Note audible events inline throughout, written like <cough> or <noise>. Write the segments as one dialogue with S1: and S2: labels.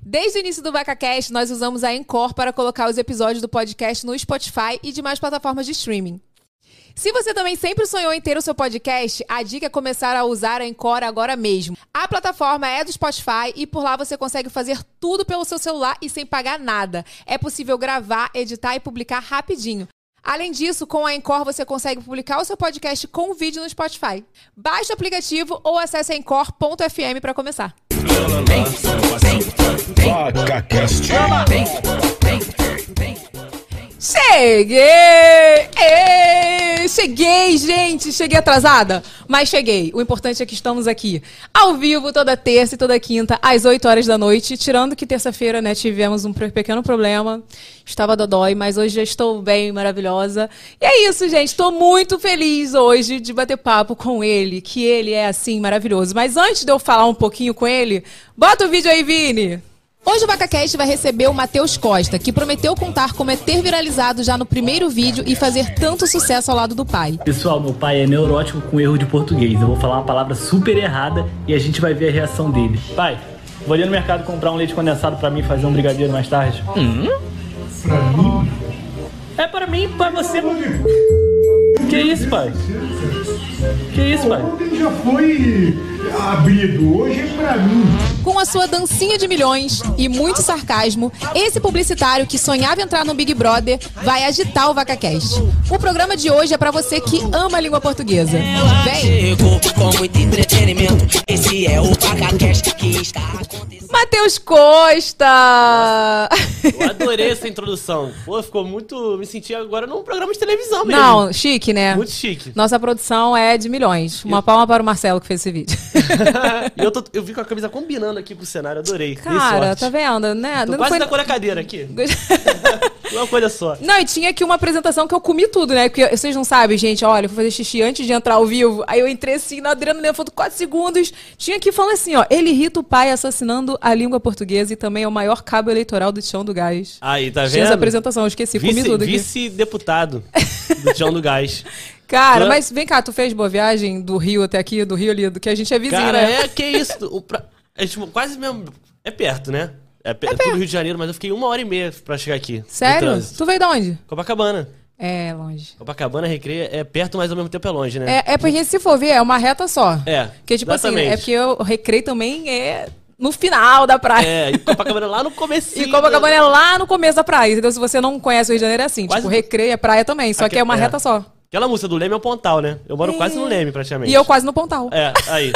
S1: Desde o início do VacaCast, nós usamos a Encore para colocar os episódios do podcast no Spotify e demais plataformas de streaming. Se você também sempre sonhou em ter o seu podcast, a dica é começar a usar a Encore agora mesmo. A plataforma é do Spotify e por lá você consegue fazer tudo pelo seu celular e sem pagar nada. É possível gravar, editar e publicar rapidinho. Além disso, com a Encore você consegue publicar o seu podcast com vídeo no Spotify. Baixe o aplicativo ou acesse encore.fm para começar.
S2: VacaCast.
S1: Cheguei! Ei! Cheguei, gente! Cheguei atrasada, mas cheguei. O importante é que estamos aqui, ao vivo, toda terça e toda quinta, às 8 horas da noite. Tirando que terça-feira, né, tivemos um pequeno problema. Estava dodói, mas hoje já estou bem, maravilhosa. E é isso, gente. Estou muito feliz hoje de bater papo com ele, que ele é, assim, maravilhoso. Mas antes de eu falar um pouquinho com ele, bota o vídeo aí, Vini! Hoje o VacaCast vai receber o Matheus Costa, que prometeu contar como é ter viralizado já no primeiro vídeo e fazer tanto sucesso ao lado do pai.
S3: Pessoal, meu pai é neurótico com erro de português. Eu vou falar uma palavra super errada e a gente vai ver a reação dele. Pai, vou ali no mercado comprar um leite condensado pra mim e fazer um brigadeiro mais tarde. Hum?
S4: Pra mim?
S3: É pra mim, pra você. Que isso, pai? Que isso, pai?
S4: Ontem já foi abrido, hoje é pra mim.
S1: Com a sua dancinha de milhões e muito sarcasmo, esse publicitário que sonhava entrar no Big Brother vai agitar o VacaCast. O programa de hoje é pra você que ama a língua portuguesa. Vem!
S5: Chegou com muito entretenimento. Esse é o PagaCast que está acontecendo.
S1: Matheus Costa!
S6: Eu adorei essa introdução. Pô, ficou muito. Me senti agora num programa de televisão mesmo.
S1: Não, chique, né?
S6: Muito chique.
S1: Nossa produção é de milhões. Uma palma para o Marcelo que fez esse
S6: <laughs>
S1: vídeo.
S6: <laughs> E eu, tô- eu vi com a camisa combinando aqui pro cenário, adorei. Dei
S1: Cara,
S6: sorte.
S1: tá vendo, né?
S6: Tô quase da cor da cadeira aqui. Uma coisa só.
S1: Não, e tinha aqui uma apresentação que eu comi tudo, né? Porque vocês não sabem, gente, olha, eu fui fazer xixi antes de entrar ao vivo. Aí eu entrei assim, na Adriana levou 4 segundos. Tinha aqui falando assim, ó, ele irrita o pai assassinando a língua portuguesa e também é o maior cabo eleitoral do Tião do Gás.
S6: Aí, tá
S1: Tinha essa
S6: vendo?
S1: apresentação, eu esqueci, comi
S6: Vice-
S1: tudo aqui.
S6: Vice-deputado do Tião
S1: <laughs>
S6: do Gás.
S1: Cara,
S6: Hã?
S1: mas vem cá, tu fez boa viagem do Rio até aqui, do Rio ali, do que a gente é vizinho,
S6: Cara,
S1: né?
S6: é que isso. O pra- É tipo, quase mesmo. É perto, né? É, pe... é tudo Rio de Janeiro, mas eu fiquei uma hora e meia pra chegar aqui. de
S1: Sério?
S6: trânsito.
S1: Tu veio de onde?
S6: Copacabana.
S1: É, longe.
S6: Copacabana, Recreio é perto, mas ao mesmo tempo é longe, né?
S1: É, é porque se for ver, é uma reta só.
S6: É,
S1: Porque, tipo assim,
S6: exatamente.
S1: é porque o recreio também é no final da praia.
S6: É, e assim, Copacabana lá no comecinho.
S1: <laughs> E Copacabana é lá no começo da praia, entendeu? Se você não conhece o Rio de Janeiro, é assim.
S6: Quase-
S1: Tipo, recreio é praia também, só que é uma
S6: É.
S1: reta só.
S6: Aquela música do Leme é o Pontal, né? Eu moro quase no Leme, praticamente.
S1: E eu quase no Pontal.
S6: É, aí.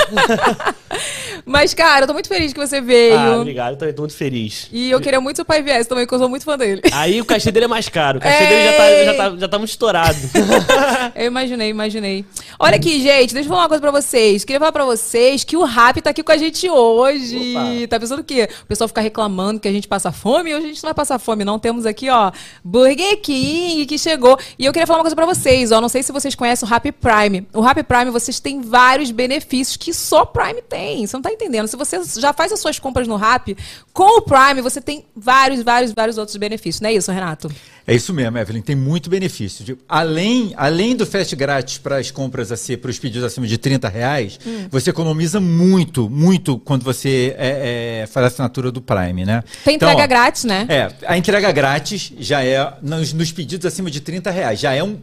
S1: Mas, cara, eu tô muito feliz que você <laughs> veio.
S6: ah, obrigado, eu também tô muito feliz.
S1: E eu queria muito que o pai viesse também, porque eu sou muito fã dele.
S6: Aí o cachê dele é mais caro. O cachê dele já tá,
S1: Ei!
S6: já, tá, já tá muito estourado. <laughs>
S1: Eu imaginei, imaginei. Olha aqui, gente, deixa eu falar uma coisa pra vocês. Queria falar pra vocês que o Rap tá aqui com a gente hoje.
S6: Opa.
S1: Tá pensando o quê? O pessoal fica reclamando que a gente passa fome. Hoje a gente não vai passar fome, não. Temos aqui, ó, Burger King que chegou. E eu queria falar uma coisa pra vocês, ó. Não sei se vocês conhecem o Rap Prime. O Rap Prime, vocês têm vários benefícios que só Prime tem. Você não tá entendendo. Se você já faz as suas compras no Rap, com o Prime você tem vários, vários, vários outros benefícios. Não é isso, Renato?
S7: É isso mesmo, Evelyn. Tem muito benefício. De- além, além do frete grátis para as compras, assim, para os pedidos acima de 30 reais,
S1: Hum.
S7: você economiza muito, muito quando você é, é, faz a assinatura do Prime, né?
S1: Tem
S7: Então,
S1: entrega
S7: ó,
S1: grátis, né?
S7: É, a entrega grátis já é nos, nos pedidos acima de 30 reais. Já é um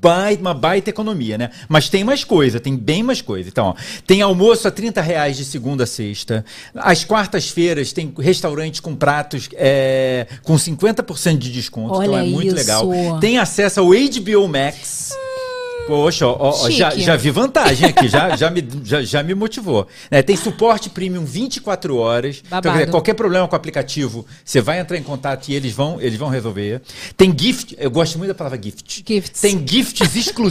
S7: bai- uma baita economia, né? Mas tem mais coisa, tem bem mais coisa. Então, ó, tem almoço a 30 reais de segunda a sexta. Às quartas-feiras tem restaurante com pratos é, com 50% de desconto. então
S1: Olha
S7: é muito
S1: isso. Hum.
S7: legal. Tem acesso ao HBO Max. Poxa, ó, ó, ó, já,
S1: Chique.
S7: já vi vantagem aqui, já, já, me, já, já me motivou. Né, tem suporte premium 24 horas. Então,
S1: Babado.
S7: quer dizer, qualquer problema com o aplicativo, você vai entrar em contato e eles vão, eles vão resolver. Tem gift, eu gosto muito da palavra gift.
S1: Gifts.
S7: Tem gifts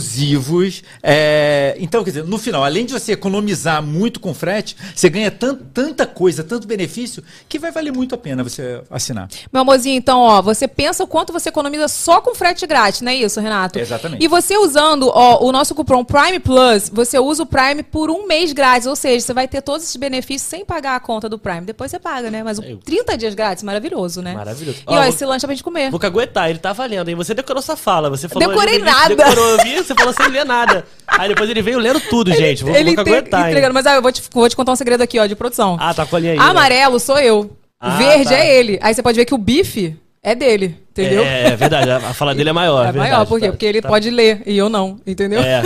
S7: exclusivos. é, então, quer dizer, no final, além de você economizar muito com frete, você ganha tan- tanta coisa, tanto benefício, que vai valer muito a pena você assinar.
S1: Meu amorzinho, então, ó, você pensa o quanto você economiza só com frete grátis, não é isso, Renato?
S7: Exatamente.
S1: E você usando, ó, o nosso cupom Prime Plus, você usa o Prime por um mês grátis, ou seja, você vai ter todos esses benefícios sem pagar a conta do Prime. Depois você paga, né? Mas o 30 dias grátis, maravilhoso, né?
S6: Maravilhoso.
S1: E
S6: Ó,
S1: ó,
S6: vou-
S1: esse lanche é pra gente comer.
S6: Vou caguetar, ele tá valendo, hein? Você decorou essa fala, você falou...
S1: Decorei
S6: ali no início,
S1: nada.
S6: Decorou, eu vi, você falou sem ler nada. Aí depois ele veio lendo tudo, gente. Vou,
S1: Ele
S6: vou
S1: entre-
S6: caguetar, hein?
S1: entregando, mas ah, eu vou te, vou te contar um segredo aqui, ó, de produção.
S6: Ah, tá com a linha aí. né?
S1: Amarelo sou eu.
S6: Ah,
S1: Verde
S6: tá.
S1: é ele. Aí você pode ver que o bife é dele, entendeu?
S6: É, é verdade, a a fala dele é maior.
S1: <laughs> É
S6: verdade,
S1: maior, por quê?
S6: tá-
S1: Porque ele
S6: tá-
S1: pode ler e eu não, entendeu?
S6: É.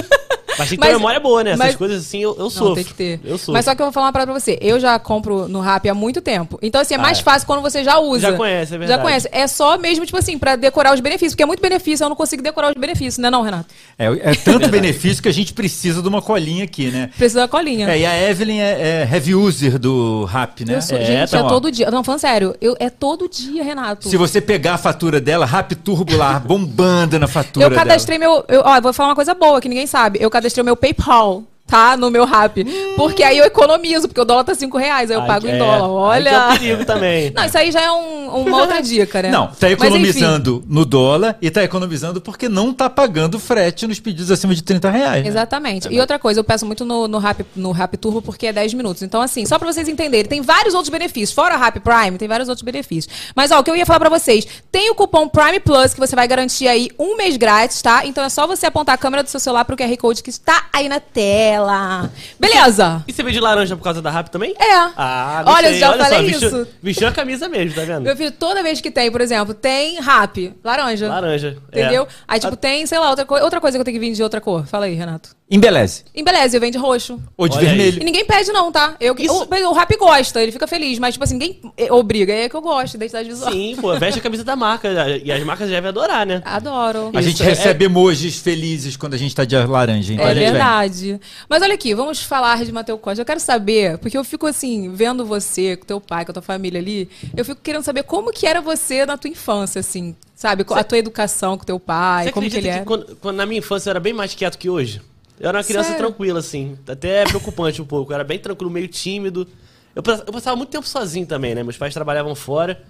S1: <laughs>
S6: Mas tem que ter
S1: Mas-
S6: memória boa, né? Essas
S1: mas-
S6: coisas assim, eu, eu
S1: Não,
S6: sofro.
S1: tem que ter.
S6: Eu sofro.
S1: Mas só que eu vou falar uma parada pra você. Eu já compro no Rap há muito tempo. Então, assim, é mais
S6: é.
S1: fácil quando você já usa.
S6: Já conhece, é verdade.
S1: Já conhece. É só mesmo, tipo assim, pra decorar os benefícios. Porque é muito benefício, eu não consigo decorar os benefícios, né não, Renato?
S7: É, é tanto benefício que a gente precisa de uma colinha aqui, né?
S1: Precisa da colinha.
S7: É, e a Evelyn é, é heavy user do rap, né?
S1: Eu sou-
S7: É,
S1: gente,
S7: então,
S1: é
S7: ó,
S1: todo dia. Não, falando sério, eu, é todo dia, Renato.
S7: Se você pegar a fatura dela, rap
S1: <laughs>
S7: turbular, bombando na fatura
S1: eu cadastrei meu. Eu, ó, vou falar uma coisa boa que ninguém sabe. Eu cadastrei o meu PayPal. Tá? No meu rap. Porque aí eu economizo, porque o dólar tá 5 reais, aí eu
S6: Hum. Ai,
S1: pago em
S6: é.
S1: dólar. Olha.
S6: Aí que É um perigo também.
S1: <laughs> Não, isso aí já é um- uma outra dica, né?
S7: dela. Não, tá
S1: Mas, enfim.
S7: economizando no dólar e tá economizando porque não tá pagando frete nos pedidos acima de 30
S6: É.
S7: reais. né?
S1: Exatamente. E outra coisa, eu peço muito no, no, rap, no rap Turbo porque é 10 minutos. Então, assim, só pra vocês entenderem, tem vários outros benefícios. Fora o Rap Prime, tem vários outros benefícios. Mas, ó, o que eu ia falar pra vocês: tem o cupom Prime Plus que você vai garantir aí um mês grátis, tá? Então é só você apontar a câmera do seu celular pro QR Code que está aí na tela. Beleza!
S6: E você veio de laranja por causa da rap também?
S1: É.
S6: Ah,
S1: Olha,
S6: gostei.
S1: já falei
S6: vestiu,
S1: isso.
S6: Vestiu a camisa mesmo, tá vendo?
S1: Meu filho, toda vez que tem, por exemplo, tem Rap, laranja.
S6: Laranja. é.
S1: Entendeu? Aí, tipo,
S6: Ah,
S1: tem, sei lá, outra, co outra coisa que eu tenho que vir de outra cor. Fala aí, Renato.
S7: Embeleze.
S1: Embeleze, eu venho de roxo.
S7: Ou de
S6: Olha aí.
S7: vermelho.
S1: E ninguém pede, não, tá? Eu,
S6: Isso-
S1: o, o rap gosta, ele fica feliz, mas, tipo assim, ninguém eh, obriga. É que eu gosto, identidade visual.
S6: Sim, pô, veste a camisa da marca. E as marcas devem adorar, né?
S1: Adoro.
S7: A gente
S6: Isso, é-
S7: recebe emojis felizes quando a gente tá de laranja, então,
S1: É
S7: gente, velho.
S1: verdade. Mas olha aqui, vamos falar de Mateu Costa. Eu quero saber, porque eu fico assim, vendo você, com teu pai, com a tua família ali, eu fico querendo saber como que era você na tua infância, assim, sabe? Com A tua educação com teu pai,
S6: Você
S1: como que
S6: acredita
S1: ele é?
S6: que,
S1: era.
S6: quando, quando na minha infância eu era bem mais quieto que hoje? Eu era uma criança
S1: Sério?
S6: tranquila, assim. Até preocupante um pouco. Eu era bem tranquilo, meio tímido. Eu, pass- eu passava muito tempo sozinho também, né? Meus pais trabalhavam fora.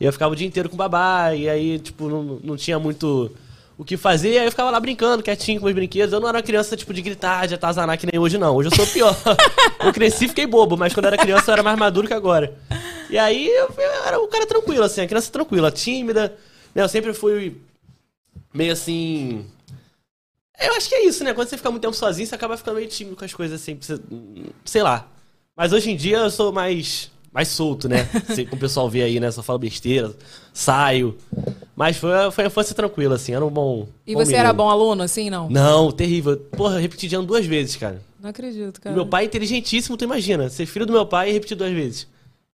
S6: E eu ficava o dia inteiro com o babá. E aí, tipo, não, não tinha muito o que fazer. E aí eu ficava lá brincando, quietinho com meus brinquedos. Eu não era uma criança, tipo, de gritar, de atazanar que nem hoje, não. Hoje eu sou pior. <laughs> eu cresci e fiquei bobo. Mas quando eu era criança eu era mais maduro que agora. E aí eu, eu era um cara tranquilo, assim. A criança tranquila, tímida. Né? Eu sempre fui meio assim. Eu acho que é isso, né? Quando você fica muito tempo sozinho, você acaba ficando meio tímido com as coisas assim. você- Sei lá. Mas hoje em dia eu sou mais. Mais
S1: <laughs>
S6: solto, né? Sei como o pessoal vê aí, né? Só falo besteira, saio. Mas foi, foi a infância tranquila, assim. Era um bom.
S1: E você era
S6: menino.
S1: bom aluno, assim, não? Não,
S6: Não, terrível. Porra, eu repeti de ano duas vezes, cara.
S1: acredito,
S6: E
S1: cara.
S6: Meu pai é inteligentíssimo, tu imagina. Ser filho do meu pai e repetir duas vezes.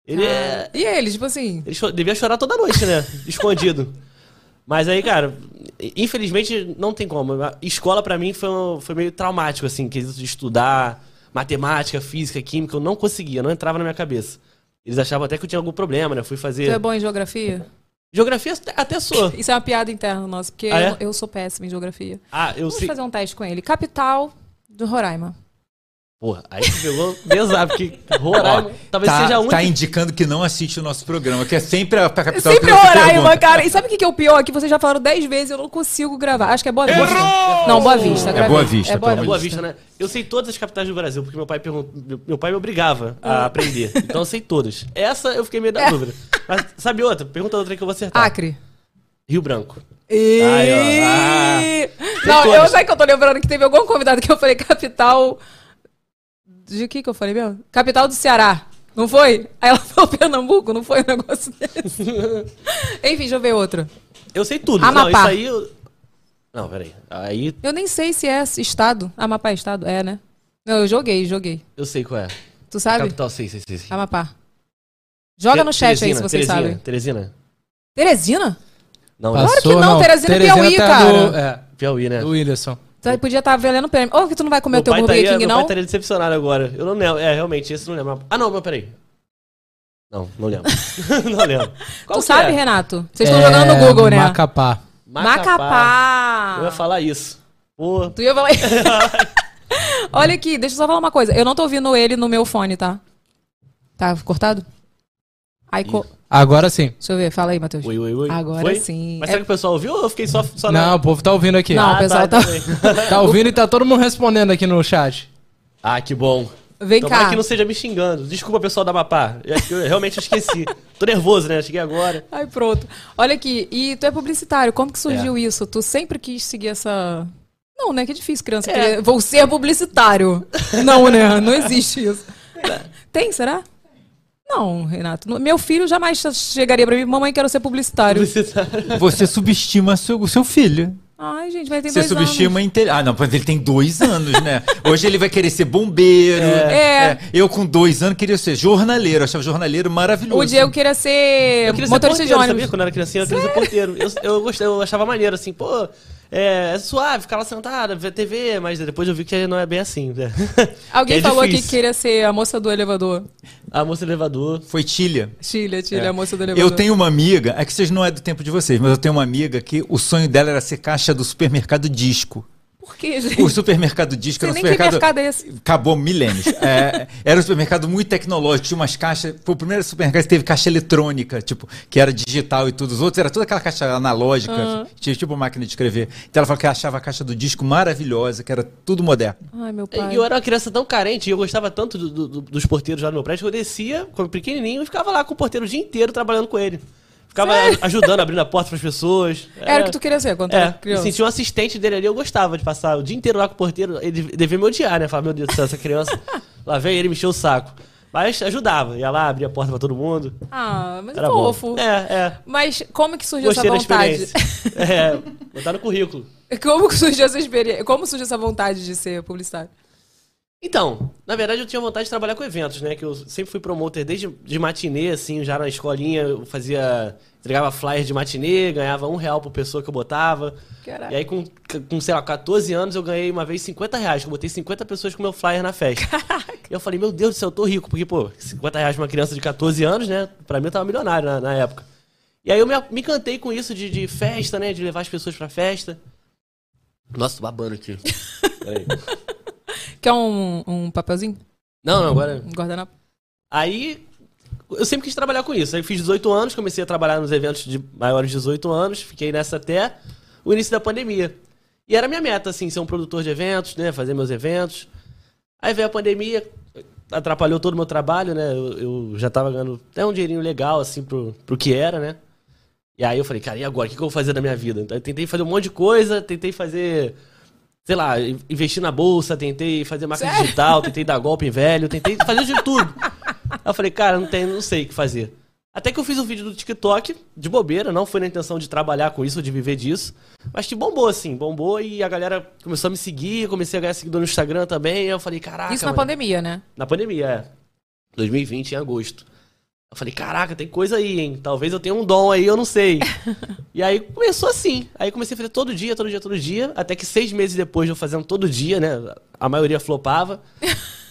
S6: Ele é.
S1: E ele, tipo assim.
S6: Ele cho- devia chorar toda
S1: <laughs>
S6: noite, né? Escondido. Mas aí, cara, infelizmente não tem como. A escola pra mim foi, um- foi meio traumático, assim, quesito de estudar, matemática, física, química, eu não conseguia, não entrava na minha cabeça. Eles achavam até que eu tinha algum problema, né? Fui
S1: Tu
S6: fazer.
S1: é bom em geografia?
S6: Geografia até-
S1: <laughs>
S6: até sou.
S1: Isso é uma piada interna nossa, porque
S6: Ah, é?
S1: eu, eu sou péssima em geografia.
S6: Ah, eu
S1: Vamos
S6: sei.
S1: fazer um teste com ele. Capital do Roraima.
S6: Porra, aí tu pegou pesado,
S1: <laughs>
S6: porque
S7: Ó,
S6: Roraima talvez
S7: tá,
S6: seja a única.
S7: tá indicando que não assiste o nosso programa, que é sempre a pra capital
S1: Sempre
S7: que você
S1: Roraima,
S7: pergunta.
S1: cara. E sabe o que, que é o pior? Que vocês já falaram 10 vezes e eu não consigo gravar. Acho que é Boa Vista. Não, Boa Vista. gravei.
S7: Boa Vista,
S1: É Boa Vista.
S6: É
S7: pelo amor
S6: Boa Vista, né? Eu sei todas as capitais do Brasil, porque meu pai pergun- meu- meu pai me obrigava
S1: Ah.
S6: a aprender. Então eu sei todas. Essa eu fiquei meio
S1: É.
S6: da dúvida. Mas sabe outra? Pergunta outra aí que eu vou acertar.
S1: Acre.
S6: Rio Branco.
S1: E...
S6: Aí, ó.
S1: não,
S6: Tem todas.
S1: eu sei que eu tô lembrando que teve algum convidado que eu falei capital. De que que eu falei mesmo? Capital do Ceará. Não foi? Aí ela falou Pernambuco, não foi um negócio
S6: <laughs>
S1: desse. Enfim, deixa eu ver outra.
S6: Eu sei tudo.
S1: Amapá.
S6: Não, isso aí eu... Não, peraí. Aí
S1: Eu nem sei se é estado. Amapá é estado? É, né? Não, eu joguei, joguei.
S6: eu sei qual é.
S1: Tu sabe?
S6: Capital, sei, sei, sei. sei.
S1: Amapá. Joga no chat aí
S6: Teresina,
S1: se vocês
S6: Teresina,
S1: sabem.
S6: Teresina.
S1: Teresina?
S6: Não,
S2: Passou,
S1: que
S6: né?
S1: não, Teresina é Piauí,
S2: é
S6: Piauí, né?
S2: do, é, do Whindersson.
S1: Tu Tá, podia estar valendo o prêmio. Ou que tu não vai comer
S6: Meu
S1: o teu
S6: pai
S1: Burger
S6: estaria-
S1: King,
S6: meu
S1: não?
S6: pai tá estaria decepcionado agora. Eu não lembro. É, realmente, esse eu não lembro. Ah, não, não, peraí. Não, não lembro. <laughs> não lembro.
S1: <laughs>
S6: Qual
S1: Tu
S6: que
S1: sabe,
S6: é?
S1: Renato? Vocês estão jogando no Google, né?
S2: É, Macapá.
S1: Macapá.
S6: Eu ia falar isso. Pô,
S1: Tu ia falar isso? <laughs> Olha aqui, deixa eu só falar uma coisa. Eu não tô ouvindo ele no meu fone, tá? Tá cortado? Aí, co-
S2: Agora sim.
S1: Deixa eu ver, fala aí, Matheus.
S6: ui, ui, ui.
S1: Agora
S6: Foi?
S1: sim.
S6: Mas
S1: É-
S6: será que o pessoal ouviu ou eu fiquei só, só
S2: Não, o povo tá ouvindo aqui.
S1: Não, o pessoal tá-
S6: Ah, bem.
S2: Tá ouvindo e tá todo mundo respondendo aqui no chat.
S6: <laughs> ah, que bom.
S1: Vem
S6: Tomara
S1: cá.
S6: que não seja me xingando. Desculpa, pessoal da Amapá. Eu, eu realmente
S1: <laughs>
S6: esqueci. Tô nervoso, né? Cheguei agora.
S1: Ai, pronto. Olha aqui, e tu é publicitário, como que surgiu
S6: É.
S1: isso? Tu sempre quis seguir essa. Não, né? Que é difícil, criança. querer- Vou ser publicitário. Não, né? Não existe isso. Tem, será? Não, Renato. Não- Meu filho jamais chegaria pra mim, mamãe, quero ser publicitário.
S7: Você subestima seu- o seu filho.
S1: Ai, gente, vai ter
S7: Você
S1: dois
S7: subestima inteiro. Ah, não, mas ele tem dois anos, né? Hoje ele vai querer ser bombeiro. né?
S1: É.
S7: Eu, com dois anos, queria ser jornaleiro. Eu Achava jornaleiro
S1: anos.
S7: maravilhoso.
S1: é O Diego queria ser
S6: Eu queria ser
S1: motorista de
S6: porteiro, sabia?
S1: ônibus.
S6: Quando eu era criancinha, eu queria ser porteiro. Eu, eu, gostava, eu achava maneiro, assim, pô, é, é suave, ficar lá sentada, ver TV, mas depois eu vi que não é bem assim. né? <laughs>
S1: Alguém
S6: É
S1: falou aqui que
S6: difícil.
S1: queria ser a moça do elevador.
S6: A moça do elevador.
S7: Foi Tilha.
S1: Tilha, Tilha,
S6: É.
S1: a moça do elevador.
S7: Eu tenho uma amiga, é que vocês não é do tempo de vocês, mas eu tenho uma amiga que o sonho dela era ser caixa do supermercado disco.
S1: Por que, gente?
S7: O supermercado disco
S1: Sei
S7: era um
S1: nem que
S7: supermercado.
S1: mercado é esse.
S7: Acabou milênios. É, <laughs> era um supermercado muito tecnológico, tinha umas caixas. Foi o primeiro supermercado que teve caixa eletrônica, tipo, que era digital e tudo. Os outros era toda aquela caixa analógica,
S1: Ah.
S7: tinha tipo máquina de escrever. Então ela falou que ela achava a caixa do disco maravilhosa, que era tudo moderno.
S1: Ai, meu pai.
S6: E eu era uma criança tão carente, e eu gostava tanto do- do- do- dos porteiros lá no meu prédio, que eu descia, quando pequenininho, e ficava lá com o porteiro o dia inteiro trabalhando com ele. Ficava ajudando, abrindo a porta pras pessoas.
S1: Era o que tu queria ser quando tu era
S6: É, eu
S1: criança.
S6: senti um assistente dele ali, eu gostava de passar o dia inteiro lá com o porteiro. Ele devia me odiar, né? Falar, meu Deus do céu, essa
S1: <laughs>
S6: criança. lá vem ele, me encheu o saco. Mas ajudava, ia lá, abria a porta pra todo mundo.
S1: Ah, mas é
S6: Era
S1: fofo.
S6: bom. É, é.
S1: Mas como que surgiu
S6: Gostei da
S1: essa vontade?
S6: experiência. é, botar no currículo.
S1: <laughs> como que surgiu essa experiência? Como surgiu essa vontade de ser publicitário?
S6: Então, na verdade eu tinha vontade de trabalhar com eventos, né? Que eu sempre fui promoter desde de matinê, assim, já na escolinha eu fazia. entregava flyers de matinê, ganhava um real por pessoa que eu botava.
S1: Caraca.
S6: E aí com, com, sei lá, 14 anos eu ganhei uma vez 50 reais, que eu botei 50 pessoas com meu flyer na festa. E eu falei, meu Deus do céu, eu tô rico, porque, pô, 50 reais pra uma criança de 14 anos, né? Pra mim eu tava milionário na, na época. E aí eu me, me cantei com isso de, de festa, né? De levar as pessoas pra festa. Nossa, tô babando aqui. Peraí.
S1: Quer um, um papelzinho?
S6: Não, não, agora.
S1: Um guardanapo?
S6: Aí eu sempre quis trabalhar com isso. Aí fiz 18 anos, comecei a trabalhar nos eventos de maiores de 18 anos, fiquei nessa até o início da pandemia. E era minha meta, assim, ser um produtor de eventos, né? Fazer meus eventos. Aí veio a pandemia, atrapalhou todo o meu trabalho, né? Eu, eu já tava ganhando até um dinheirinho legal, assim, pro, pro que era, né? E aí eu falei, cara, e agora? O que, que eu vou fazer da minha vida? Então, eu tentei fazer um monte de coisa, tentei fazer, sei lá, in- investir na bolsa, tentei fazer marketing
S1: Sério?
S6: digital, tentei dar golpe em velho, tentei fazer de tudo. Aí eu falei, cara, não, tem, não sei o que fazer. Até que eu fiz um vídeo do TikTok, de bobeira, não foi na intenção de trabalhar com isso, ou de viver disso. Mas que bombou, assim, bombou e a galera começou a me seguir, comecei a ganhar seguidor no Instagram também. E eu falei, caraca.
S1: Isso na
S6: mano."
S1: pandemia, né?
S6: Na pandemia, é. 2020, em agosto. Eu falei, caraca, tem coisa aí, hein? Talvez eu tenha um dom aí, eu não
S1: <laughs>
S6: sei. e aí começou assim. Aí comecei a fazer todo dia, todo dia, todo dia. Até que seis meses depois de eu fazendo todo dia, né? A maioria flopava.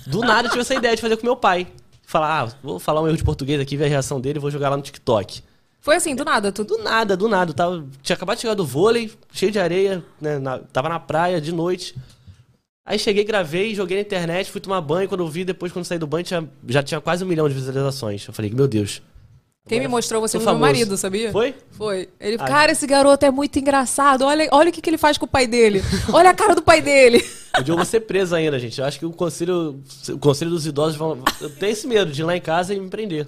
S6: Do nada eu tive essa ideia de fazer com meu pai. Falar, ah, vou falar um erro de português aqui, ver a reação dele, vou jogar lá no TikTok.
S1: Foi assim, do nada. Tu...
S6: Do nada, do nada. eu Tava, tinha acabado de chegar do vôlei, cheio de areia, né? na- tava na praia de noite. Aí cheguei, gravei, joguei na internet, fui tomar banho. Quando eu vi, depois quando saí do banho, tinha- já tinha quase um milhão de visualizações. Eu falei, meu Deus.
S1: Quem me mostrou você
S6: Sou
S1: foi meu
S6: famoso.
S1: marido, sabia?
S6: Foi?
S1: Foi. Ele,
S6: Ai.
S1: cara, esse garoto é muito engraçado. Olha, olha o que, que ele faz com o pai dele. Olha a cara do pai dele.
S6: Um dia eu vou ser preso ainda, gente. Eu acho que o conselho, o conselho dos idosos vão. Eu tenho esse medo de ir lá em casa e me prender.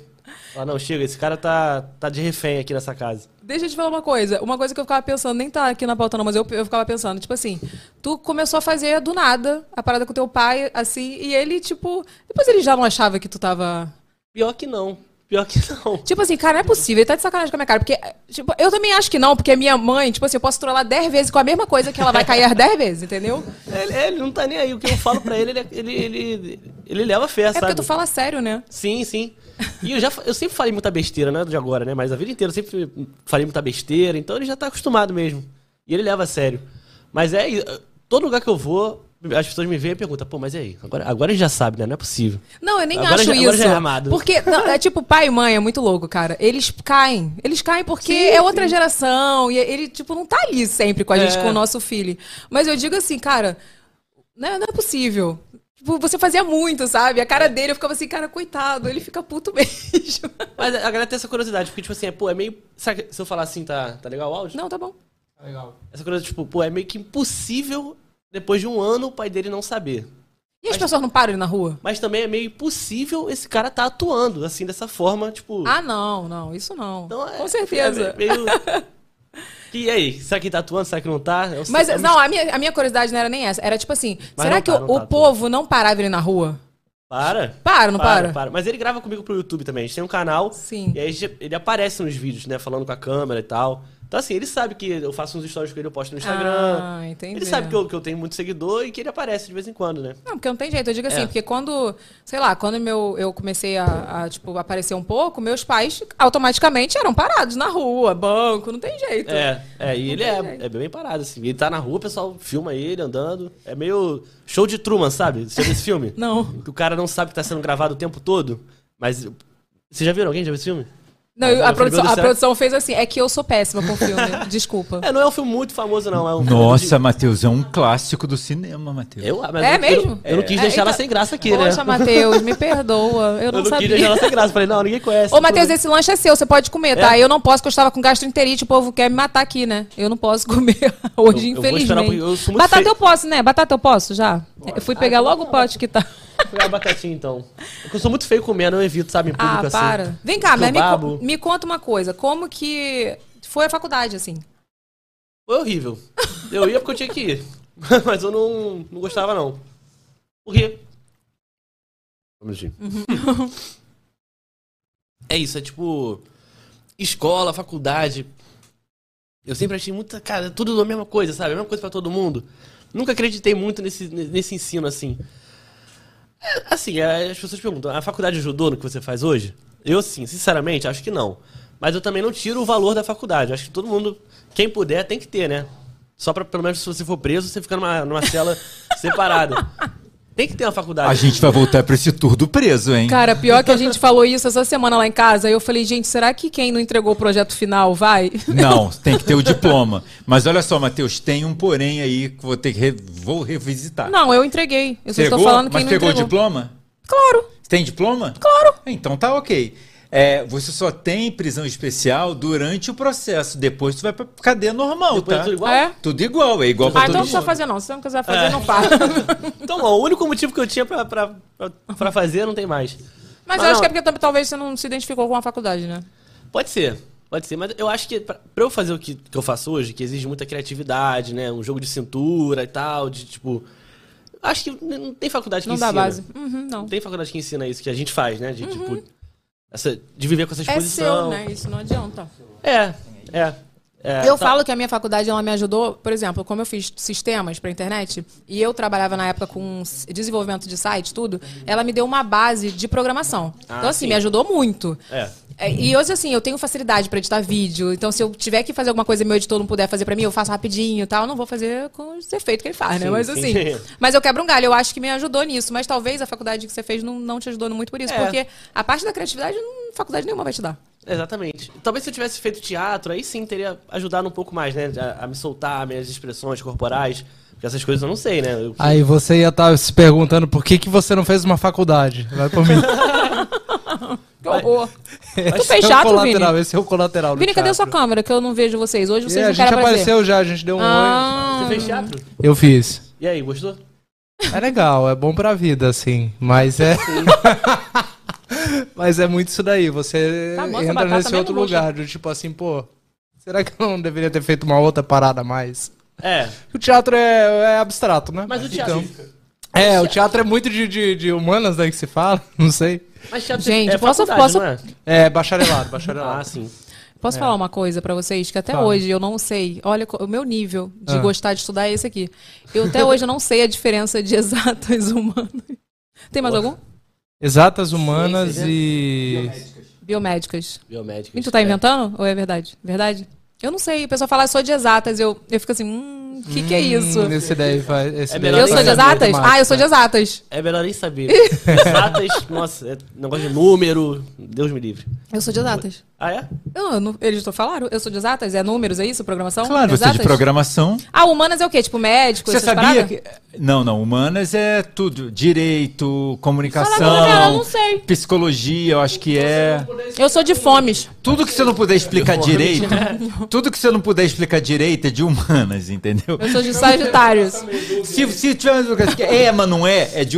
S6: Falar, não, chega, esse cara tá, tá de refém aqui nessa casa.
S1: <laughs> Deixa eu te falar uma coisa. Uma coisa que eu ficava pensando, nem tá aqui na pauta não, mas eu, eu ficava pensando, tipo assim, tu começou a fazer do nada a parada com teu pai, assim, e ele, tipo, depois ele já não achava que tu tava...
S6: Pior que não. Pior que não.
S1: Tipo assim, cara, não é possível, ele tá de sacanagem com a minha cara, porque, tipo, eu também acho que não, porque a minha mãe, tipo assim, eu posso trollar 10 vezes com a mesma coisa que ela vai cair as 10 vezes, entendeu?
S6: Ele, ele não tá nem aí. O que eu falo pra ele, ele, ele, ele, ele leva fé,
S1: É
S6: sabe?
S1: porque tu fala sério, né?
S6: Sim, sim. E eu já fa- eu sempre falei muita besteira, né? De agora, né? Mas a vida inteira eu sempre falei muita besteira, então ele já tá acostumado mesmo. E ele leva a sério. Mas é. i- Todo lugar que eu vou, as pessoas me veem e perguntam, pô, mas e aí? Agora, agora a gente já sabe, né? Não é possível.
S1: Não, eu nem
S6: Agora
S1: acho
S6: já-
S1: isso.
S6: agora já é amado.
S1: Porque, não, é tipo, pai e mãe é muito louco, cara. Eles caem. Eles caem porque é outra geração. E ele, tipo, não tá ali sempre com a
S6: É.
S1: gente, com o nosso filho. Mas eu digo assim, cara, né, não é possível. Tipo, você fazia muito, sabe? A cara dele, eu ficava assim, cara, coitado, ele fica puto <laughs> mesmo.
S6: Mas a galera tem essa curiosidade, porque, tipo assim, é, pô, é meio. Sabe, que se eu falar assim, tá, tá legal o áudio?
S1: Não, tá bom.
S6: Essa coisa, tipo, pô, é meio que impossível, depois de um ano, o pai dele não saber.
S1: E as pessoas não param ele na rua?
S6: Mas também é meio impossível esse cara tá atuando, assim, dessa forma, tipo.
S1: Ah, não, não, isso não.
S6: então é-
S1: com certeza.
S6: é
S1: <laughs>
S6: meio- meio- Que e aí? Será que tá atuando? Será que não tá? Eu sei-
S1: Mas,
S6: é um-
S1: não, a minha, a minha curiosidade não era nem essa. Era tipo assim,
S6: Mas
S1: será
S6: não
S1: que
S6: tá,
S1: o,
S6: não
S1: o
S6: tá,
S1: povo não parava ele na rua?
S6: Para.
S1: Para, não para?
S6: Mas ele grava comigo pro YouTube também. A gente tem um canal.
S1: Sim.
S6: E aí a gente- ele aparece nos vídeos, né? Falando com a câmera e tal. Então, assim, ele sabe que eu faço uns stories com ele, eu posto no Instagram.
S1: Ah, entendi.
S6: Ele sabe que eu, que eu tenho muito seguidor e que ele aparece de vez em quando, né?
S1: Não, porque não tem jeito. Eu digo assim,
S6: É.
S1: porque quando, sei lá, quando meu, eu comecei a, a, tipo, aparecer um pouco, meus pais automaticamente eram parados na rua, banco, não tem jeito.
S6: É, é, e ele
S1: tem jeito.
S6: é, é bem parado, assim. Ele tá na rua, o pessoal filma ele andando. É meio show de Truman, sabe? Você já viu esse
S1: <laughs>
S6: filme?
S1: Não.
S6: Que o cara não sabe que tá sendo gravado o tempo todo, mas. Vocês já viram? Alguém já viu esse filme?
S1: Não,
S6: Mas,
S1: eu- a,
S6: meu
S1: produção, a
S6: Deus do céu.
S1: produção fez assim, é que eu sou péssima com
S6: <laughs>
S1: filme, desculpa.
S6: É, não é um filme muito famoso, não. É um filme
S7: Nossa,
S6: de-
S7: Matheus, é um clássico do cinema, Matheus.
S6: Eu, ah, mas
S1: É
S6: eu- eu-
S1: mesmo?
S6: Eu, não quis
S1: É,
S6: deixar ela
S1: então-
S6: sem graça aqui, né?
S1: Poxa, Matheus, me perdoa, eu
S6: Eu
S1: não,
S6: não quis deixar
S1: sabia.
S6: ela sem graça. Falei, não, ninguém conhece.
S1: Ô, Matheus, esse lanche é seu, você pode comer, tá? Eu não posso, porque eu estava com gastroenterite, o povo quer me matar aqui, né? Eu não posso <laughs> comer hoje,
S6: Eu- eu vou esperar,
S1: infelizmente.
S6: porque eu sou muito Ah,
S1: Batata
S6: fe-
S1: eu posso, né? Batata eu posso, já? Eu fui pegar logo o pote que tá...
S6: Foi uma batatinha, então. Porque eu sou muito feio comendo, eu evito, sabe, em público
S1: Ah,
S6: assim.
S1: para. Vem cá,
S6: Eu
S1: mas me,
S6: babo.
S1: co- me conta uma coisa. Como que foi a faculdade, assim?
S6: Foi horrível. Eu ia porque eu tinha que ir. <laughs> Mas eu não, não gostava, não. Por quê? Um minutinho. <laughs> É isso, é tipo. Escola, faculdade. Eu sempre achei muita. Cara, tudo a mesma coisa, sabe? A mesma coisa pra todo mundo. Nunca acreditei muito nesse, nesse ensino assim. É, assim, é, as pessoas perguntam: a faculdade ajudou no que você faz hoje? Eu, sim, sinceramente, acho que não. Mas eu também não tiro o valor da faculdade. Acho que todo mundo, quem puder, tem que ter, né? Só pra, pelo menos, se você for preso, você fica numa, numa
S7: <laughs>
S6: cela separada. Tem que ter uma faculdade.
S7: A gente vai voltar pra esse tour do preso, hein?
S1: Cara, pior que a gente falou isso essa semana lá em casa. Aí eu falei, gente, será que quem não entregou o projeto final vai? <laughs>
S7: Não, tem que ter o diploma. Mas olha só, Matheus, tem um porém aí que vou ter que re- vou revisitar.
S1: Não, eu entreguei. Eu só estou
S7: Pegou?
S1: falando quem
S7: Mas
S1: não
S7: pegou
S1: entregou.
S7: o diploma?
S1: Claro.
S7: Você tem diploma? Claro. Então tá ok. É, você só tem prisão especial durante o processo. Depois tu vai pra cadeia normal,
S6: Depois tudo
S7: tá?
S6: Tipo, igual?
S1: É?
S7: Tudo igual, é igual pra
S1: Ah,
S7: todo
S1: então não
S7: mundo.
S1: precisa fazer não. Se você não
S6: É.
S1: quiser fazer, não faz.
S6: <laughs> Então, ó, o único motivo que eu tinha pra, pra, pra, pra fazer não tem mais.
S1: Mas eu
S6: Ah,
S1: acho que é
S6: não.
S1: porque tam- talvez você não se identificou com a faculdade, né?
S6: Pode ser, pode ser, mas eu acho que pra, pra eu fazer o que, que eu faço hoje, que exige muita criatividade, né? Um jogo de cintura e tal, de tipo. Acho que n- não tem faculdade que
S1: Não
S6: ensina.
S1: dá base. Uhum, não.
S6: Não tem faculdade que ensina isso que a gente faz, né? De, tipo, essa- de viver com essa
S1: É seu,
S6: exposição.
S1: né? Isso não adianta.
S6: É, é. é,
S1: eu
S6: tá-
S1: falo que a minha faculdade ela me ajudou, por exemplo, como eu fiz sistemas para internet e eu trabalhava na época com s- desenvolvimento de site, tudo, ela me deu uma base de programação. então assim,
S6: Ah, sim.
S1: me ajudou muito.
S6: É.
S1: É, E hoje assim, eu tenho facilidade para editar vídeo, então se eu tiver que fazer alguma coisa e meu editor não puder fazer para mim, eu faço rapidinho, e tal, eu não vou fazer com os efeitos que ele faz, né?
S6: Sim,
S1: Mas
S6: sim.
S2: <laughs>
S1: assim, mas eu quebro um galho, eu acho que me ajudou nisso, mas talvez a faculdade que você fez não, não te ajudou muito por isso,
S6: É.
S1: porque a parte da criatividade, não, faculdade nenhuma vai te dar.
S6: Exatamente. Talvez se eu tivesse feito teatro, aí sim teria ajudado um pouco mais, né? A, a me soltar, minhas expressões corporais. Porque essas coisas eu não sei, né? Eu-
S2: Aí você ia estar se perguntando por que, que você não fez uma faculdade. Vai por mim.
S1: Que horror. <laughs> Tu
S2: Esse é
S1: fez
S2: o
S1: teatro, Vini?
S2: colateral, Esse é o colateral. do
S1: Vini, cadê a sua
S2: teatro.
S1: câmera? Que eu não vejo vocês. Hoje vocês
S2: É, a
S1: não
S2: gente
S1: querem aparecer.
S2: apareceu já, a gente deu um
S1: Ah,
S6: Você fez teatro?
S2: oi. Eu fiz.
S6: E aí, gostou?
S2: É legal, é bom pra vida, assim. Mas é. <laughs> mas é muito isso daí. Você
S1: Tá bom, essa
S2: entra
S1: batata
S2: nesse
S1: mesmo
S2: outro
S1: gosto.
S2: lugar, do tipo assim, pô, será que eu não deveria ter feito uma outra parada a mais?
S6: É. Assim, então.
S2: O teatro é, é abstrato, né?
S6: Mas o teatro.
S2: É, o teatro é muito de, de, de humanas, né, que se fala, <laughs> não sei.
S6: Mas teatro
S1: Gente,
S6: é
S1: posso-
S6: faculdade,
S1: posso-
S6: não é?
S2: É, bacharelado, bacharelado.
S6: Ah, sim.
S1: Posso
S7: É.
S1: falar uma coisa pra vocês? Que até
S2: Fala.
S1: hoje eu não sei. Olha co- o meu nível de
S2: Ah.
S1: gostar de estudar é esse aqui. Eu até hoje eu não sei a diferença de <laughs> exatas humanas. Tem mais algum?
S2: Exatas, humanas
S6: Ciências, né?
S2: e...
S1: Biomédicas. tá Então é "Ah,
S6: Biomédica.
S1: Vini, tu tá inventando? Ou é verdade? Verdade? Eu não sei. O pessoal fala só de exatas. Eu, eu fico assim, hum, hum, o que, que é isso?
S2: Hum, Esse daí faz. Esse
S6: É
S2: daí
S6: melhor
S1: Eu
S2: faz
S7: tá
S1: sou de
S6: saber
S1: exatas?
S2: matemática.
S1: Ah, eu sou de exatas.
S6: É melhor
S1: <laughs>
S6: nem saber. Exatas, nossa, é negócio de número, Deus me livre.
S1: Eu sou de exatas.
S6: Ah, é?
S1: Eu, eu não, eles não falaram? Eu sou de exatas? É números, é isso? Programação?
S7: Claro, você é
S1: exatas?
S7: de programação.
S1: Ah, humanas é o quê? Tipo médico,
S7: Você
S1: essas
S7: sabia
S1: paradas?
S7: que. Não, não. Humanas é tudo. Direito, comunicação.
S1: Fala, cara, eu não sei.
S7: Psicologia, eu acho que é.
S1: Eu sou de fomes.
S7: Tudo que você não puder explicar direito. Tudo que você não puder explicar direito é de humanas, entendeu?
S1: Eu sou de sagitários.
S7: Se, se tiver um negócio que é, mas não é, é de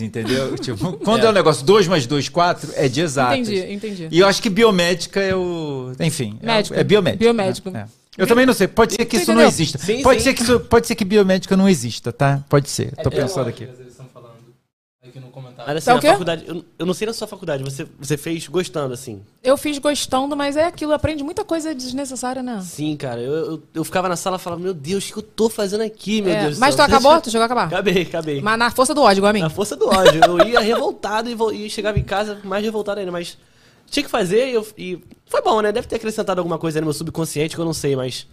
S6: <laughs>
S7: entendeu? Tipo, quando é, um negócio 2 mais 2, 4, é de exatas.
S1: Entendi, entendi.
S7: E eu acho que biomédica é o. Enfim. é o-
S1: Médico.
S7: É, biomédico.
S1: Biomédico.
S7: né? É. Eu também não sei, pode ser que isso não
S1: entendeu?
S7: exista.
S6: Sim,
S7: pode,
S6: sim. É,
S7: Ser que isso, pode ser que biomédica não exista, tá? Pode ser. Tô pensando aqui.
S2: Eles estão falando aqui no comentário.
S6: Mas assim,
S1: Tá o
S6: na
S1: quê?
S6: faculdade, eu, eu não sei na sua faculdade, você, você fez gostando, assim.
S1: Eu fiz gostando, mas é aquilo, aprende muita coisa desnecessária, né?
S6: Sim, cara, eu, eu, eu ficava na sala e falava, meu Deus, o que eu tô fazendo aqui, meu
S1: É,
S6: Deus do
S1: mas tu
S6: céu?"
S1: acabou? Tu chegou a acabar?
S6: <laughs> Acabei, acabei.
S1: Mas na força do ódio, igual a mim.
S6: Na força do ódio. Eu ia revoltado e, vo- e chegava em casa mais revoltado ainda, mas tinha que fazer e, eu- e foi bom, né? Deve ter acrescentado alguma coisa no meu subconsciente que eu não sei, mas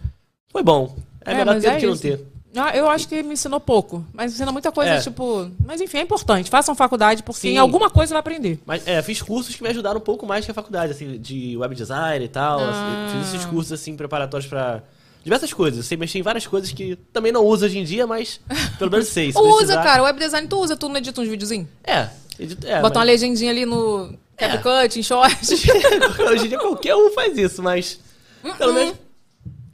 S6: foi bom. É, melhor
S1: mas
S6: ter do que não
S1: isso.
S6: ter.
S1: Ah, Eu acho que me ensinou pouco, mas ensina muita coisa,
S6: É.
S1: tipo. Mas enfim, é importante. Façam faculdade, porque
S6: Sim.
S1: em alguma coisa vai aprender.
S6: Mas é, fiz cursos que me ajudaram um pouco mais que a faculdade, assim, de web design e tal.
S1: Ah.
S6: assim, fiz esses cursos assim preparatórios pra diversas coisas. Eu sei mexer em várias coisas que também não uso hoje em dia, mas pelo
S1: <laughs>
S6: menos sei. se
S1: usa,
S6: precisar-
S1: cara, web design tu usa, tu não edita uns videozinhos?
S6: É. edito- é,
S1: Bota uma
S6: mas- É.
S1: legendinha ali no CapCut, em shorts.
S6: <laughs> Hoje em dia qualquer um faz isso, mas
S1: Uh-uh.
S6: pelo menos
S1: <laughs>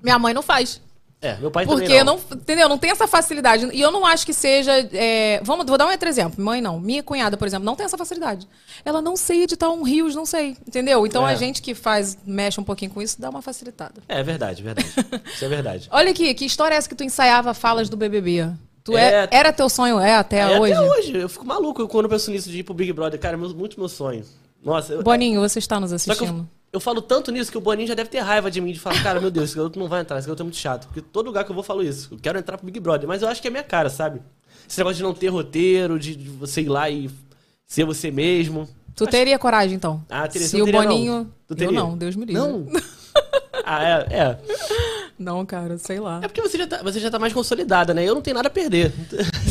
S1: Minha mãe não faz.
S6: é, meu pai
S1: Porque
S6: também
S1: não. entendeu? Não tem essa facilidade. E eu não acho que seja. é, Vamos, vou dar um outro exemplo. Mãe não. Minha cunhada, por exemplo, não tem essa facilidade. Ela não sei editar um rios, não sei. Entendeu? Então
S6: É.
S1: a gente que faz, mexe um pouquinho com isso, dá uma facilitada.
S6: É verdade, verdade. Isso é verdade.
S1: Olha aqui, que história é essa que tu ensaiava falas do BBB? Tu é,
S6: É.
S1: era teu sonho, <laughs> é até
S6: É,
S1: hoje?
S6: Até hoje, eu fico maluco quando eu penso nisso de ir pro Big Brother. Cara, é meu- muito meu sonho. Nossa, eu,
S1: Boninho, você está nos
S6: só que
S1: assistindo.
S6: eu, eu falo tanto nisso que o Boninho já deve ter raiva de mim, de falar, cara, meu Deus, esse garoto não vai entrar, esse garoto é muito chato. Porque todo lugar que eu vou eu falo isso. Eu quero entrar pro Big Brother, mas eu acho que é minha cara, sabe? Esse negócio de não ter roteiro, de, de você ir lá e ser você mesmo.
S1: Tu teria coragem, então?
S6: Ah, teria.
S1: Se
S6: Eu
S1: o
S6: teria, não.
S1: Boninho.
S6: Tu
S1: Eu
S6: teria?
S1: não, Deus me livre.
S6: Não? Ah, é, é.
S1: <laughs> Não, cara, sei lá.
S6: É porque você já, tá, você já tá mais consolidada, né? Eu não tenho nada a perder.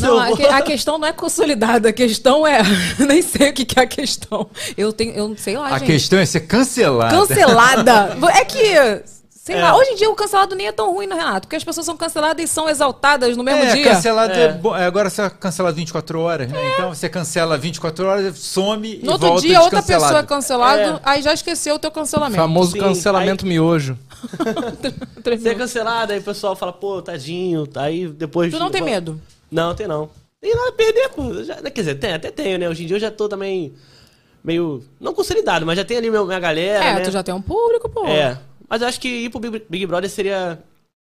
S1: Não,
S6: <laughs> Eu
S1: a,
S6: vou-
S1: que- a questão não é consolidada, a questão é. <laughs> Nem sei o que, que é a questão. Eu tenho. Eu não sei lá,
S7: A
S1: gente.
S7: questão é ser cancelada.
S1: Cancelada!
S7: <laughs>
S1: é que. Sei
S6: É.
S1: lá, hoje em dia o cancelado nem é tão ruim, né, Renato? Porque as pessoas são canceladas e são exaltadas no mesmo
S7: é,
S1: dia.
S7: cancelado é.
S6: É.
S7: bom. É, agora você cancela 24 horas, né? Então você cancela 24 horas, some e
S1: É. No outro
S7: volta
S1: dia, outra
S7: descancelado.
S1: pessoa é cancelada,
S6: É.
S1: aí já esqueceu o teu cancelamento. <laughs>
S2: Famoso
S6: Sim,
S2: cancelamento miojo.
S6: Você é cancelado, aí o pessoal fala, pô, tadinho, tá aí depois.
S1: Tu não tem medo?
S6: Não, tem não. Tem nada a perder, pô. Eu Já, quer dizer, tem, até tenho, né? Hoje em dia eu já tô também meio. Não consolidado, mas já tem ali meu- minha galera.
S1: É,
S6: né?
S1: tu já tem um público, pô.
S6: É. Mas eu acho que ir pro Big, Big Brother seria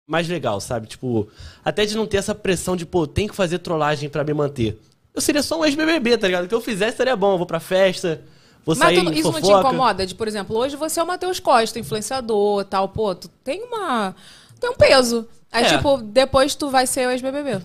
S6: mais legal, sabe? Tipo, até de não ter essa pressão de, pô, tem que fazer trollagem pra me manter. Eu seria só um ex-BBB, tá ligado? O que eu fizesse seria bom. Eu vou pra festa, vou
S1: Mas
S6: sair
S1: tu não-
S6: em
S1: isso não te
S6: fofoca.
S1: incomoda? De, por exemplo, hoje você é o Matheus Costa, influenciador tal, pô, tu tem uma. tem um peso. Aí,
S6: É.
S1: tipo, depois tu vai ser o ex-BBB.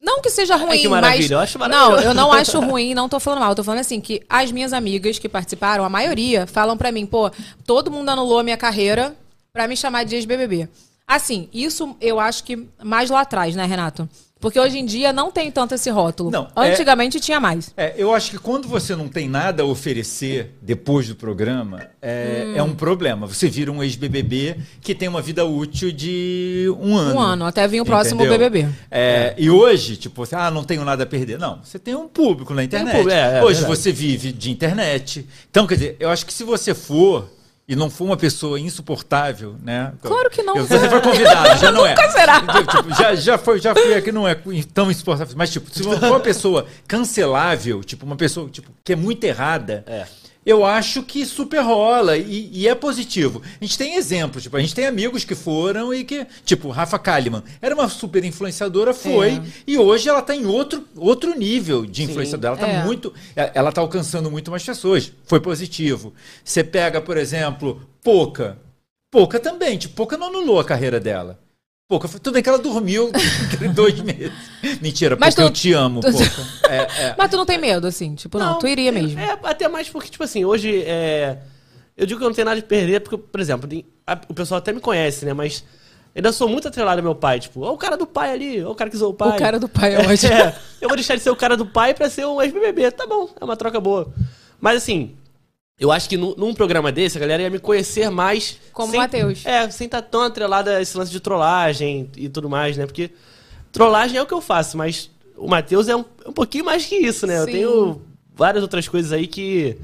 S1: Não que seja ruim,
S6: É, que
S1: mas.
S6: maravilha, eu acho
S1: não,
S6: maravilhoso.
S1: eu não acho ruim, não tô falando mal. Eu tô falando assim, que as minhas amigas que participaram, a maioria, falam pra mim, pô, todo mundo anulou a minha carreira pra me chamar de ex-BBB. Assim, isso eu acho que mais lá atrás, né, Renato? Porque hoje em dia não tem tanto esse rótulo.
S7: Não, é-
S1: Antigamente tinha mais.
S7: É, eu acho que quando você não tem nada a oferecer depois do programa, é, é
S1: Hum.
S7: um problema. Você vira um ex-BBB que tem uma vida útil de um ano.
S1: Um ano, até vir o próximo
S7: Entendeu?
S1: BBB.
S7: É, E hoje, tipo, você, ah, não tenho nada a perder. Não, você tem um público na internet.
S6: público, é, é
S7: hoje
S6: verdade.
S7: você vive de internet. Então, quer dizer, eu acho que se você for e não for uma pessoa insuportável, né?
S1: Claro que não.
S7: Se você for convidado,
S1: <laughs>
S7: já não é.
S1: Nunca será.
S7: Entendeu? Tipo, já, já, foi, já fui aqui, não é tão insuportável. Mas, tipo, se for uma pessoa cancelável, tipo, uma pessoa tipo, que é muito errada.
S6: É.
S7: Eu acho que super rola e, e é positivo. A gente tem exemplos, tipo, a gente tem amigos que foram e que, tipo, Rafa Kalimann era uma super influenciadora, foi, e hoje ela tá em outro, outro nível de influenciadora. Ela tá
S1: É.
S7: muito, é- ela tá alcançando muito mais pessoas. Foi positivo. Você pega, por exemplo, Poca. Poca também, tipo, Poca não anulou a carreira dela. Poca, foi- tudo bem que ela dormiu <laughs> dois meses. Mentira,
S1: Mas
S7: Poca,
S1: tu-
S7: eu te amo,
S1: tu-
S7: Poca. É, é.
S1: Mas tu não tem medo, assim, tipo, não, tu iria
S6: eu-
S1: mesmo.
S6: É, até mais porque, tipo assim, hoje é. Eu digo que eu não tenho nada de perder, porque, por exemplo, tem- a- o pessoal até me conhece, né? Mas Ainda sou muito atrelado ao meu pai, tipo, ó o cara do pai ali, ó o cara que usou o pai.
S1: O cara do pai é ótimo.
S6: <laughs> É, eu vou deixar de ser o cara do pai pra ser um ex-BBB. Tá bom, é uma troca boa. Mas assim, eu acho que nu- num, programa desse, a galera ia me conhecer mais.
S1: Como
S6: sem-
S1: Matheus.
S6: É, sem estar tão atrelada a esse lance de trollagem e tudo mais, né? Porque trollagem é o que eu faço, mas o Matheus é um, um pouquinho mais que isso, né? Eu
S1: Sim.
S6: tenho várias outras coisas aí que.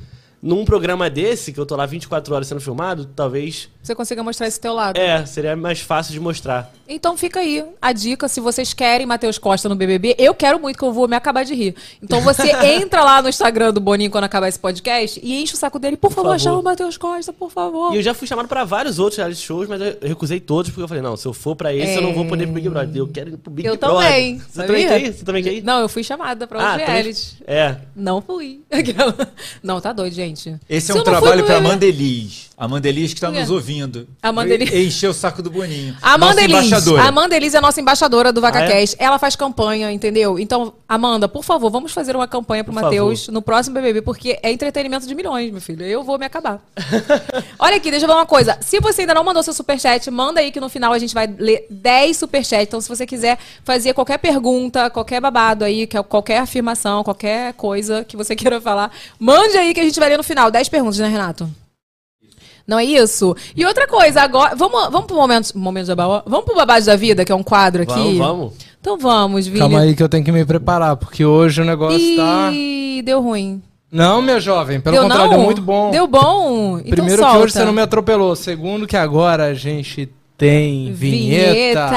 S6: Num programa desse, que eu tô lá 24 horas sendo filmado, talvez.
S1: Você consiga mostrar esse teu lado.
S6: É, seria mais fácil de mostrar.
S1: Então fica aí a dica, se vocês querem Matheus Costa no BBB, eu quero muito que eu vou me acabar de rir. Então
S6: <laughs>
S1: você entra lá no Instagram do Boninho quando acabar esse podcast e enche o saco dele, por, favor,
S6: favor.
S1: chama o Matheus Costa, por favor.
S6: E eu já fui chamado pra vários outros reality shows, mas eu recusei todos, porque eu falei, não, se eu for pra esse, eu não vou poder ir pro Big Brother. Eu quero ir pro Big
S1: Eu
S6: Brother.
S1: também,
S6: Você
S1: sabia?
S6: também quer ir? Você também quer ir? Ah,
S1: Não, eu fui chamada pra outros
S6: também-
S1: reality.
S6: É.
S1: Não fui. <laughs> Aquela- Não, tá doido, gente.
S7: Esse
S1: Se
S7: é um
S1: eu não fui
S7: trabalho
S1: pro
S7: pra
S1: BBB
S7: Amanda Elis. Amanda Elis que tá
S1: Por quê?
S7: nos ouvindo.
S1: Amanda Elis.
S7: Encher o saco do Boninho.
S1: Amanda
S7: Nossa
S1: Elis.
S7: embaixadora.
S1: Amanda Elis é a nossa embaixadora do
S6: Ah, é?
S1: VacaCast. Ela faz campanha, entendeu? Então, Amanda, por favor, vamos fazer uma campanha pro
S6: Por
S1: Matheus no próximo BBB, porque é entretenimento de milhões, meu filho. Eu vou me acabar. <laughs> Olha aqui, deixa eu falar uma coisa. Se você ainda não mandou seu superchat, manda aí que no final a gente vai ler 10 superchats. Então, se você quiser fazer qualquer pergunta, qualquer babado aí, que- é qualquer afirmação, qualquer coisa que você <laughs> queira falar, mande aí que a gente vai ler no final. 10 perguntas, né, Renato? Não é isso? E outra coisa, agora. Vamos, vamos pro momento, momento da baú? Vamos pro babado da vida, que é um quadro aqui.
S6: Vamos, vamos.
S1: Então vamos, Vini.
S2: Calma aí que eu tenho que me preparar, porque hoje o negócio tá.
S1: Ih, deu ruim.
S2: Não, meu jovem, pelo
S1: deu
S2: contrário,
S1: não?
S2: deu muito bom.
S1: Deu bom? Então
S2: Primeiro
S1: solta.
S2: que hoje você não me atropelou. Segundo que agora a gente tem vinheta.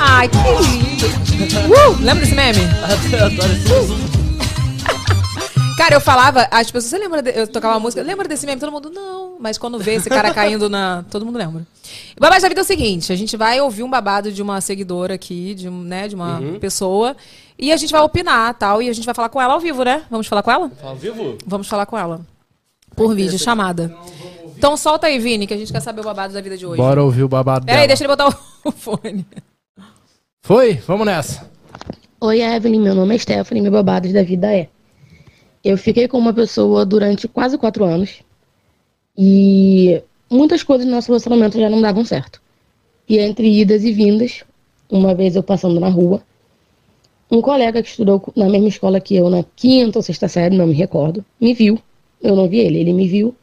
S1: Ai, que lindo. Uh, lembra desse meme?
S6: Eu adoro esse
S1: Cara, eu falava, as pessoas, você lembra, de- eu tocava uma música, lembra desse meme? Todo mundo, não. Mas quando vê esse cara caindo na... Todo mundo lembra. O babado da vida é o seguinte, a gente vai ouvir um babado de uma seguidora aqui, de, um, né, de uma
S6: Uhum.
S1: pessoa, e a gente vai opinar, tal, e a gente vai falar com ela ao vivo, né? Vamos falar com ela?
S6: Ao vivo?
S1: Vamos falar com ela. Por vídeo, chamada. Então solta aí, Vini, que a gente quer saber o babado da vida de hoje.
S2: Bora ouvir o babado
S1: Peraí,
S2: dela.
S1: deixa ele botar o- <laughs> o fone.
S2: Foi? Vamos nessa.
S8: Oi, Evelyn, meu nome é Stephanie, meu babados da vida é. Eu fiquei com uma pessoa durante quase quatro anos e muitas coisas no nosso relacionamento já não davam certo. E entre idas e vindas, uma vez eu passando na rua, um colega que estudou na mesma escola que eu na quinta ou sexta série, não me recordo, me viu. Eu não vi ele, ele me viu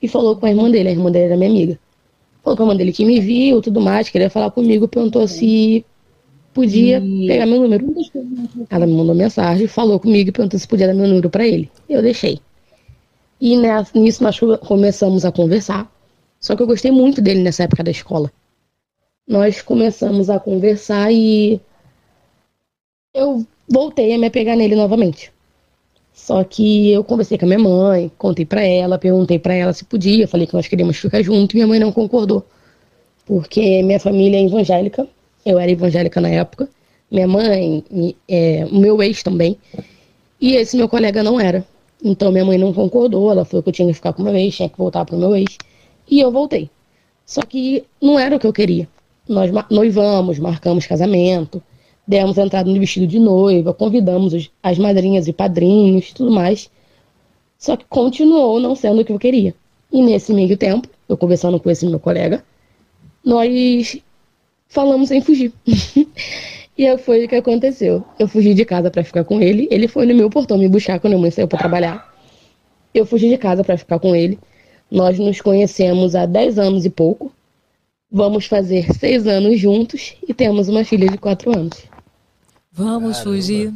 S8: e falou com a irmã dele, a irmã dele era minha amiga. Falou com a irmã dele que me viu, tudo mais, queria falar comigo, perguntou se podia pegar meu número. Ela me mandou mensagem, falou comigo e perguntou se podia dar meu número pra ele. Eu deixei. E nessa- nisso nós co- começamos a conversar. Só que eu gostei muito dele nessa época da escola. Nós começamos a conversar e eu voltei a me apegar nele novamente. Só que eu conversei com a minha mãe, contei pra ela, perguntei pra ela se podia, falei que nós queríamos ficar junto e minha mãe não concordou porque minha família é evangélica, eu era evangélica na época, minha mãe, mi- é, o meu ex também, e esse meu colega não era. Então minha mãe não concordou, ela falou que eu tinha que ficar com o meu ex, tinha que voltar pro meu ex, e eu voltei. Só que não era o que eu queria. Nós ma- noivamos, marcamos casamento, demos entrada no vestido de noiva, convidamos os- as madrinhas e padrinhos, tudo mais. Só que continuou não sendo o que eu queria. E nesse meio tempo, eu conversando com esse meu colega, nós falamos sem fugir. <laughs> e aí foi o que aconteceu. Eu fugi de casa pra ficar com ele. Ele foi no meu portão me buscar quando a mãe saiu pra trabalhar. Eu fugi de casa pra ficar com ele. Nós nos conhecemos há 10 anos e pouco. Vamos fazer 6 anos juntos e temos uma filha de 4 anos.
S1: Vamos fugir.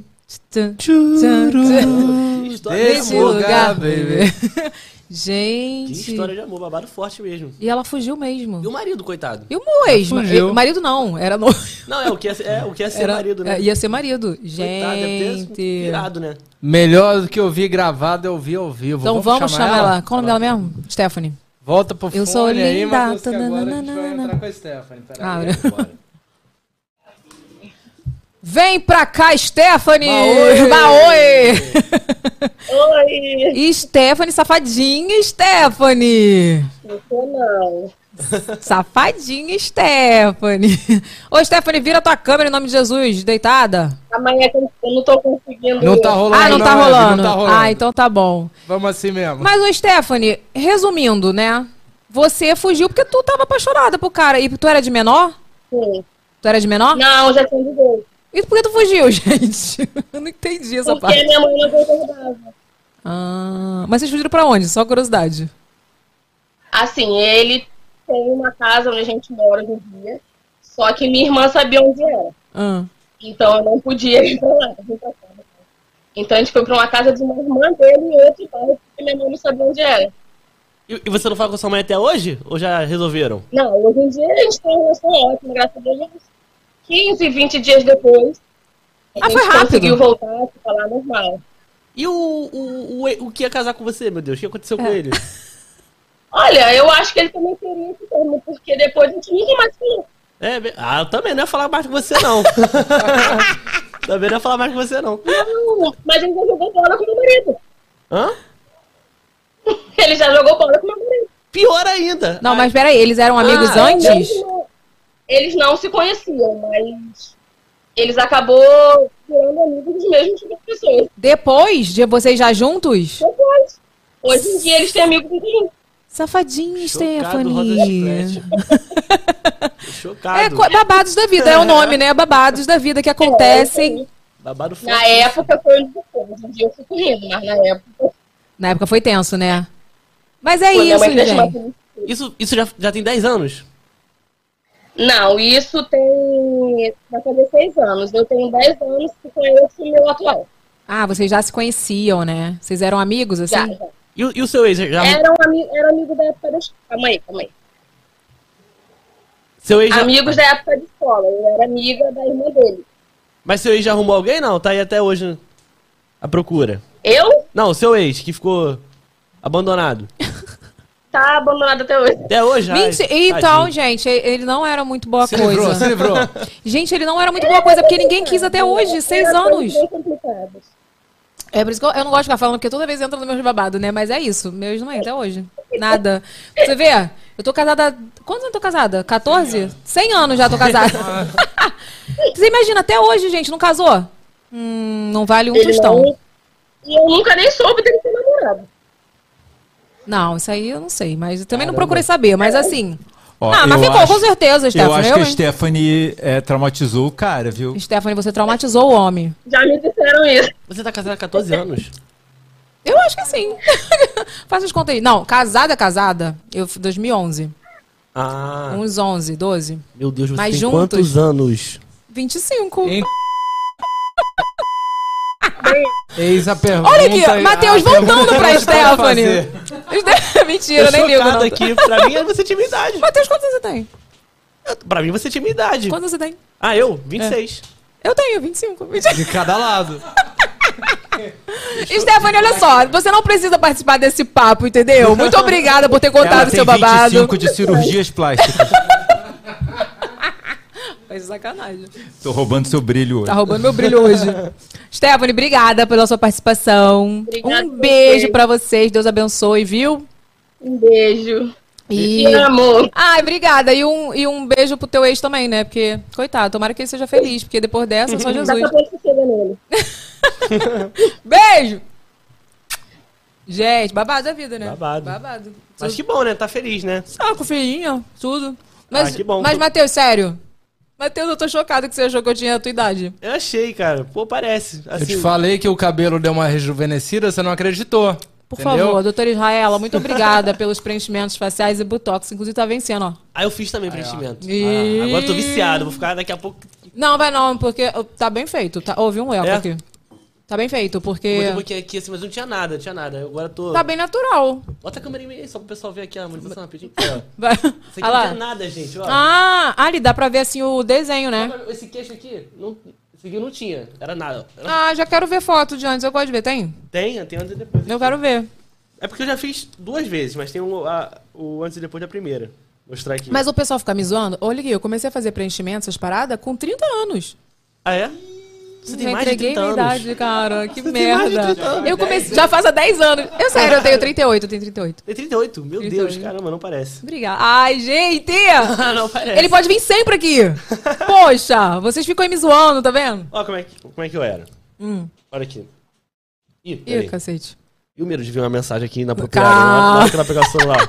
S1: Tchan, tchan, tchan.
S2: Tchuru,
S6: história de
S1: Desse
S6: amor.
S1: lugar,
S2: baby.
S1: baby.
S6: Que
S1: <laughs> Gente.
S6: história de amor, babado forte mesmo.
S1: E ela fugiu
S6: E o
S1: mesmo.
S6: marido, coitado?
S1: E o meu ex? ma-
S2: fugiu.
S1: eu- Marido não, era noivo.
S6: Não, é o que ia ser, é, o que ia ser
S1: Era,
S6: marido, né?
S1: é, Ia ser marido.
S6: Coitado, deve ter
S1: Gente. Então
S6: virado, né?
S2: Melhor do que ouvir gravado é ouvir ao vivo.
S1: Então vamos chamar ela. Qual o nome dela mesmo? Stephanie.
S2: Volta pro
S1: Eu
S2: fone
S1: sou
S2: aí,
S1: linda,
S2: Matheus, que agora a gente vai
S1: tananana.
S2: entrar com a Stephanie. Peraí.
S6: Tá
S1: Ah, Vem pra cá, Stephanie!
S2: Maoi!
S1: Maoi! Oi! Stephanie, safadinha, Stephanie!
S8: Não.
S1: Safadinha, Stephanie! Ô, Stephanie, vira tua câmera em nome de Jesus, deitada.
S8: Amanhã eu não tô conseguindo.
S2: Não tá rolando,
S1: ah, não, tá
S2: Eve,
S1: rolando.
S2: Não tá rolando.
S1: Ah, então tá bom.
S2: Vamos assim mesmo.
S1: Mas, ô, Stephanie, resumindo, né? Você fugiu porque tu tava apaixonada pro cara. E tu era de menor?
S8: Sim.
S1: Tu era de menor?
S8: Não, eu já tinha de dois.
S1: E por que tu fugiu, <laughs> gente? Eu não entendi essa
S8: Porque
S1: parte.
S8: minha mãe não concordava.
S1: Ah, mas vocês fugiram pra onde? Só curiosidade.
S8: Assim, ele tem uma casa onde a gente mora hoje em dia, só que minha irmã sabia onde era.
S1: Ah,
S8: Então eu não podia ir pra lá. eu vim pra cá. Então a gente foi pra uma casa de uma irmã dele e outro bairro, porque minha mãe não sabia onde era.
S6: E, e você não fala com sua mãe até hoje? Ou já resolveram?
S8: Não, hoje em dia a gente tem uma relação ótima, graças a Deus. 15, 20 dias depois, a
S1: Ah,
S8: gente
S1: foi rápido.
S8: conseguiu voltar a se falar normal.
S6: E o, o, o, o que ia casar com você, meu Deus? O que aconteceu
S1: É.
S6: com ele?
S8: Olha, eu acho que ele também queria esse termo, porque depois a gente ninguém mais falou.
S6: É, be- ah, eu também não ia falar mais com você,
S1: <laughs>
S6: não. também não ia falar mais com você, não.
S8: Não, mas ele já jogou bola com meu marido.
S6: Hã?
S8: Ele já jogou bola com meu marido.
S6: Pior ainda.
S1: Não, mas peraí, eles eram amigos
S6: Ah,
S1: antes?
S8: Mesmo- Eles não se conheciam, mas eles acabou virando amigos dos mesmos tipos de pessoas.
S1: Depois de vocês já juntos?
S8: Depois, hoje em dia eles têm amigos em comum.
S1: Safadinho,
S6: Chocado,
S1: <laughs>
S6: Rosa
S1: Stephanie.
S6: Chiclete. Chocado.
S1: É, co- babados da vida, é o nome, né? Babados da vida que
S8: É,
S1: acontecem.
S6: Babado forte.
S8: Na época foi um pouco, hoje em dia eu fico rindo, mas na época
S1: Na época foi tenso, né? Mas é
S8: foi minha
S1: isso,
S8: mãe que deixou
S1: gente.
S8: assim.
S6: Isso, isso já, já tem 10 anos?
S8: Não, isso tem. Vai fazer seis anos. Eu tenho 10 anos que conheço o meu atual.
S1: Ah, vocês já se conheciam, né? Vocês eram amigos, assim?
S8: Já, já.
S6: E, o- e o seu ex já,
S1: É,
S8: Era, um ami- era amigo da época da escola. Calma aí, calma aí.
S6: seu ex já
S8: Amigos da época de escola. Eu era amiga da irmã dele.
S6: Mas seu ex já arrumou alguém? Não, tá aí até hoje a procura.
S8: Eu
S6: Não, seu ex que ficou abandonado.
S8: tá abandonada até hoje.
S6: Até hoje, ai,
S1: Mentira. Então,
S6: tadinho.
S1: gente, ele não era muito boa
S2: Se
S1: coisa.
S2: livrou, se livrou.
S1: Gente, ele não era muito boa coisa, porque ninguém quis até hoje, seis
S8: Era
S1: anos.
S8: coisas bem complicadas.
S1: É por isso que eu eu não gosto de ficar falando, porque toda vez entra no meu babado, né? Mas é isso, meus não é até hoje. Nada. Você vê, eu tô casada. Quantos anos eu tô casada? 14? 100 anos já tô casada. <laughs> Você imagina, até hoje, gente, não casou? Hum, não vale um
S8: Ele
S1: tostão.
S8: não- E eu nunca nem soube dele ser namorado.
S1: Não, isso aí eu não sei, mas eu também não procurei saber, mas assim.
S7: Ó,
S1: ah, mas
S7: eu
S1: ficou,
S7: acho-
S1: com certeza,
S7: Eu
S1: Stephanie.
S7: acho
S1: Eu,
S7: que a
S1: hein?
S7: Stephanie é, traumatizou o cara, viu?
S1: Stephanie, você traumatizou o homem.
S8: Já me disseram isso.
S6: Você tá casada há 14 anos.
S1: Eu acho que sim. <laughs> Faz as contas aí. Não, casada, casada. Eu 2011.
S6: Ah,
S1: Uns 11, 12.
S6: meu Deus, você
S1: Mas
S6: tem
S1: juntos?
S6: quantos anos?
S1: 25.
S2: Em- Eis a pergunta. Ah,
S1: Olha aqui,
S2: e-
S1: Matheus
S2: a pergunta
S1: voltando
S2: que
S1: pra
S2: eu quero
S1: Stephanie. <laughs>
S2: fazer.
S1: Mentira, eu
S6: Tô
S1: nem ligo.
S6: chocado
S1: Não.
S6: aqui. Pra mim, você tinha minha idade.
S1: Matheus, quantos você tem?
S6: Eu- Pra mim, você tinha minha idade.
S1: Quantos você tem?
S6: Ah, eu?
S1: É.
S6: 26.
S1: Eu tenho 25. Mentira.
S2: De cada lado.
S1: <laughs> Stephanie, olha só, você não precisa participar desse papo, entendeu? Muito obrigada por ter
S7: Ela
S1: contado
S7: tem
S1: seu babado.
S7: 25 de
S1: <laughs>
S7: cirurgias plásticas.
S1: Faz é sacanagem.
S7: Tô roubando seu brilho hoje.
S1: Tá roubando meu brilho <laughs> hoje. Stephanie, obrigada pela sua participação.
S8: Obrigada
S1: um
S8: a
S1: beijo
S8: vocês.
S1: pra vocês, Deus abençoe, viu?
S8: Um beijo.
S1: E...
S8: E amor.
S1: Ai, obrigada. E um, e um beijo pro teu ex também, né? Porque, coitado, tomara que ele seja feliz, porque depois dessa, só
S8: Daqui a
S1: Jesus.
S8: pouco você chega nele.
S1: Beijo! Gente, babado da vida, né?
S6: Babado.
S1: Babado.
S6: Mas que bom, né? Tá feliz, né?
S1: Ah, com filhinha, tudo. Mas,
S6: Ah, que bom.
S1: mas Matheus, sério. Matheus, eu tô chocado que você achou que eu tinha a tua idade.
S6: Eu achei, cara. Pô, parece. Assim,
S2: Eu te falei que o cabelo deu uma rejuvenescida, você não acreditou.
S1: Por
S2: entendeu?
S1: favor, doutora Israela, muito obrigada pelos preenchimentos faciais e botox. Inclusive, tá vencendo, ó.
S6: Aí eu fiz também preenchimento.
S1: Ih.
S6: Ah, agora eu tô viciado. Vou ficar daqui a pouco.
S1: Não, vai não, porque ó, tá bem feito. Tá, houve um eco
S6: É?
S1: aqui. Tá bem feito, porque.
S6: Botei um pouquinho aqui assim, mas não tinha nada, não tinha nada. Agora eu tô.
S1: Tá bem natural.
S6: Bota a câmera em mim aí, só pro pessoal ver aqui a harmonização rapidinho. Ó, Isso
S1: Vai.
S6: aqui
S1: Tá Olha
S6: não tem
S1: lá.
S6: nada, gente, ó.
S1: Ah, ali dá pra ver assim o desenho, né?
S6: Esse queixo aqui, não, esse aqui não tinha. Era nada. Era-
S1: Ah, já quero ver foto de antes. Eu gosto de ver, tem?
S6: Tem, tem antes e depois.
S1: Eu quero ver.
S6: É porque eu já fiz duas vezes, mas tem o, a- o antes e depois da primeira. Mostrar aqui.
S1: Mas o pessoal fica me zoando. Olha aqui, eu comecei a fazer preenchimento, essas paradas, com 30 anos.
S6: Ah, é? Você tem
S1: Já
S6: mais de
S1: entreguei
S6: 30
S1: minha
S6: anos.
S1: idade, cara. Que
S6: tem mais de
S1: merda.
S6: 30 anos.
S1: Eu comecei, já faz há 10 anos. Eu sério, eu tenho 38, eu tenho 38.
S6: Tem 38? Meu Deus,
S1: 38.
S6: caramba, não parece.
S1: Obrigada. Ai, gente!
S6: Ah, <laughs> não parece.
S1: Ele pode vir sempre aqui. Poxa, vocês ficam aí me zoando, tá vendo?
S6: Ó, como é que, como é que eu era.
S1: Hum.
S6: Olha aqui. Ih, peraí.
S1: Ih, cacete. <laughs>
S6: E o medo de ver uma mensagem aqui inapropriada. Na hora- na hora que ela pegar o celular.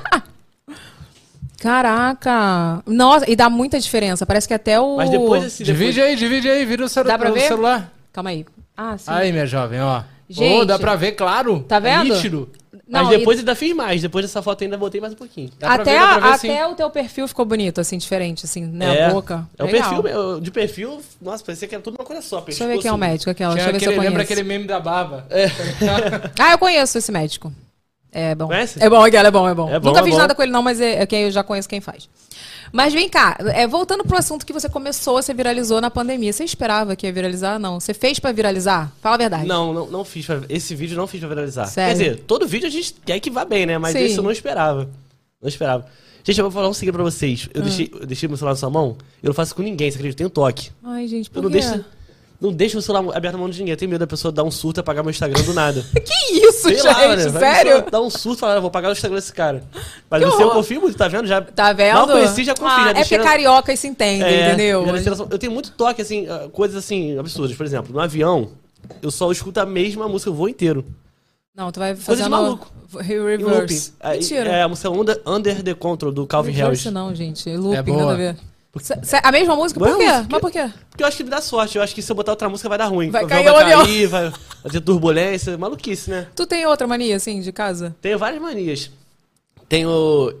S1: Caraca! Nossa, e dá muita diferença. Parece que até o.
S6: Mas depois assim, depois...
S2: Divide aí, divide aí, vira o, celu-
S1: Dá pra
S2: o
S1: ver?
S2: celular.
S1: Calma aí. Ah, sim.
S2: Aí, minha jovem, ó.
S1: Gente.
S2: Ô, dá pra ver, claro.
S1: Tá
S2: É
S1: vendo?
S2: nítido.
S1: Não,
S6: mas
S1: e- Ah,
S6: depois ainda fiz mais. Depois dessa foto ainda botei mais um pouquinho.
S2: Dá pra
S1: até
S2: ver, dá pra
S1: a-
S2: ver,
S1: até o teu perfil ficou bonito, assim, diferente, assim, né? a boca.
S6: assim. É o
S1: Legal.
S6: perfil, eu- de perfil, nossa, parecia que era tudo tipo uma coisa só.
S1: Deixa eu ver quem é o
S6: pescoço-
S1: médico aquela.
S2: Tinha
S1: Deixa eu ver se eu
S2: aquele-
S1: conheço.
S2: lembra aquele meme da barba?
S1: Ah, eu conheço esse médico. É bom.
S6: Conhece?
S1: É bom, aquela é bom, é bom.
S6: É bom,
S1: Nunca
S6: é
S1: fiz
S6: bom.
S1: nada com ele, não, mas é, é que eu já conheço quem faz. Mas vem cá, é, voltando pro assunto que você começou, você viralizou na pandemia. Você esperava que ia viralizar? Não. Você fez pra viralizar? Fala a verdade.
S6: Não, não, não fiz. pra- Esse vídeo não fiz pra viralizar.
S1: Sério?
S6: Quer dizer, todo vídeo a gente quer que vá bem, né? Mas
S1: Sim.
S6: esse eu não esperava. Não esperava. Gente, eu vou falar um segredo pra vocês.
S1: Hum.
S6: Eu, deixei, eu deixei meu celular na sua mão, eu não faço com ninguém, você acredita? Eu tenho toque.
S1: Ai, gente, por
S6: Eu não
S1: quê?
S6: deixo. Não deixo meu celular aberto na mão de ninguém. Eu tenho medo da pessoa dar um surto e apagar meu Instagram
S1: <laughs>
S6: do nada.
S1: <laughs> Que é isso,
S6: Sei
S1: gente?
S6: lá, né? Vai a
S1: Sério?
S6: pessoa Dar um surto e falar, "Ah, vou apagar o Instagram desse cara. Mas
S1: Que
S6: você eu
S1: horror.
S6: confio muito, tá vendo? Já,
S1: Tá vendo?
S6: Mal conheci, já confio.
S1: Ah,
S6: já
S1: é porque
S6: deixei na-
S1: cariocas se entendem,
S6: é,
S1: entendeu?
S6: já deixei na sua- Eu tenho muito toque, assim, ah, coisas assim, absurdas. Por exemplo, no avião, eu só escuto a mesma música o voo inteiro.
S1: Não, tu vai
S6: Coisa
S1: fazendo...
S6: de maluco. E o
S1: Reverse.
S6: looping. Aí,
S1: Mentira.
S6: É, a música Under, Under the Control do Calvin Harris.
S1: Reverse não, gente. Looping,
S2: boa.
S1: nada a ver. Cê- cê- A mesma música?
S6: Boa
S1: Por quê?
S6: música.
S1: Mas por quê?
S6: Porque eu acho que me dá sorte. Eu acho que se eu botar outra música vai dar ruim.
S1: Vai
S6: O avião
S1: cair o avião.
S6: cair, vai vai ter turbulência. Maluquice, né?
S1: Tu tem outra mania, assim, de casa?
S6: Tenho várias manias. Tenho.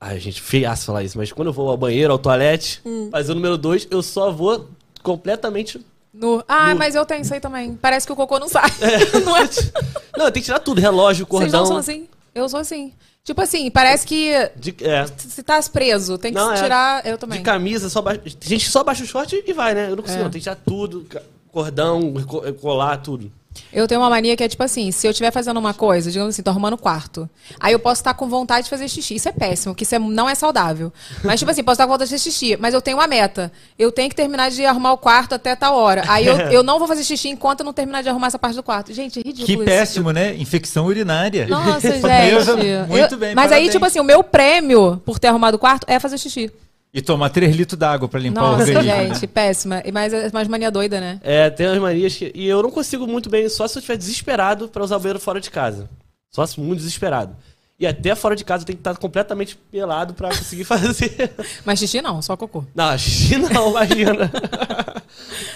S6: Ai, gente, feiaço falar isso, mas quando eu vou ao banheiro, ao toalete,
S1: Hum.
S6: fazer o número dois, eu só vou completamente.
S1: No... Ah,
S6: No-
S1: mas eu tenho isso aí também. Parece que o cocô não sai. <laughs> não
S6: <laughs>
S1: é? Vocês
S6: Não, tem que tirar tudo: relógio,
S1: não
S6: cordão.
S1: são assim? Eu sou assim. Tipo assim, parece que
S6: de, é,
S1: se tá preso, tem que
S6: Não,
S1: se
S6: é.
S1: tirar... Eu também.
S6: de camisa, só baixa. Tem gente que só baixa o short e vai, né? Eu não consigo,
S1: É.
S6: não. Tem que tirar tudo: ca- cordão, co- colar, tudo.
S1: Eu tenho uma mania que é tipo assim, se eu estiver fazendo uma coisa, digamos assim, tô arrumando o quarto, aí eu posso estar com vontade de fazer xixi. Isso é péssimo, que isso é- não é saudável. Mas tipo assim, posso estar com vontade de fazer xixi, mas eu tenho uma meta. Eu tenho que terminar de arrumar o quarto até tal hora. Aí
S6: <laughs>
S1: eu, eu não vou fazer xixi enquanto eu não terminar de arrumar essa parte do quarto. Gente, é ridículo
S7: Que
S1: isso.
S7: péssimo, né? Infecção urinária. <laughs>
S1: Nossa, gente.
S7: Meu, Muito
S1: Eu-
S7: bem,
S1: Mas aí,
S7: parabéns.
S1: tipo assim, o meu prêmio por ter arrumado o quarto é fazer xixi.
S7: E tomar 3 litros d'água pra limpar o
S1: Nossa,
S7: organismo. né?
S1: gente, péssima. E mais, mais mania doida, né?
S6: É, tem as manias que. E eu não consigo muito bem só se eu estiver desesperado pra usar o banheiro fora de casa. Só se muito desesperado. E até fora de casa eu tenho que estar completamente pelado pra conseguir <laughs> fazer.
S1: Mas xixi não, só cocô.
S6: Não, xixi não, imagina.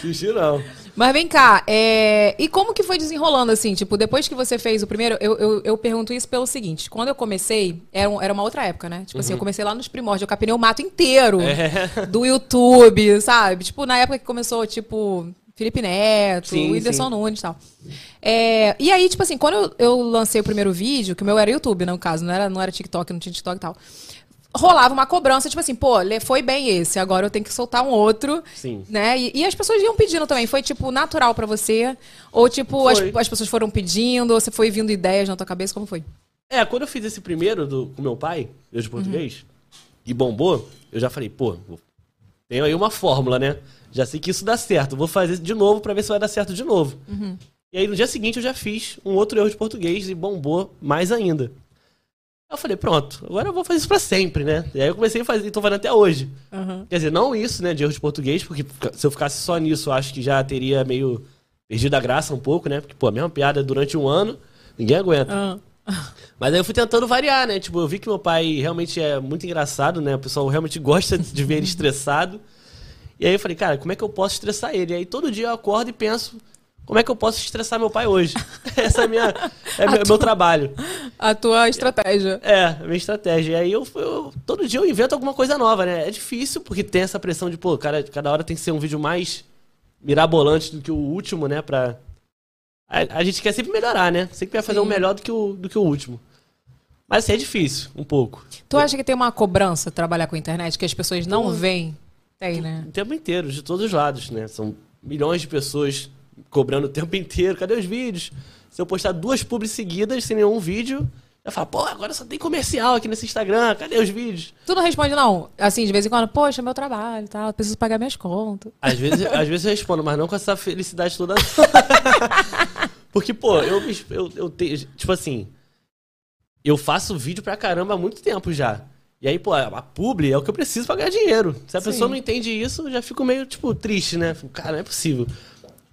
S6: xixi não.
S1: Mas vem cá, é, e como que foi desenrolando assim? Tipo, depois que você fez o primeiro, eu, eu, eu pergunto isso pelo seguinte: quando eu comecei, era, um- era uma outra época, né? Tipo assim,
S7: Uhum.
S1: eu comecei lá nos primórdios, eu capinei o mato inteiro
S7: É.
S1: do YouTube, sabe? Tipo, na época que começou, tipo, Felipe Neto,
S6: Sim,
S1: Whindersson
S6: sim.
S1: Nunes e tal. É, e aí, tipo assim, quando eu, eu lancei o primeiro vídeo, que o meu era YouTube, né, no caso, não era, não era TikTok, não tinha TikTok e tal. Rolava uma cobrança, tipo assim, pô, le- foi bem esse, agora eu tenho que soltar um outro.
S6: Sim.
S1: Né? E, e as pessoas iam pedindo também. Foi, tipo, natural pra você? Ou, tipo, as,
S6: Foi.
S1: as pessoas foram pedindo? Ou você foi vindo ideias na tua cabeça? Como foi?
S6: É, quando eu fiz esse primeiro do, com meu pai, eu de português, e bombou, eu já falei, pô, vou- tenho aí uma fórmula, né? Já sei que isso dá certo, vou fazer de novo pra ver se vai dar certo de novo. E aí no dia seguinte eu já fiz um outro erro de português e bombou mais ainda. Eu falei, pronto, agora eu vou fazer isso pra sempre, né? E aí eu comecei a fazer e tô fazendo até hoje. Quer dizer, não isso, né, de erro de português, porque fica- se eu ficasse só nisso, eu acho que já teria meio perdido a graça um pouco, né? Porque, pô, a mesma piada durante um ano, ninguém aguenta. Mas aí eu fui tentando variar, né? Tipo, eu vi que meu pai realmente é muito engraçado, né? O pessoal realmente <laughs> gosta de ver ele estressado. E aí eu falei, cara, como é que eu posso estressar ele? E aí todo dia eu acordo e penso, como é que eu posso estressar meu pai hoje? <laughs> Essa é a minha, é meu, meu trabalho.
S1: A tua estratégia.
S6: É, a minha estratégia. E aí eu, eu- todo dia eu invento alguma coisa nova, né? É difícil porque tem essa pressão de, pô, cara, cada hora tem que ser um vídeo mais mirabolante do que o último, né, pra a, a gente quer sempre melhorar, né? Sempre quer fazer um melhor do que o do que o último. Mas assim, é difícil, um pouco.
S1: Tu acha que tem uma cobrança trabalhar com a internet que as pessoas não veem? Tem, né?
S6: O tempo inteiro, de todos os lados, né? São milhões de pessoas cobrando o tempo inteiro. Cadê os vídeos? Se eu postar duas publis seguidas sem nenhum vídeo, eu falo, pô, agora só tem comercial aqui nesse Instagram, cadê os vídeos?
S1: Tu não responde, não? Assim, de vez em quando, poxa, meu trabalho e tal, preciso pagar minhas contas.
S6: Às vezes, às vezes eu respondo, mas não com essa felicidade toda. Porque, pô, eu, me- eu, eu tenho. Tipo assim. Eu faço vídeo pra caramba há muito tempo já. E aí, pô, a publi é o que eu preciso pra ganhar dinheiro. Se a
S1: Sim.
S6: pessoa não entende isso, eu já fico meio, tipo, triste, né? Fico, Cara, não é possível.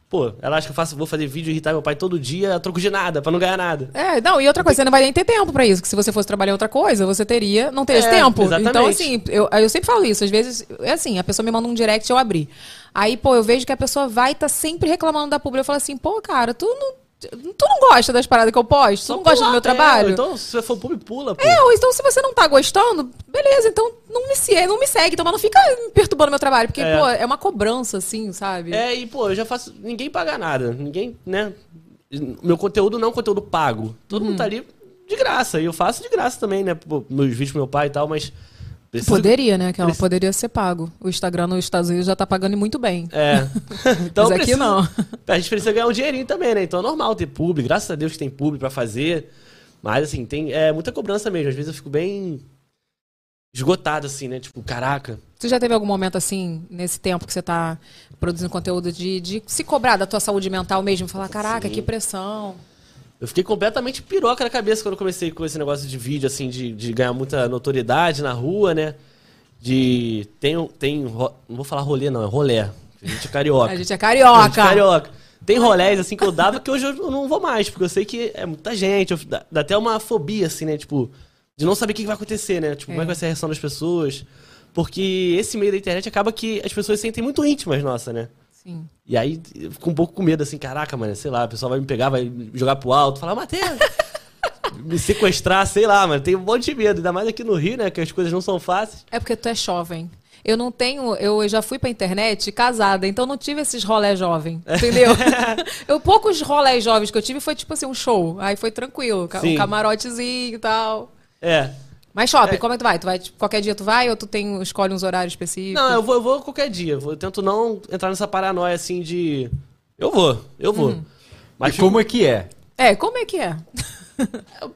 S6: Pô, ela acha que eu faço, vou fazer vídeo e irritar meu pai todo dia a troco de nada, pra não ganhar nada.
S1: É, não, e outra coisa, você não vai nem ter tempo pra isso, que se você fosse trabalhar em outra coisa, você teria, não teria esse
S6: É,
S1: tempo.
S6: exatamente.
S1: Então, assim, eu, eu sempre falo isso, às vezes, é assim, a pessoa me manda um direct, eu abri. Aí, pô, eu vejo que a pessoa vai e tá sempre reclamando da publi, eu falo assim, pô, cara, tu não, tu não gosta das paradas que eu posto? Tu
S6: Só
S1: não gosta do
S6: pular,
S1: meu
S6: é,
S1: trabalho?
S6: então, se você for público, pula, pô.
S1: É, ou então se você não tá gostando, beleza, então não me, se- não me segue, então mas não fica me perturbando meu trabalho, porque,
S6: É.
S1: pô, é uma cobrança, assim, sabe?
S6: É, e pô, eu já faço. Ninguém paga nada. Ninguém, né? Meu conteúdo não é um conteúdo pago. Todo
S1: Hum.
S6: mundo tá ali de graça. E eu faço de graça também, né? Pô, meus vídeos pro meu pai e tal, mas. preciso-
S1: Poderia, né? Que ela
S6: Preciso-
S1: poderia ser pago. O Instagram nos Estados Unidos já tá pagando muito bem.
S6: É.
S1: <laughs>
S6: então
S1: Mas aqui
S6: eu preciso-
S1: não.
S6: <laughs> A gente precisa ganhar um dinheirinho também, né? Então é normal ter publi, graças a Deus que tem publi pra fazer. Mas assim, tem é, muita cobrança mesmo. Às vezes eu fico bem esgotado, assim, né? Tipo, caraca.
S1: Tu já teve algum momento assim, nesse tempo que você tá produzindo conteúdo, de, de se cobrar da tua saúde mental mesmo? Falar, caraca,
S6: Sim.
S1: que pressão.
S6: Eu fiquei completamente piroca na cabeça quando eu comecei com esse negócio de vídeo, assim, de, de ganhar muita notoriedade na rua, né? De. Tem. um- tem ro- não vou falar rolê, não, é rolé. A gente é carioca.
S1: A gente é
S6: A
S1: carioca.
S6: gente é carioca. Tem rolés, assim, que eu dava que hoje eu não vou mais, porque eu sei que é muita gente. eu- dá, dá até uma fobia, assim, né? Tipo, de não saber o que que vai acontecer, né? Tipo, como é que vai ser a reação das pessoas. Porque esse meio da internet acaba que as pessoas sentem muito íntimas, nossa, né?
S1: Sim.
S6: E aí eu fico um pouco com medo, assim, caraca, mano, sei lá, o pessoal vai me pegar, vai me jogar pro alto,
S1: <laughs>
S6: falar, Matheus, me sequestrar, sei lá, mano, tem um monte de medo, ainda mais aqui no Rio, né, que as coisas não são fáceis.
S1: É porque tu é jovem. Eu não tenho, eu já fui pra internet casada, então não tive esses rolé jovem,
S6: É. <laughs>
S1: entendeu? eu poucos rolés jovens que eu tive foi tipo assim um show, aí foi tranquilo, ca- um
S6: Sim.
S1: camarotezinho e tal.
S6: É.
S1: Mas shopping, como é que tu vai? Tu vai tipo, qualquer dia tu vai ou tu tem escolhe uns horários específicos?
S6: Não, eu vou, eu vou qualquer dia, eu, vou- eu tento não entrar nessa paranoia, assim, de... Eu vou, eu vou.
S1: Uhum.
S6: Mas
S7: E como é que é?
S1: É, como é que é?
S6: fico-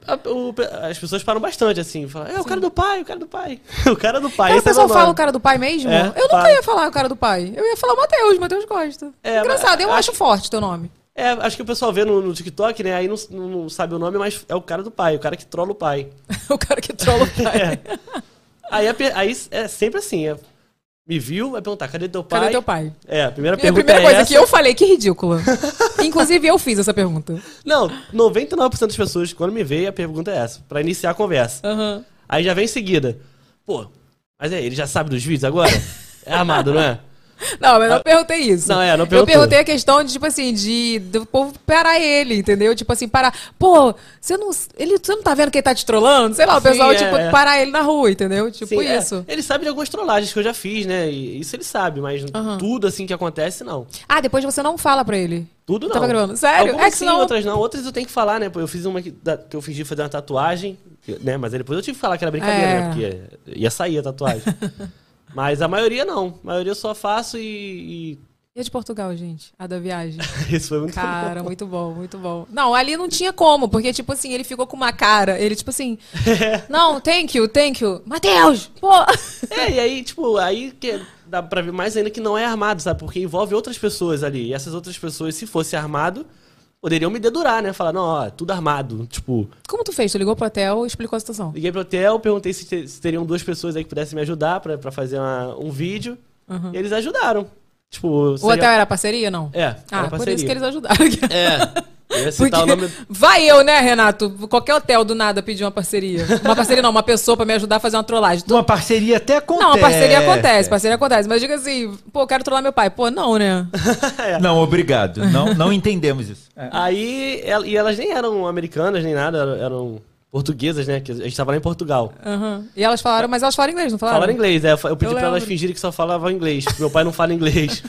S6: a- a- o- as pessoas param bastante, assim, falam, é, o cara do pai, o cara do pai, <laughs> o cara do pai.
S1: Aí o
S6: esse é
S1: pessoal
S6: meu
S1: fala o
S6: nome.
S1: cara do pai mesmo?
S6: É,
S1: eu nunca
S6: fala.
S1: ia falar o cara do pai. Eu ia falar o Matheus, Matheus Costa.
S6: É,
S1: Engraçado,
S6: mas-
S1: eu acho forte teu nome. <laughs>
S6: É, acho que o pessoal vê no, no TikTok, né, aí não, não sabe o nome, mas é o cara do pai, o cara que trola o pai.
S1: o cara que trola o pai.
S6: <laughs> É. Aí, a pe- aí é sempre assim, é, me viu, vai perguntar, cadê teu pai?
S1: Cadê teu pai?
S6: É, a primeira
S1: E a
S6: pergunta
S1: primeira
S6: é
S1: coisa
S6: essa.
S1: que eu falei, que
S6: <laughs>
S1: ridícula. Inclusive, eu fiz essa pergunta.
S6: Não, 99% das pessoas, quando me veem, a pergunta é essa, pra iniciar a conversa.
S1: Aham.
S6: Aí já vem em seguida, pô, mas é, ele já sabe dos
S1: <laughs>
S6: vídeos agora? É armado, não é?
S1: Não, mas eu não perguntei isso.
S6: Não, é, não
S1: Eu
S6: perguntou.
S1: perguntei a questão de, tipo assim, de do povo parar ele, entendeu? Tipo assim, parar. Pô, você não, ele, você não tá vendo que ele tá te trolando? Sei lá, o
S6: Sim,
S1: pessoal,
S6: é,
S1: tipo,
S6: é.
S1: parar ele na rua, entendeu? Tipo
S6: Sim, é.
S1: isso.
S6: Ele sabe de algumas trollagens que eu já fiz, né? E isso ele sabe, mas
S1: Aham.
S6: tudo assim que acontece, não.
S1: Ah, depois você não fala pra ele.
S6: Tudo não.
S1: Tava gravando. Sério?
S6: Algumas
S1: É que
S6: sim,
S1: senão-
S6: outras não. Outras eu tenho que falar, né? Pô, Eu fiz uma que, da- que eu fingi fazer uma tatuagem, né? Mas aí depois eu tive que falar que era brincadeira,
S1: É.
S6: né? Porque ia sair a
S1: <laughs>
S6: tatuagem. Mas a maioria não. A maioria eu só faço e.
S1: E a de Portugal, gente? A da
S6: <laughs>
S1: viagem.
S6: e- Isso foi muito
S1: Cara, muito bom, muito bom. Não, ali não tinha como, porque, tipo assim, ele ficou com uma cara. Ele, tipo
S6: <laughs>
S1: assim. Não, thank you, thank you. Matheus! Pô!
S6: É, e aí, tipo, aí que dá pra ver mais ainda que não é armado, sabe? Porque envolve outras pessoas ali. E essas outras pessoas, se fosse armado, poderiam me dedurar, né? Falar, não, ó, tudo armado. Tipo,
S1: Como tu fez? Tu ligou pro hotel e explicou a situação.
S6: Liguei pro hotel, perguntei se, te- se teriam duas pessoas aí que pudessem me ajudar pra, pra fazer uma- um vídeo. E eles ajudaram. Tipo,
S1: Uhum. O hotel era parceria, não?
S6: É,
S1: Ah,
S6: era
S1: por
S6: parceria.
S1: isso que eles ajudaram.
S6: É. Eu ia
S1: <laughs> Porque
S6: citar o nome.
S1: vai eu, né, Renato? Qualquer hotel do nada pedir uma parceria. Uma parceria não, uma pessoa pra me ajudar a fazer uma trollagem. Tu-
S7: Uma parceria até acontece.
S1: Não, uma parceria acontece, parceria acontece. Mas diga assim, pô, eu quero trollar meu pai. Pô, não, né?
S7: Não, obrigado. Não, não entendemos isso. É.
S6: Aí, el- e elas nem eram americanas nem nada, eram, eram portuguesas, né? Que a gente tava lá em Portugal.
S1: Aham. E elas falaram, mas elas falaram inglês, não falaram?
S6: Falaram inglês, é, eu fa- eu
S1: Ah.
S6: pedi
S1: Eu
S6: pra elas
S1: lembro.
S6: fingirem que só falavam inglês. porque Meu pai não
S1: <laughs>
S6: fala inglês.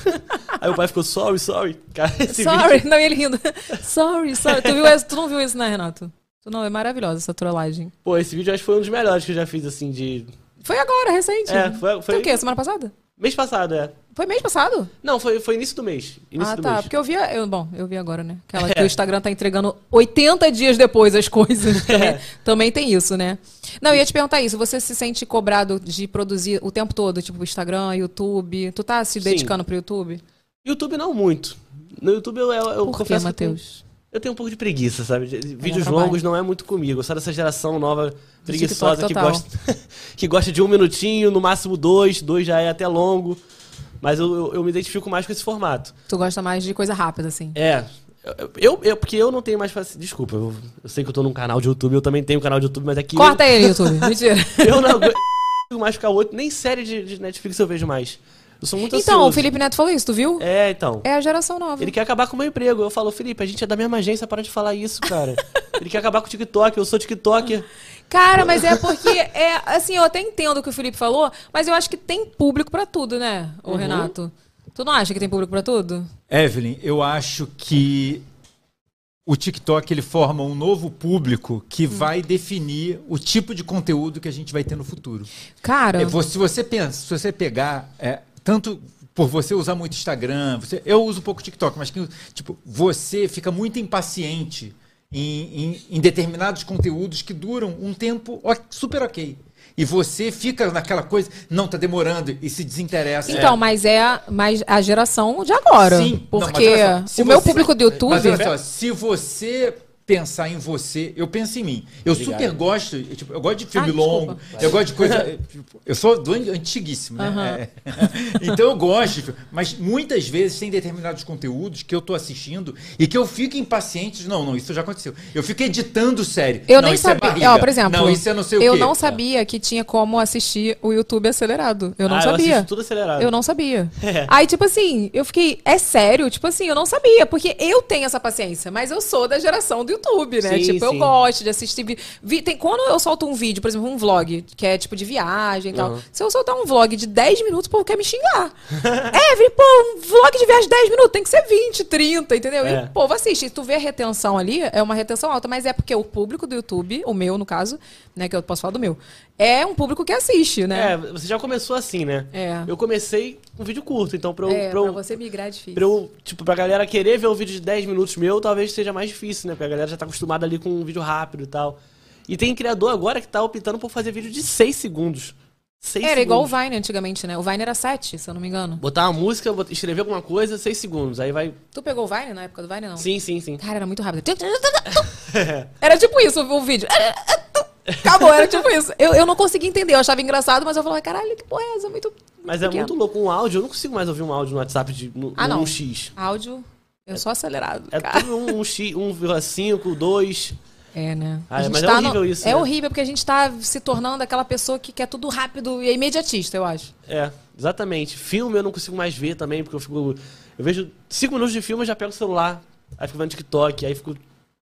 S6: aí o pai ficou sorry, sorry. Cara, esse
S1: Sorry,
S6: vídeo.
S1: não, e ele rindo. <laughs> sorry, sorry. Tu, viu essa- tu não viu isso, né, Renato? Tu não, é maravilhosa essa trollagem.
S6: Pô, esse vídeo eu acho que foi um dos melhores que eu já fiz, assim, de.
S1: Foi agora, recente.
S6: É, foi- foi-
S1: Tem o quê? Semana passada?
S6: Mês passado, é.
S1: Foi mês passado?
S6: Não, foi, foi início do mês. Início
S1: ah,
S6: do
S1: tá.
S6: mês.
S1: Porque eu vi. a- Eu, bom, eu vi agora, né?
S6: <laughs>
S1: Aquela
S6: É.
S1: que o Instagram tá entregando 80 dias depois as
S6: <laughs>
S1: coisas.
S6: É.
S1: Também, também tem isso, né? Não, eu ia te perguntar isso. Você se sente cobrado de produzir o tempo todo, tipo Instagram, YouTube? Tu tá se
S6: Sim.
S1: dedicando pro YouTube?
S6: YouTube não muito. No YouTube eu, eu, eu
S1: Por quê,
S6: confesso que eu tenho,
S1: Matheus?
S6: eu tenho um pouco de preguiça, sabe? De- de- Vídeos
S1: trabalho.
S6: longos não é muito comigo. Eu sou dessa geração nova,
S1: TikTok
S6: preguiçosa, <laughs> que
S1: total.
S6: gosta, que gosta de um minutinho, no máximo dois, dois já é até longo. Mas eu, eu, eu me identifico mais com esse formato.
S1: Tu gosta mais de coisa rápida, assim.
S6: É. eu- Eu, eu, porque eu não tenho mais faci- Desculpa, eu, eu sei que eu tô num canal de YouTube, eu também tenho um canal de YouTube, mas é que.
S1: Corta ele,
S6: <laughs>
S1: YouTube. Mentira.
S6: Eu, eu não aguento mais ficar outro, nem série de, de Netflix eu vejo mais. Eu sou muito
S1: Então, o
S6: ansioso.
S1: Felipe Neto falou isso, tu viu?
S6: É, então.
S1: É, a geração nova.
S6: Ele quer acabar com o meu emprego. Eu falo, Felipe, a gente é da mesma agência, para de falar
S1: <laughs>
S6: isso, cara. Ele quer acabar com o TikTok, eu sou TikToker.
S1: Cara, mas é porque é assim, eu até entendo o que o Felipe falou, mas eu acho que tem público pra tudo, né,
S6: Uhum.
S1: o Renato? Tu não acha que tem público pra tudo?
S7: Evelyn, eu acho que o TikTok ele forma um novo público
S1: Hum.
S7: que vai definir o tipo de conteúdo que a gente vai ter no futuro.
S1: Cara,
S7: É, vo- se você pensa, se você pegar, é, tanto por você usar muito Instagram, você- eu uso um pouco TikTok, mas quem- tipo, você fica muito impaciente em, em- em determinados conteúdos que duram um tempo ó- super ok. E você fica naquela coisa, não, tá demorando, e se desinteressa.
S1: então, mas é a, mas a geração de agora.
S7: Sim, não, mas
S1: porque
S7: olha só, se
S1: o meu
S7: você-
S1: público do YouTube.
S7: Mas olha só, se você pensar em você, eu penso em mim. Eu super gosto, eu, tipo, eu gosto de filme
S1: Ai,
S7: longo, eu gosto de coisa. é, tipo, Eu sou do an- antiguíssimo, né? É. <laughs> Então eu gosto, de filme, mas muitas vezes tem determinados conteúdos que eu tô assistindo e que eu fico impaciente. de, Não, não, isso já aconteceu. Eu fico editando série.
S1: Eu
S7: Não,
S1: nem
S7: isso é
S1: sabia.
S7: barriga.
S1: Ó, por exemplo,
S7: Não, isso é não sei o
S1: eu
S7: quê.
S1: não sabia que tinha como assistir o YouTube acelerado. Eu não
S6: Ah, Eu
S1: sabia.
S6: assisto tudo acelerado.
S1: Eu não sabia.
S6: É.
S1: Aí, tipo assim, eu fiquei, é sério? Tipo assim, eu não sabia, porque eu tenho essa paciência, mas eu sou da geração do YouTube, né?
S6: Sim,
S1: tipo, eu
S6: sim.
S1: gosto de assistir. vi- vi- tem, quando eu solto um vídeo, por exemplo, um vlog, que é tipo de viagem e tal. Se eu soltar um vlog de 10 minutos, o povo quer me xingar. <laughs> Evelyn, pô, um vlog de viagem de 10 minutos tem que ser 20, 30, entendeu? E
S6: É.
S1: o povo assiste. E tu vê a retenção ali, é uma retenção alta, mas é porque o público do YouTube, o meu no caso, né, que eu posso falar do meu, é um público que assiste, né?
S6: É, você já começou assim, né?
S1: É.
S6: Eu comecei um vídeo curto, então pra eu.
S1: É,
S6: pra eu-
S1: pra você migrar é difícil.
S6: pra eu- tipo, pra galera querer ver um vídeo de 10 minutos meu, talvez seja mais difícil, né? Porque a galera já tá acostumada ali com um vídeo rápido e tal. E tem um criador agora que tá optando por fazer vídeo de 6 segundos. 6
S1: Era
S6: segundos.
S1: igual o Vine antigamente, né? O Vine era 7, se eu não me engano.
S6: Botar uma música, bot- escrever alguma coisa, 6 segundos. Aí vai.
S1: Tu pegou o Vine na época do Vine, não?
S6: Sim, sim, sim.
S1: Cara, era muito
S6: <laughs>
S1: rápido. Era tipo isso o vídeo. Acabou, era tipo isso. Eu, eu não conseguia entender, eu achava engraçado, mas eu falava, caralho, que porra é essa? Muito.
S6: Mas é
S1: pequeno."
S6: muito louco. Um áudio, eu não consigo mais ouvir um áudio no WhatsApp de no,
S1: Ah,
S6: no
S1: não.
S6: 1x.
S1: Áudio, eu sou acelerado.
S6: É
S1: cara.
S6: tudo um, um x, 1,5, 2.
S1: É, né?
S6: Ah, mas é horrível isso,
S1: É
S6: né?
S1: horrível, porque a gente tá se tornando aquela pessoa que quer tudo rápido e é imediatista, eu acho.
S6: É, exatamente. Filme eu não consigo mais ver também, porque eu fico. Eu vejo 5 minutos de filme, eu já pego o celular, aí fico vendo TikTok, aí fico o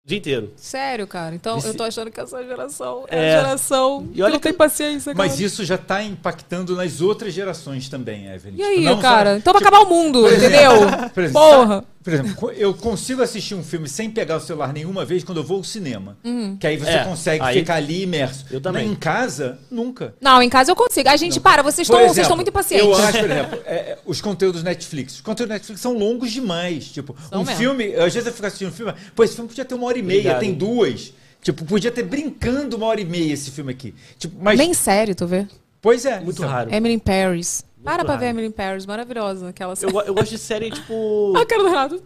S6: dia inteiro.
S1: Sério, cara. Então, eu tô achando que essa geração é,
S6: É.
S1: a geração
S6: E olha
S1: que não
S6: que-
S1: tem paciência, cara.
S7: Mas isso já está impactando nas outras gerações também, Evelyn.
S1: E
S7: Tipo,
S1: aí,
S7: não só-
S1: cara? Então vai acabar o mundo, entendeu?
S7: <laughs> Por exemplo,
S1: Porra.
S7: sabe- Por exemplo, co- eu consigo assistir um filme sem pegar o celular nenhuma vez quando eu vou ao cinema.
S1: Uhum.
S7: Que aí você
S6: É,
S7: consegue
S6: aí-
S7: ficar ali imerso.
S6: Eu também.
S7: Em casa, nunca.
S1: Não, em casa eu consigo. A gente para, vocês
S7: Por
S1: estão, vocês estão
S7: exemplo,
S1: muito impacientes.
S7: Eu acho, por exemplo, é, é, os conteúdos Netflix. Os conteúdos Netflix são longos demais. Tipo,
S1: São
S7: um
S1: mesmo.
S7: filme. Às vezes eu fico assistindo um filme. Pô, esse filme podia ter uma hora e meia,
S6: Obrigado.
S7: tem duas. Tipo, podia ter brincando uma hora e meia esse filme aqui. Tipo, mas.
S1: Nem série, tu vê?
S7: Pois é.
S6: Muito
S7: então.
S6: raro.
S1: Emily in Paris. para pra
S6: raro.
S1: ver Emily in Paris, maravilhosa. Aquela <laughs>
S6: Eu,
S1: série.
S6: go- eu gosto de série, tipo.
S1: Ah, cara do
S7: <laughs>
S1: Renato.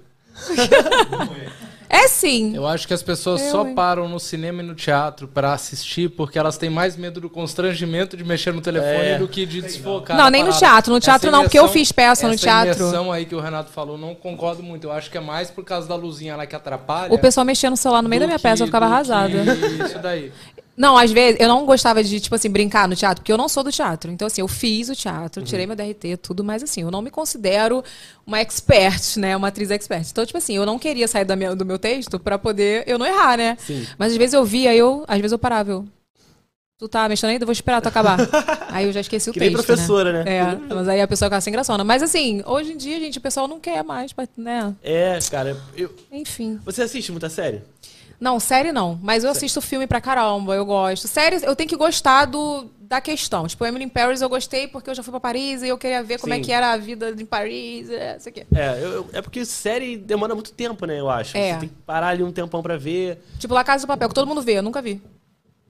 S1: é sim.
S2: <laughs> Eu acho que as pessoas
S1: Eu,
S2: só
S1: hein?
S2: param no cinema e no teatro pra assistir porque elas têm mais medo do constrangimento de mexer no telefone
S6: É.
S2: do que de desfocar.
S1: Não,
S2: a
S1: nem no
S2: parada.
S1: teatro. No teatro não, porque eu fiz peça no
S2: essa
S1: teatro.
S2: imersão aí que o Renato falou, não concordo muito. Eu acho que é mais por causa da luzinha lá que atrapalha.
S1: O pessoal mexia no celular no meio da
S2: do
S1: minha
S2: que-
S1: peça, eu ficava
S2: do que
S1: arrasada.
S2: Isso daí.
S1: Não, às vezes, eu não gostava de, tipo assim, brincar no teatro, porque eu não sou do teatro. Então, assim, eu fiz o teatro,
S6: Uhum.
S1: tirei meu DRT, tudo, mas assim, eu não me considero uma expert, né? Uma atriz expert. Então, tipo assim, eu não queria sair da minha- do meu texto pra poder eu não errar, né?
S6: Sim.
S1: Mas às vezes eu via, eu, às vezes eu parava, eu. Tu tá mexendo ainda? Eu vou esperar tu
S6: <laughs>
S1: acabar. aí eu já esqueci o
S6: Que nem
S1: texto.
S6: professora, né?
S1: É, mas aí a pessoa acaba sem graçona. Mas assim, hoje em dia, gente, o pessoal não quer mais, né?
S6: É, cara. eu-
S1: Enfim.
S6: Você assiste muita série?
S1: Não, série não. Mas eu assisto filme pra caramba, eu gosto. Série, eu tenho que gostar do, da questão. Tipo, Emily in Paris eu gostei porque eu já fui pra Paris e eu queria ver como é
S6: Sim.
S1: que era a vida em Paris, é, isso aqui.
S6: É, eu- eu- é porque série demanda muito tempo, né? Eu acho.
S1: É.
S6: Você tem que parar ali um tempão pra ver.
S1: Tipo, La Casa do Papel, que todo mundo vê, eu nunca vi.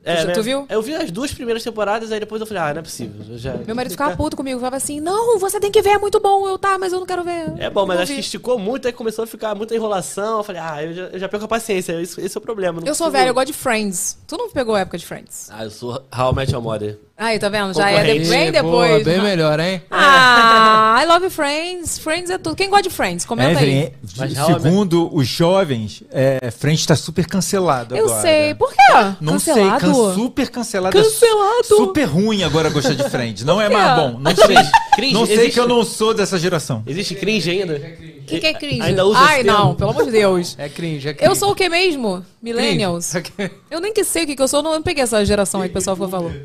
S6: É,
S1: Tu-
S6: né?
S1: tu viu?
S6: Eu vi as duas primeiras temporadas, aí depois eu falei, ah, não é possível. eu já- <laughs>
S1: Meu marido ficava puto comigo, falava assim, não, você tem que ver, é muito bom. Eu, tá, mas eu não quero ver.
S6: É bom, mas
S1: Nunca
S6: acho
S1: vi.
S6: que esticou muito, aí começou a ficar muita enrolação. Eu falei, ah, eu já, eu já perco a paciência, esse, esse é o problema. não
S1: Eu sou
S6: consigo-
S1: velho, eu gosto de Friends. Tu não pegou a época de Friends?
S6: Ah, eu sou How I Met Your Mother.
S1: Aí, tá vendo? Já é de-
S6: Concorrente.
S1: bem
S2: Ih,
S1: depois.
S2: boa, bem
S1: né?
S2: melhor, hein?
S1: Ah, I love Friends. Friends é tudo. Quem gosta de Friends? Comenta aí.
S7: Evelyn, é
S6: Mas, Raul,
S7: segundo os jovens, é, Friends está super cancelado
S1: Eu
S7: agora.
S1: sei. Por quê?
S7: Não
S1: Cancelado?
S7: sei, can- super cancelado.
S1: Cancelado.
S7: Super ruim agora gostar de Friends.
S1: <laughs>
S7: Não é
S1: quê?
S7: mais bom. Não sei.
S6: Cringe,
S7: não sei
S6: existe-
S7: que eu não sou dessa geração.
S6: Existe cringe ainda?
S1: O que, que é cringe?
S6: Ainda usa
S1: Ai,
S6: esse termo?
S1: não, pelo amor de
S6: <laughs>
S1: Deus.
S2: É cringe, é cringe.
S1: Eu sou o que mesmo?
S2: Cringe.
S1: Millennials.
S2: Ok.
S1: Eu nem que sei o que, que eu sou, não, eu não peguei essa geração aí que o pessoal ficou
S6: <laughs>
S1: falando.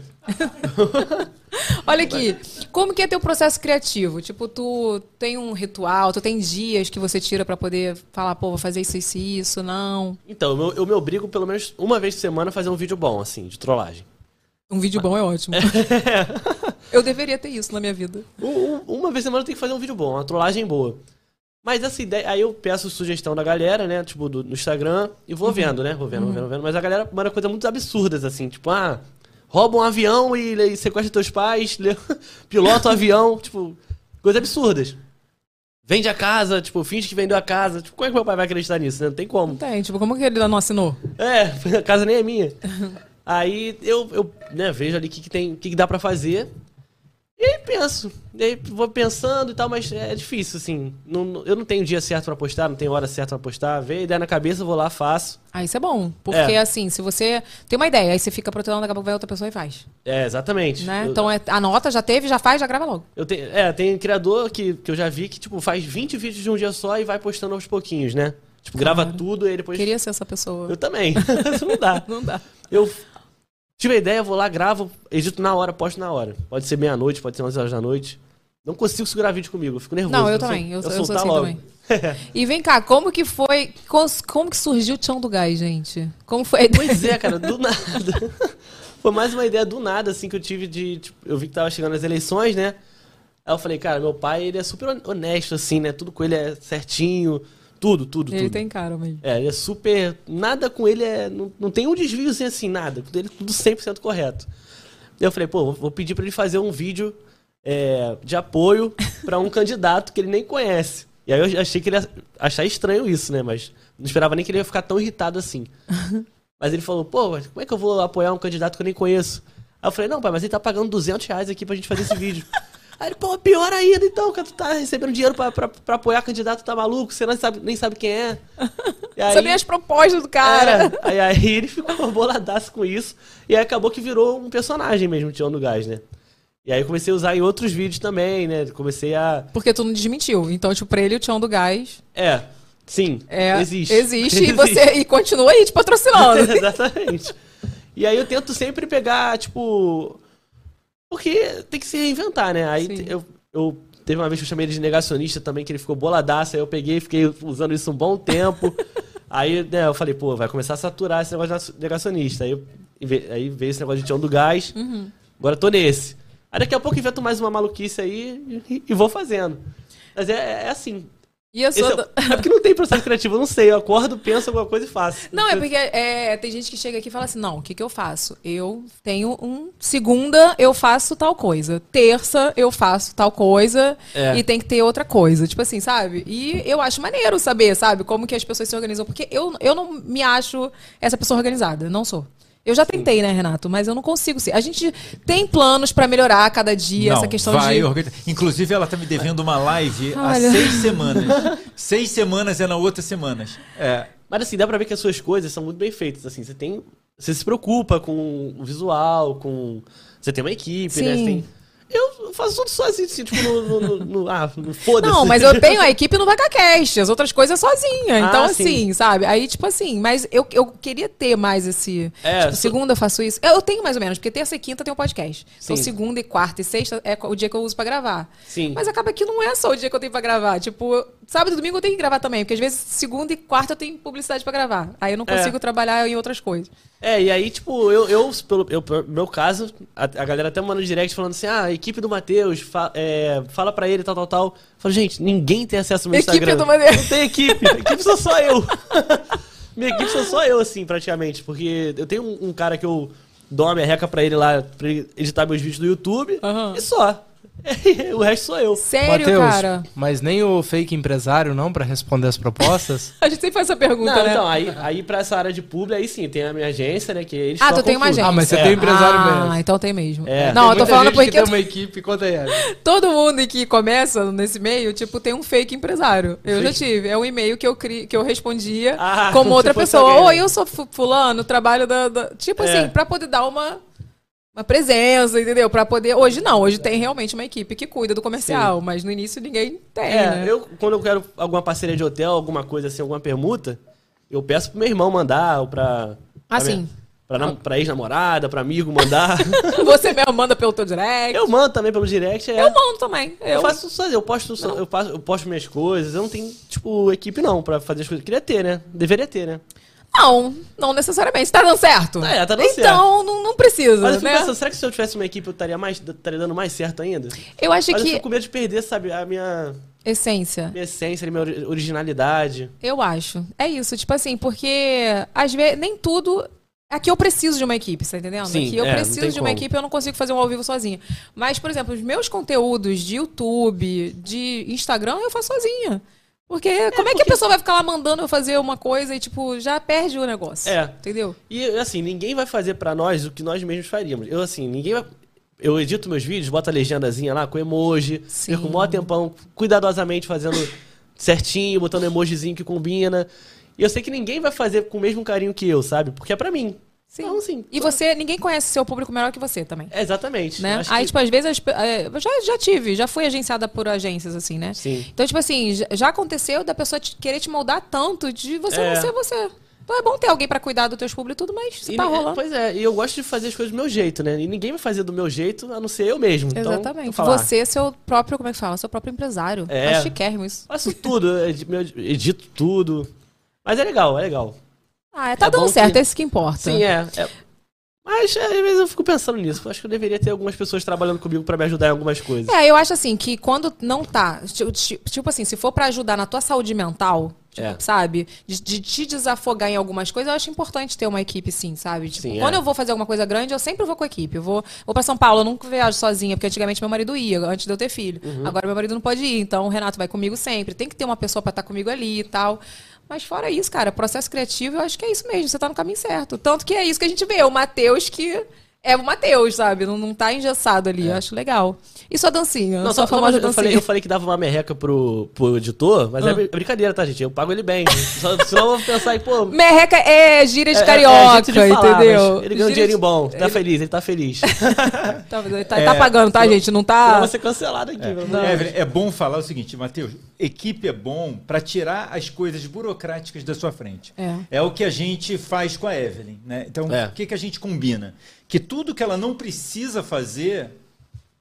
S1: Olha aqui, como que é teu processo criativo? Tipo, tu tem um ritual, tu tem dias que você tira pra poder falar, pô, vou fazer isso, isso e isso, não.
S6: Então, eu, eu me obrigo pelo menos uma vez por semana a fazer um vídeo bom, assim, de trollagem.
S1: Um vídeo bom é
S6: <laughs>
S1: ótimo. eu deveria ter isso na minha vida.
S6: Um- um- uma vez por semana eu tenho que fazer um vídeo bom, uma trollagem boa. Mas essa ideia, aí eu peço sugestão da galera, né? Tipo, do, no Instagram, e vou vendo, né? Vou vendo, vou vendo, vendo. Mas a galera manda coisas muito absurdas, assim, tipo, ah, rouba um avião e, e sequestra teus pais, <laughs> le- pilota o avião, tipo, coisas absurdas. Vende a casa, tipo, finge que vendeu a casa. Tipo, como é que meu pai vai acreditar nisso, né? Não tem como.
S1: Tem, tipo, como que ele não assinou?
S6: É, <laughs> a casa nem é minha. Aí eu, eu né, vejo ali o que, que tem, o que, que dá pra fazer. E aí penso. E aí vou pensando e tal, mas é difícil, assim. Não- não- eu não tenho dia certo pra postar, não tenho hora certa pra postar. Veio a ideia na cabeça, eu vou lá, faço.
S1: Ah, isso é bom. Porque,
S6: É.
S1: assim, se você tem uma ideia, aí você fica protelando, daqui a pouco vai outra pessoa e faz.
S6: É, exatamente.
S1: Né?
S6: Eu-
S1: Então, é, anota, já teve, já faz, já grava logo.
S6: Eu tenho, é, tem criador que, que eu já vi que, tipo, faz 20 vídeos de um dia só e vai postando aos pouquinhos, né? Tipo, grava tudo e aí depois.
S1: Queria ser essa pessoa.
S6: Eu também. <laughs> Isso não dá.
S1: Não dá.
S6: Eu tive a ideia, vou lá, gravo, edito na hora, posto na hora. Pode ser meia-noite, pode ser 11 horas da noite. Não consigo segurar vídeo comigo, eu fico nervoso.
S1: Não, eu
S6: sou-
S1: também, eu sou- eu sou
S6: soltar
S1: assim
S6: logo.
S1: também. <laughs> E vem cá, como que foi. cons- Como que surgiu o Tchão do Gás, gente? Como foi a ideia?
S6: Pois é,
S1: <laughs>
S6: cara, do nada. Foi mais uma ideia do nada, assim, que eu tive de. tipo, eu vi que tava chegando as eleições, né? Aí eu falei, cara, meu pai, ele é super honesto, assim, né? Tudo com ele é certinho, tudo, tudo,
S1: Ele
S6: tudo.
S1: tem cara mesmo.
S6: É, ele é super. Nada com ele é. Não, não tem um desvio assim, assim, nada. Com Ele é tudo 100% correto. Eu falei, pô, vou- vou pedir pra ele fazer um vídeo é, de apoio pra um <laughs> candidato que ele nem conhece. E aí eu achei que ele ia achar estranho isso, né? Mas não esperava nem que ele ia ficar tão irritado assim. Mas ele falou, pô, mas como é que eu vou apoiar um candidato que eu nem conheço? Aí eu falei, não, pai, mas ele tá pagando 200 reais aqui pra gente fazer esse vídeo. Aí ele, pô, pior ainda, então, cara, tu tá recebendo dinheiro pra, pra, pra apoiar candidato, tá maluco? Você não sabe, nem sabe quem é. E aí-
S1: Sabia as propostas do cara.
S6: é, aí, aí ele ficou boladaço com isso. E aí acabou que virou um personagem mesmo, Tião do Gás, né? E aí eu comecei a usar em outros vídeos também, né? Comecei a.
S1: Porque tu não desmentiu. Então, tipo, pra ele, o Tchão do Gás
S6: É, sim.
S1: é,
S6: <laughs> existe.
S1: e você e continua aí te patrocinando.
S6: <laughs> Exatamente. E aí eu tento sempre pegar, tipo. Porque tem que se reinventar, né? Aí
S1: Sim.
S6: te- eu, eu. Teve uma vez que eu chamei ele de negacionista também, que ele ficou boladaço. Aí eu peguei e fiquei usando isso um
S1: <laughs>
S6: bom tempo. aí, né, eu falei, pô, vai começar a saturar esse negócio de negacionista. Aí, eu- ve- aí veio esse negócio de tião do gás.
S1: Uhum.
S6: Agora eu tô nesse. Aí daqui a pouco invento mais uma maluquice aí e, e vou fazendo. Mas é, é assim.
S1: E eu
S6: Esse
S1: sou.
S6: é,
S1: do-
S6: é porque não tem processo criativo, eu não sei. Eu acordo, penso alguma coisa e faço.
S1: Não, é
S6: Eu-
S1: porque é, tem gente que chega aqui e fala assim: não, o que, que eu faço? Eu tenho um. Segunda, eu faço tal coisa. Terça, eu faço tal coisa.
S6: É.
S1: E tem que ter outra coisa. Tipo assim, sabe? E eu acho maneiro saber, sabe? Como que as pessoas se organizam. Porque eu, eu não me acho essa pessoa organizada. Não sou. Eu já tentei, né, Renato? Mas eu não consigo ser. A gente tem planos pra melhorar a cada dia
S7: Não,
S1: essa questão
S7: vai
S1: de.
S7: organizar. Inclusive, ela tá me devendo uma live
S1: Olha.
S7: há seis semanas. seis semanas é na outra semanas. É.
S6: Mas assim, dá pra ver que as suas coisas são muito bem feitas, assim, você tem. Você se preocupa com o visual, com. Você tem uma equipe, né? Você
S1: Sim.
S6: tem- Eu faço tudo sozinho, assim, tipo, no. no, no- no- ah, no foda-se.
S1: Não,
S6: <laughs>
S1: mas eu tenho a equipe no VacaCast, as outras coisas sozinha. Então,
S6: Ah, sim.
S1: assim, sabe? Aí, tipo assim, mas eu, eu queria ter mais esse.
S6: É,
S1: tipo,
S6: so-
S1: segunda eu faço isso. Eu tenho mais ou menos, porque terça e quinta tem um podcast. Então,
S6: Sim.
S1: segunda e quarta e sexta é o dia que eu uso pra gravar.
S6: Sim.
S1: Mas acaba que não é só o dia que eu tenho pra gravar. Tipo, eu- sábado e domingo eu tenho que gravar também, porque às vezes segunda e quarta eu tenho publicidade pra gravar. Aí eu não
S6: É.
S1: consigo trabalhar em outras coisas.
S6: É, e aí, tipo, eu, eu, pelo, eu pelo meu caso, a, a galera até manda no direct falando assim, ah, a equipe do Matheus, fa- é, fala pra ele, tal, tal, tal. Eu falo, gente, ninguém tem acesso ao meu
S1: Equipe
S6: Instagram.
S1: do Matheus.
S6: Não tem equipe, a equipe sou só eu. <laughs> minha equipe sou só eu, assim, praticamente, porque eu tenho um, um cara que eu dou uma merreca pra ele lá, pra ele editar meus vídeos do YouTube,
S1: Aham.
S6: e só. <laughs> É o resto sou eu.
S1: Sério,
S2: Mateus,
S1: cara? <laughs>
S2: mas nem o fake empresário não pra responder as propostas?
S1: A gente sempre faz essa pergunta,
S6: Não,
S1: né?
S6: então, aí, aí pra essa área de publi, aí sim, tem a minha agência, né? Que eles
S1: Ah, tu
S6: tocam
S1: tem uma
S6: tudo.
S1: agência.
S2: ah, mas você
S6: É.
S2: tem empresário
S1: ah,
S2: mesmo.
S1: então tem mesmo.
S6: É.
S1: <laughs> Não, eu tô
S2: Muita
S1: falando
S2: gente que
S1: porque
S2: tem uma equipe, conta aí. Ellen.
S1: todo mundo que começa nesse meio, tipo, tem um fake empresário. Eu já tive. É um e-mail que eu, cri... que eu respondia
S6: Ah,
S1: <laughs> como
S6: como
S1: outra
S6: se fosse
S1: pessoa.
S6: alguém, né?
S1: Oi, eu sou fu- fulano, trabalho da... da- Tipo
S6: É.
S1: assim, pra poder dar uma... Uma presença, entendeu? Pra poder. Hoje não, hoje tem realmente uma equipe que cuida do comercial, mas no início ninguém tem. né?
S6: É, eu, quando eu quero alguma parceria de hotel, alguma coisa assim, alguma permuta, eu peço pro meu irmão mandar, ou
S1: Ah,
S6: pra. pra minha-
S1: sim. Ah.
S6: Pra, nam- pra ex-namorada, pra
S1: <laughs>
S6: amigo mandar.
S1: <laughs> Você mesmo manda pelo teu direct.
S6: eu mando também pelo direct. é.
S1: Eu mando também.
S6: Eu,
S1: Eu,
S6: faço sozinho, eu posto, so- eu, faço, eu posto minhas coisas, eu não tenho, tipo, equipe não pra fazer as coisas. Queria ter, né? Deveria ter, né?
S1: Não, não necessariamente. Tá dando certo?
S6: É, tá dando
S1: então,
S6: certo.
S1: não, não precisa,
S6: Mas eu fico
S1: né?
S6: pensando, será que se eu tivesse uma equipe eu estaria, mais, estaria dando mais certo ainda?
S1: Eu acho
S6: Mas eu
S1: que.
S6: fico com medo de perder, sabe, a minha,
S1: Essência.
S6: minha essência, a minha ori- originalidade.
S1: Eu acho. É isso, tipo assim, porque às vezes nem tudo. Aqui eu preciso de uma equipe, você tá entendendo?
S6: Sim,
S1: Aqui eu
S6: é, não
S1: preciso
S6: tem
S1: de uma
S6: como.
S1: equipe, eu não consigo fazer um ao vivo sozinha. Mas, por exemplo, os meus conteúdos de YouTube, de Instagram, eu faço sozinha. Porque como é que a pessoa vai ficar lá mandando eu fazer uma coisa e, tipo, já perde o negócio?
S6: É.
S1: Entendeu?
S6: E assim, ninguém vai fazer pra nós o que nós mesmos faríamos. Eu assim, ninguém vai. Eu edito meus vídeos, boto a legendazinha lá com emoji,
S1: Sim.
S6: perco o maior tempão, cuidadosamente fazendo certinho, botando emojizinho que combina. E eu sei que ninguém vai fazer com o mesmo carinho que eu, sabe? Porque é pra mim.
S1: Sim.
S6: Então, assim.
S1: E você, ninguém conhece seu público melhor que você também.
S6: É, exatamente.
S1: né?
S6: Acho
S1: Aí,
S6: que-
S1: tipo, às vezes as pe- é, eu já, já tive, já fui agenciada por agências, assim, né?
S6: Sim.
S1: Então, tipo assim, já- já aconteceu da pessoa te- querer te moldar tanto de você
S6: É.
S1: não ser você. Então é bom ter alguém pra cuidar do teus públicos e tudo, mas você
S6: E
S1: tá
S6: ni-
S1: rolando.
S6: Pois é, e eu gosto de fazer as coisas do meu jeito, né? E ninguém vai fazer do meu jeito, a não ser eu mesmo. Então,
S1: Exatamente.
S6: eu falar,
S1: você, seu próprio, como é que fala? Seu próprio empresário.
S6: É.
S1: Acho chiquérrimo isso.
S6: Faço tudo, <laughs> eu edi- meu- edito tudo. Mas é legal, é legal.
S1: Ah, é, tá
S6: É
S1: dando
S6: bom
S1: certo,
S6: que-
S1: é isso que importa.
S6: Sim, é. é. Mas é, às vezes eu fico pensando nisso. Acho que eu deveria ter algumas pessoas trabalhando comigo pra me ajudar em algumas coisas.
S1: É, eu acho assim que quando não tá. ti- ti- Tipo assim, se for pra ajudar na tua saúde mental, tipo,
S6: É.
S1: sabe? De, de te desafogar em algumas coisas, eu acho importante ter uma equipe, sim, sabe? Tipo,
S6: Sim,
S1: quando
S6: é.
S1: eu vou fazer alguma coisa grande, eu sempre vou com a equipe. Eu vou, vou pra São Paulo, eu nunca viajo sozinha, porque antigamente meu marido ia, antes de eu ter filho. Agora meu marido não pode ir, então o Renato vai comigo sempre. Tem que ter uma pessoa pra estar comigo ali e tal. Mas fora isso, cara, processo criativo, eu acho que é isso mesmo, você tá no caminho certo. Tanto que é isso que a gente vê, o Matheus que. É o Matheus, sabe? Não, não tá engessado ali. Eu acho legal. E sua dancinha?
S6: Não,
S1: sua
S6: só, só
S1: famosa
S6: mais, eu, falei,
S1: dancinha.
S6: eu falei que dava uma merreca pro, pro editor, mas é, brin- é brincadeira, tá, gente? Eu pago ele bem. Só, senão eu vou pensar aí, pô.
S1: Merreca é gíria
S6: é-
S1: de
S6: é- é
S1: carioca,
S6: jeito de falar, mas
S1: entendeu?
S6: Ele ganhou um
S1: Gíria de-
S6: dinheirinho bom, tá feliz, ele tá feliz.
S1: Tá, tá- tá pagando, tá, gente? Não
S6: Senão
S1: tá.
S6: eu vou ser cancelado aqui. meu Deus.
S7: Evelyn, é bom falar o seguinte, Matheus, equipe é bom pra tirar as coisas burocráticas da sua frente.
S1: É.
S7: o que a gente faz com a Evelyn, né? Então,
S6: É.
S7: o que, que a gente combina? Que tudo que ela não precisa fazer,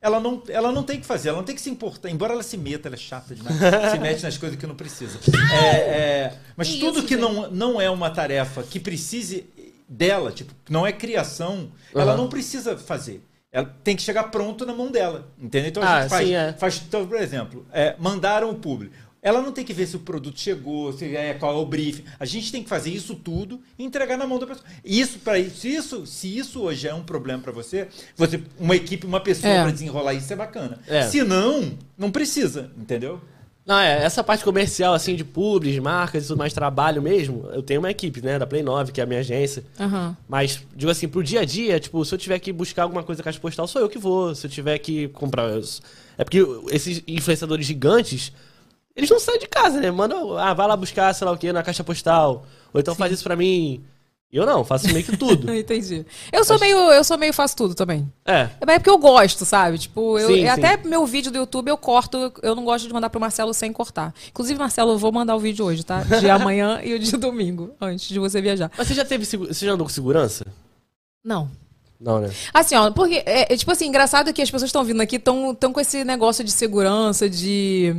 S7: ela não, ela não tem que fazer, ela não tem que se importar, embora ela se meta, ela é chata demais,
S6: <laughs>
S7: se mete nas coisas que não precisa. É, é, mas tudo que não, não é uma tarefa que precise dela, tipo, não é criação, ela
S6: Aham.
S7: não precisa fazer. Ela tem que chegar pronto na mão dela, entendeu? Então a
S6: Ah,
S7: gente faz,
S6: sim, é.
S7: faz então, por exemplo, é, mandaram o público. Ela não tem que ver se o produto chegou, se é, qual é o briefing. A gente tem que fazer isso tudo e entregar na mão da pessoa. Isso para isso, se isso, se isso hoje é um problema para você, você uma equipe, uma pessoa
S1: É.
S7: para desenrolar isso é bacana.
S6: É.
S7: Se não, não precisa, entendeu?
S6: Não, é, essa parte comercial, assim, de pubs, marcas e tudo mais, trabalho mesmo, eu tenho uma equipe, né, da Play 9, que é a minha agência.
S1: Aham.
S6: Mas, digo assim, pro dia a dia, tipo, se eu tiver que buscar alguma coisa caixa postal, sou eu que vou. Se eu tiver que comprar. É porque esses influenciadores gigantes, eles não saem de casa, né? Manda, ah, vai lá buscar, sei lá o quê, na caixa postal. Ou então faz isso pra mim. Eu não, faço meio
S1: <laughs>
S6: que <laughs> tudo.
S1: Entendi. Eu sou meio, eu sou meio faço tudo também.
S6: é.
S1: É mas é porque eu gosto, sabe? Tipo, eu,
S6: Sim, sim.
S1: até meu vídeo do YouTube eu corto, eu não gosto de mandar pro Marcelo sem cortar. Inclusive, Marcelo, eu vou mandar o vídeo hoje, tá?
S6: <laughs>
S1: De amanhã e o de domingo, antes de você viajar.
S6: Mas você já teve. segu- Você já andou com segurança?
S1: Não.
S6: Não, né?
S1: Assim, ó, porque, é, é, tipo assim, engraçado que as pessoas estão vindo aqui, estão tão com esse negócio de segurança, de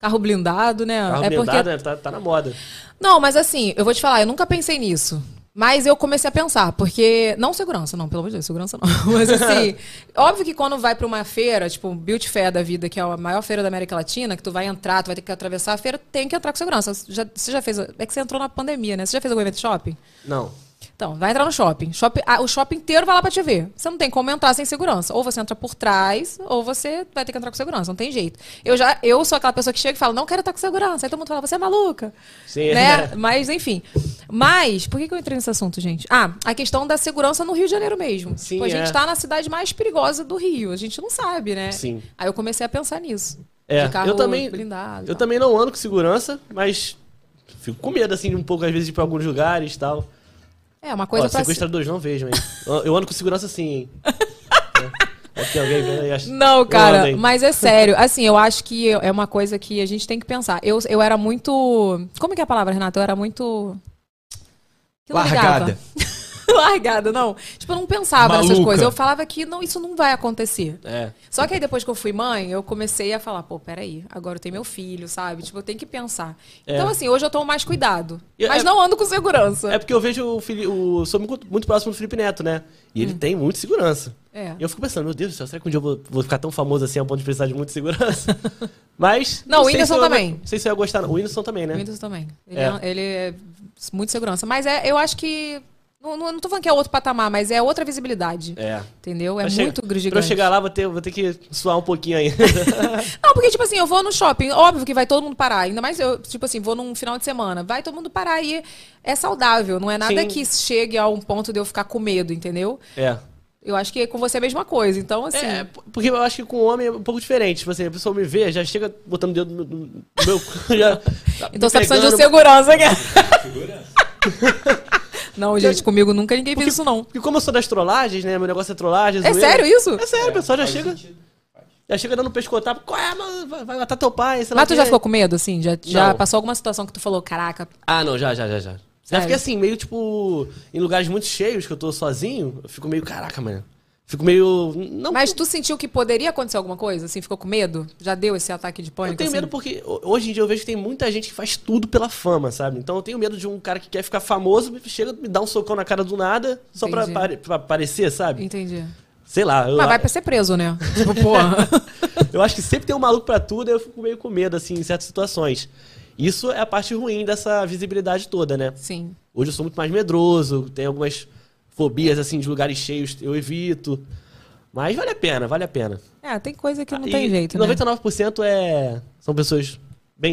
S1: carro blindado, né?
S6: Carro
S1: é porque.
S6: blindado, né? tá, tá na moda.
S1: Não, mas assim, eu vou te falar, eu nunca pensei nisso. Mas eu comecei a pensar, porque. Não segurança, não, pelo amor de Deus, segurança não. <laughs> Mas assim, óbvio que quando vai pra uma feira, tipo, Beauty Fair da vida, que é a maior feira da América Latina, que tu vai entrar, tu vai ter que atravessar a feira, tem que entrar com segurança. Já- você já fez. É que você entrou na pandemia, né? Você já fez algum evento shopping?
S6: Não.
S1: Então, vai entrar no shopping. Shopping- ah, o shopping inteiro vai lá pra te ver. Você não tem como entrar sem segurança. Ou você entra por trás, ou você vai ter que entrar com segurança. Não tem jeito. Eu já, eu sou aquela pessoa que chega e fala, não quero estar com segurança. Aí todo mundo fala, você é maluca.
S6: Sim. <laughs>
S1: Né? Mas, enfim. Mas, por que, que eu entrei nesse assunto, gente? Ah, a questão da segurança no Rio de Janeiro mesmo.
S6: Sim,
S1: Tipo, a gente
S6: é.
S1: tá na cidade mais perigosa do Rio. A gente não sabe, né?
S6: Sim.
S1: Aí eu comecei a pensar nisso.
S6: É,
S1: de carro
S6: eu também,
S1: blindado. e
S6: eu
S1: tal.
S6: também não ando com segurança, mas fico com medo, assim, um pouco, às vezes, de ir pra alguns lugares e tal.
S1: É, uma coisa
S6: Ó,
S1: pra se-
S6: sequestradores
S1: <laughs>
S6: não vejam, hein? Eu- Eu ando com segurança assim, hein? é. Aqui alguém vendo aí, acho-
S1: Não,
S6: Eu ando,
S1: cara,
S6: hein?
S1: mas é sério. Assim, eu acho que é uma coisa que a gente tem que pensar. Eu, eu era muito. Como que é a palavra, Renato? Eu era muito. que eu não
S7: Largada.
S1: ligava. <laughs> Largada, não. Tipo, eu não pensava nessas
S7: Maluca.
S1: coisas. Eu falava que não, isso não vai acontecer.
S6: É.
S1: Só que aí depois que eu fui mãe, eu comecei a falar, pô, peraí, agora eu tenho meu filho, sabe? Tipo, eu tenho que pensar. Então, assim, hoje eu tomo mais cuidado.
S6: E
S1: Mas
S6: é-
S1: não ando com segurança.
S6: É porque eu vejo o Fili- o sou muito, muito próximo do Felipe Neto, né? E ele tem muito segurança.
S1: Hum. É.
S6: E eu fico pensando, meu Deus do céu, será que um dia eu vou, vou ficar tão famoso assim a ponto de precisar de
S1: <laughs>
S6: muito segurança? Mas.
S1: Não, o
S6: sei se
S1: Whindersson
S6: eu ia-
S1: também.
S6: Não sei se eu ia gostar. não. O Whindersson também, né?
S1: O Windows também. Ele
S6: É.
S1: é, ele é muito segurança. Mas é, eu acho que. Não, não, não tô falando que é outro patamar, mas é outra visibilidade.
S6: É.
S1: Entendeu? É
S6: Pra
S1: muito
S6: chegar-
S1: gigante.
S6: Pra eu chegar lá, vou ter, vou ter que suar um pouquinho ainda.
S1: <laughs> Não, porque, tipo assim, eu vou no shopping, óbvio que vai todo mundo parar. Ainda mais eu, tipo assim, vou num final de semana. Vai todo mundo parar e é saudável. Não é nada
S6: Sim.
S1: que chegue a um ponto de eu ficar com medo, entendeu?
S6: <laughs> é.
S1: Eu acho que com você é a mesma coisa. Então, assim.
S6: É, p- porque eu acho que com o homem é um pouco diferente. Tipo assim, a pessoa me vê, já chega botando o dedo no, no- no meu. <laughs> já tá
S1: Então
S6: me
S1: você precisa de um
S6: pegando.
S1: segurança, né? Segurança. <laughs> Não, gente, comigo nunca ninguém fez isso, não.
S6: Porque como eu sou das trollagens, né? Meu negócio é trollagem.
S1: É sério isso?
S6: É sério, o pessoal já chega. Já chega dando pescotapo. Qual é, mano? Vai, vai matar teu pai. sei lá
S1: Mas
S6: o
S1: tu
S6: quê."
S1: já ficou com medo, assim? Já, já
S6: Não.
S1: passou alguma situação que tu falou, caraca,
S6: Ah, não, já, já, já, já. Já
S1: Sério?
S6: fiquei assim, meio tipo. Em lugares muito cheios que eu tô sozinho, eu fico meio, caraca, mano. Fico meio. Não,
S1: Mas tu sentiu que poderia acontecer alguma coisa? Assim, ficou com medo? Já deu esse ataque de pânico?
S6: Eu tenho
S1: assim?
S6: medo porque ho- hoje em dia eu vejo que tem muita gente que faz tudo pela fama, sabe? Então eu tenho medo de um cara que quer ficar famoso, chega me dar um socão na cara do nada, só pra,
S1: Entendi.
S6: pare- pra aparecer, sabe?
S1: assim?" Entendi.
S6: Sei lá. Eu,
S1: Mas vai pra ser preso, né?
S6: <laughs>
S1: Tipo, porra.
S6: eu acho que sempre tem um maluco pra tudo e eu fico meio com medo, assim, em certas situações. Isso é a parte ruim dessa visibilidade toda, né?
S1: Sim.
S6: Hoje eu sou muito mais medroso, tenho algumas fobias, assim, de lugares cheios, eu evito. Mas vale a pena, vale a pena.
S1: É, tem coisa que não tem
S6: Ah, E
S1: jeito, né?
S6: 99% é... são pessoas bem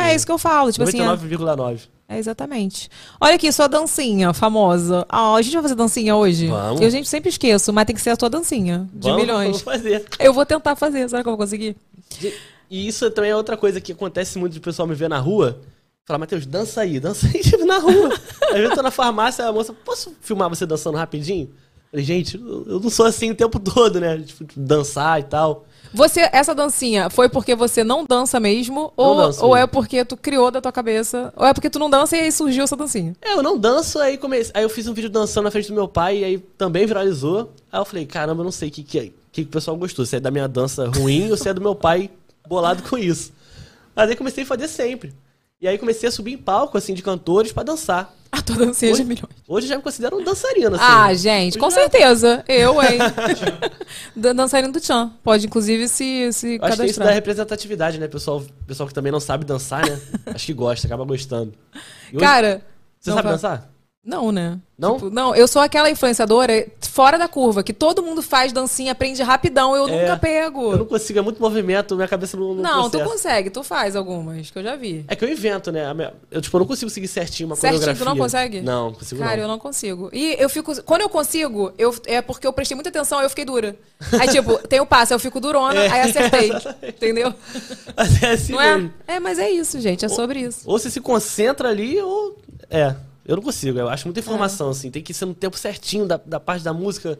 S1: Não, é isso que eu falo. Tipo assim, é-
S6: 99,9.
S1: é exatamente. Olha aqui, sua dancinha famosa. Ah, a gente vai fazer dancinha hoje?
S6: Vamos.
S1: Eu gente sempre esqueço, mas tem que ser a tua dancinha. De
S6: Vamos,
S1: milhões.
S6: Vamos fazer.
S1: Eu vou tentar fazer. Será que eu vou conseguir?
S6: E isso também é outra coisa que acontece muito de pessoal me ver na rua. Falar, Matheus, dança aí, dança aí <laughs> tipo, na rua. Às vezes eu tô na farmácia, a moça, posso filmar você dançando rapidinho? Eu Falei, gente, eu eu não sou assim o tempo todo, né? Tipo, dançar e tal.
S1: Você, essa dancinha foi porque você não dança mesmo?
S6: Não
S1: ou,
S6: danço
S1: ou
S6: mesmo.
S1: é porque tu criou da tua cabeça? Ou é porque tu não dança e aí surgiu essa dancinha?
S6: É, eu não danço, aí comecei. Aí eu fiz um vídeo dançando na frente do meu pai, e aí também viralizou. Aí eu falei, caramba, eu não sei o que, que, é- o que, que o pessoal gostou. Se é da minha dança ruim ou se é do meu pai bolado com isso. Mas aí comecei a fazer sempre. E aí comecei a subir em palco, assim, de cantores pra dançar.
S1: A tua dancinha de
S6: Hoje,
S1: milhões.
S6: hoje eu já me considero um dançarino, assim.
S1: Ah, gente,
S6: Hoje
S1: com
S6: já-
S1: certeza. Eu,
S6: <laughs>
S1: hein? <laughs> Dan- Dançarino do Tchan. Pode, inclusive, se, se
S6: Eu Acho que tem isso da
S1: cadastrar.
S6: representatividade, né? Pessoal, pessoal que também não sabe dançar,
S1: <laughs>
S6: né? Acho que gosta, acaba gostando. E hoje-
S1: Cara.
S6: você
S1: não
S6: sabe
S1: vai-
S6: dançar?
S1: Não, né?
S6: Não?
S1: Tipo, não, eu sou aquela influenciadora fora da curva, que todo mundo faz dancinha, aprende rapidão, eu
S6: É,
S1: nunca pego.
S6: Eu um não consigo, é muito movimento, minha cabeça não, não,
S1: Não, tu
S6: processa.
S1: consegue, tu faz algumas, que eu já vi.
S6: É que eu invento, né? A minha- Eu, tipo, eu não consigo seguir certinho uma
S1: Certinho,
S6: coreografia.
S1: tu não consegue?
S6: Não, consigo
S1: Cara, eu
S6: não.
S1: não consigo. E eu fico. Quando eu consigo, eu, é porque eu prestei muita atenção, aí eu fiquei dura. Aí,
S6: <laughs>
S1: tipo, tem o passo, eu fico durona,
S6: É.
S1: aí acertei.
S6: <laughs>
S1: Entendeu?
S6: Mas é assim
S1: Não é?
S6: mesmo.
S1: É, mas é isso, gente. É sobre isso.
S6: Ou você se concentra ali, ou... É, eu não consigo. Eu acho
S1: É.
S6: muita informação, assim. Tem que ser no tempo certinho da, da parte da música.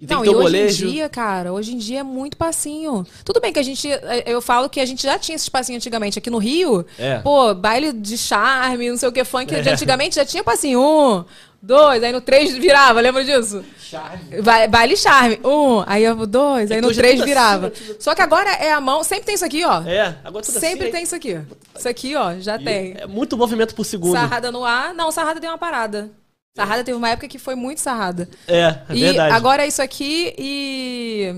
S6: E tem
S1: Não,
S6: que
S1: e
S6: ter o
S1: hoje
S6: molejo.
S1: em dia, cara, hoje em dia é muito passinho. Tudo bem que a gente, eh, eu falo que a gente já tinha esses passinhos antigamente aqui no Rio.
S6: É.
S1: Pô, baile de charme, não sei o que, funk de antigamente já tinha passinho. Um, dois, aí no três virava, lembra disso? Charme. baile charme. Um, aí eu, dois, aí
S6: que
S1: no
S6: hoje é
S1: três
S6: tudo assim,
S1: virava.
S6: né? Tudo-
S1: Só que agora é a mão, sempre tem isso aqui, ó.
S6: É, agora tudo
S1: sempre
S6: assim,
S1: tem
S6: hein?
S1: isso aqui. Isso aqui, ó, já tem.
S6: É muito movimento por segundo.
S1: Sarrada no ar. Não, sarrada deu uma parada. Sarrada teve uma época que foi muito sarrada.
S6: É, é
S1: E
S6: verdade.
S1: agora é isso aqui e.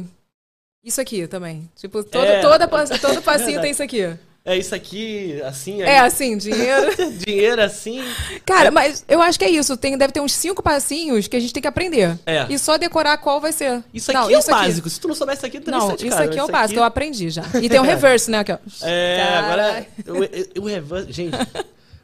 S1: Isso aqui também. Tipo, todo,
S6: É.
S1: toda, pa- todo passinho
S6: Verdade.
S1: tem isso aqui.
S6: <laughs> É isso aqui, assim,
S1: É
S6: aí,
S1: assim, dinheiro.
S6: <laughs> dinheiro assim.
S1: Cara, mas eu acho que é isso. Tem, deve ter uns cinco passinhos que a gente tem que aprender.
S6: É.
S1: E só decorar qual vai ser.
S6: Isso aqui
S1: Não,
S6: é o básico. Se tu não souber isso aqui, tu nem
S1: Não,
S6: sai de
S1: isso
S6: casa.
S1: aqui é o básico. Eu aprendi já. E
S6: <laughs>
S1: tem o reverse, né? Aqui, ó.
S6: É,
S1: Caralho.
S6: agora. o- O, o reverse. Gente,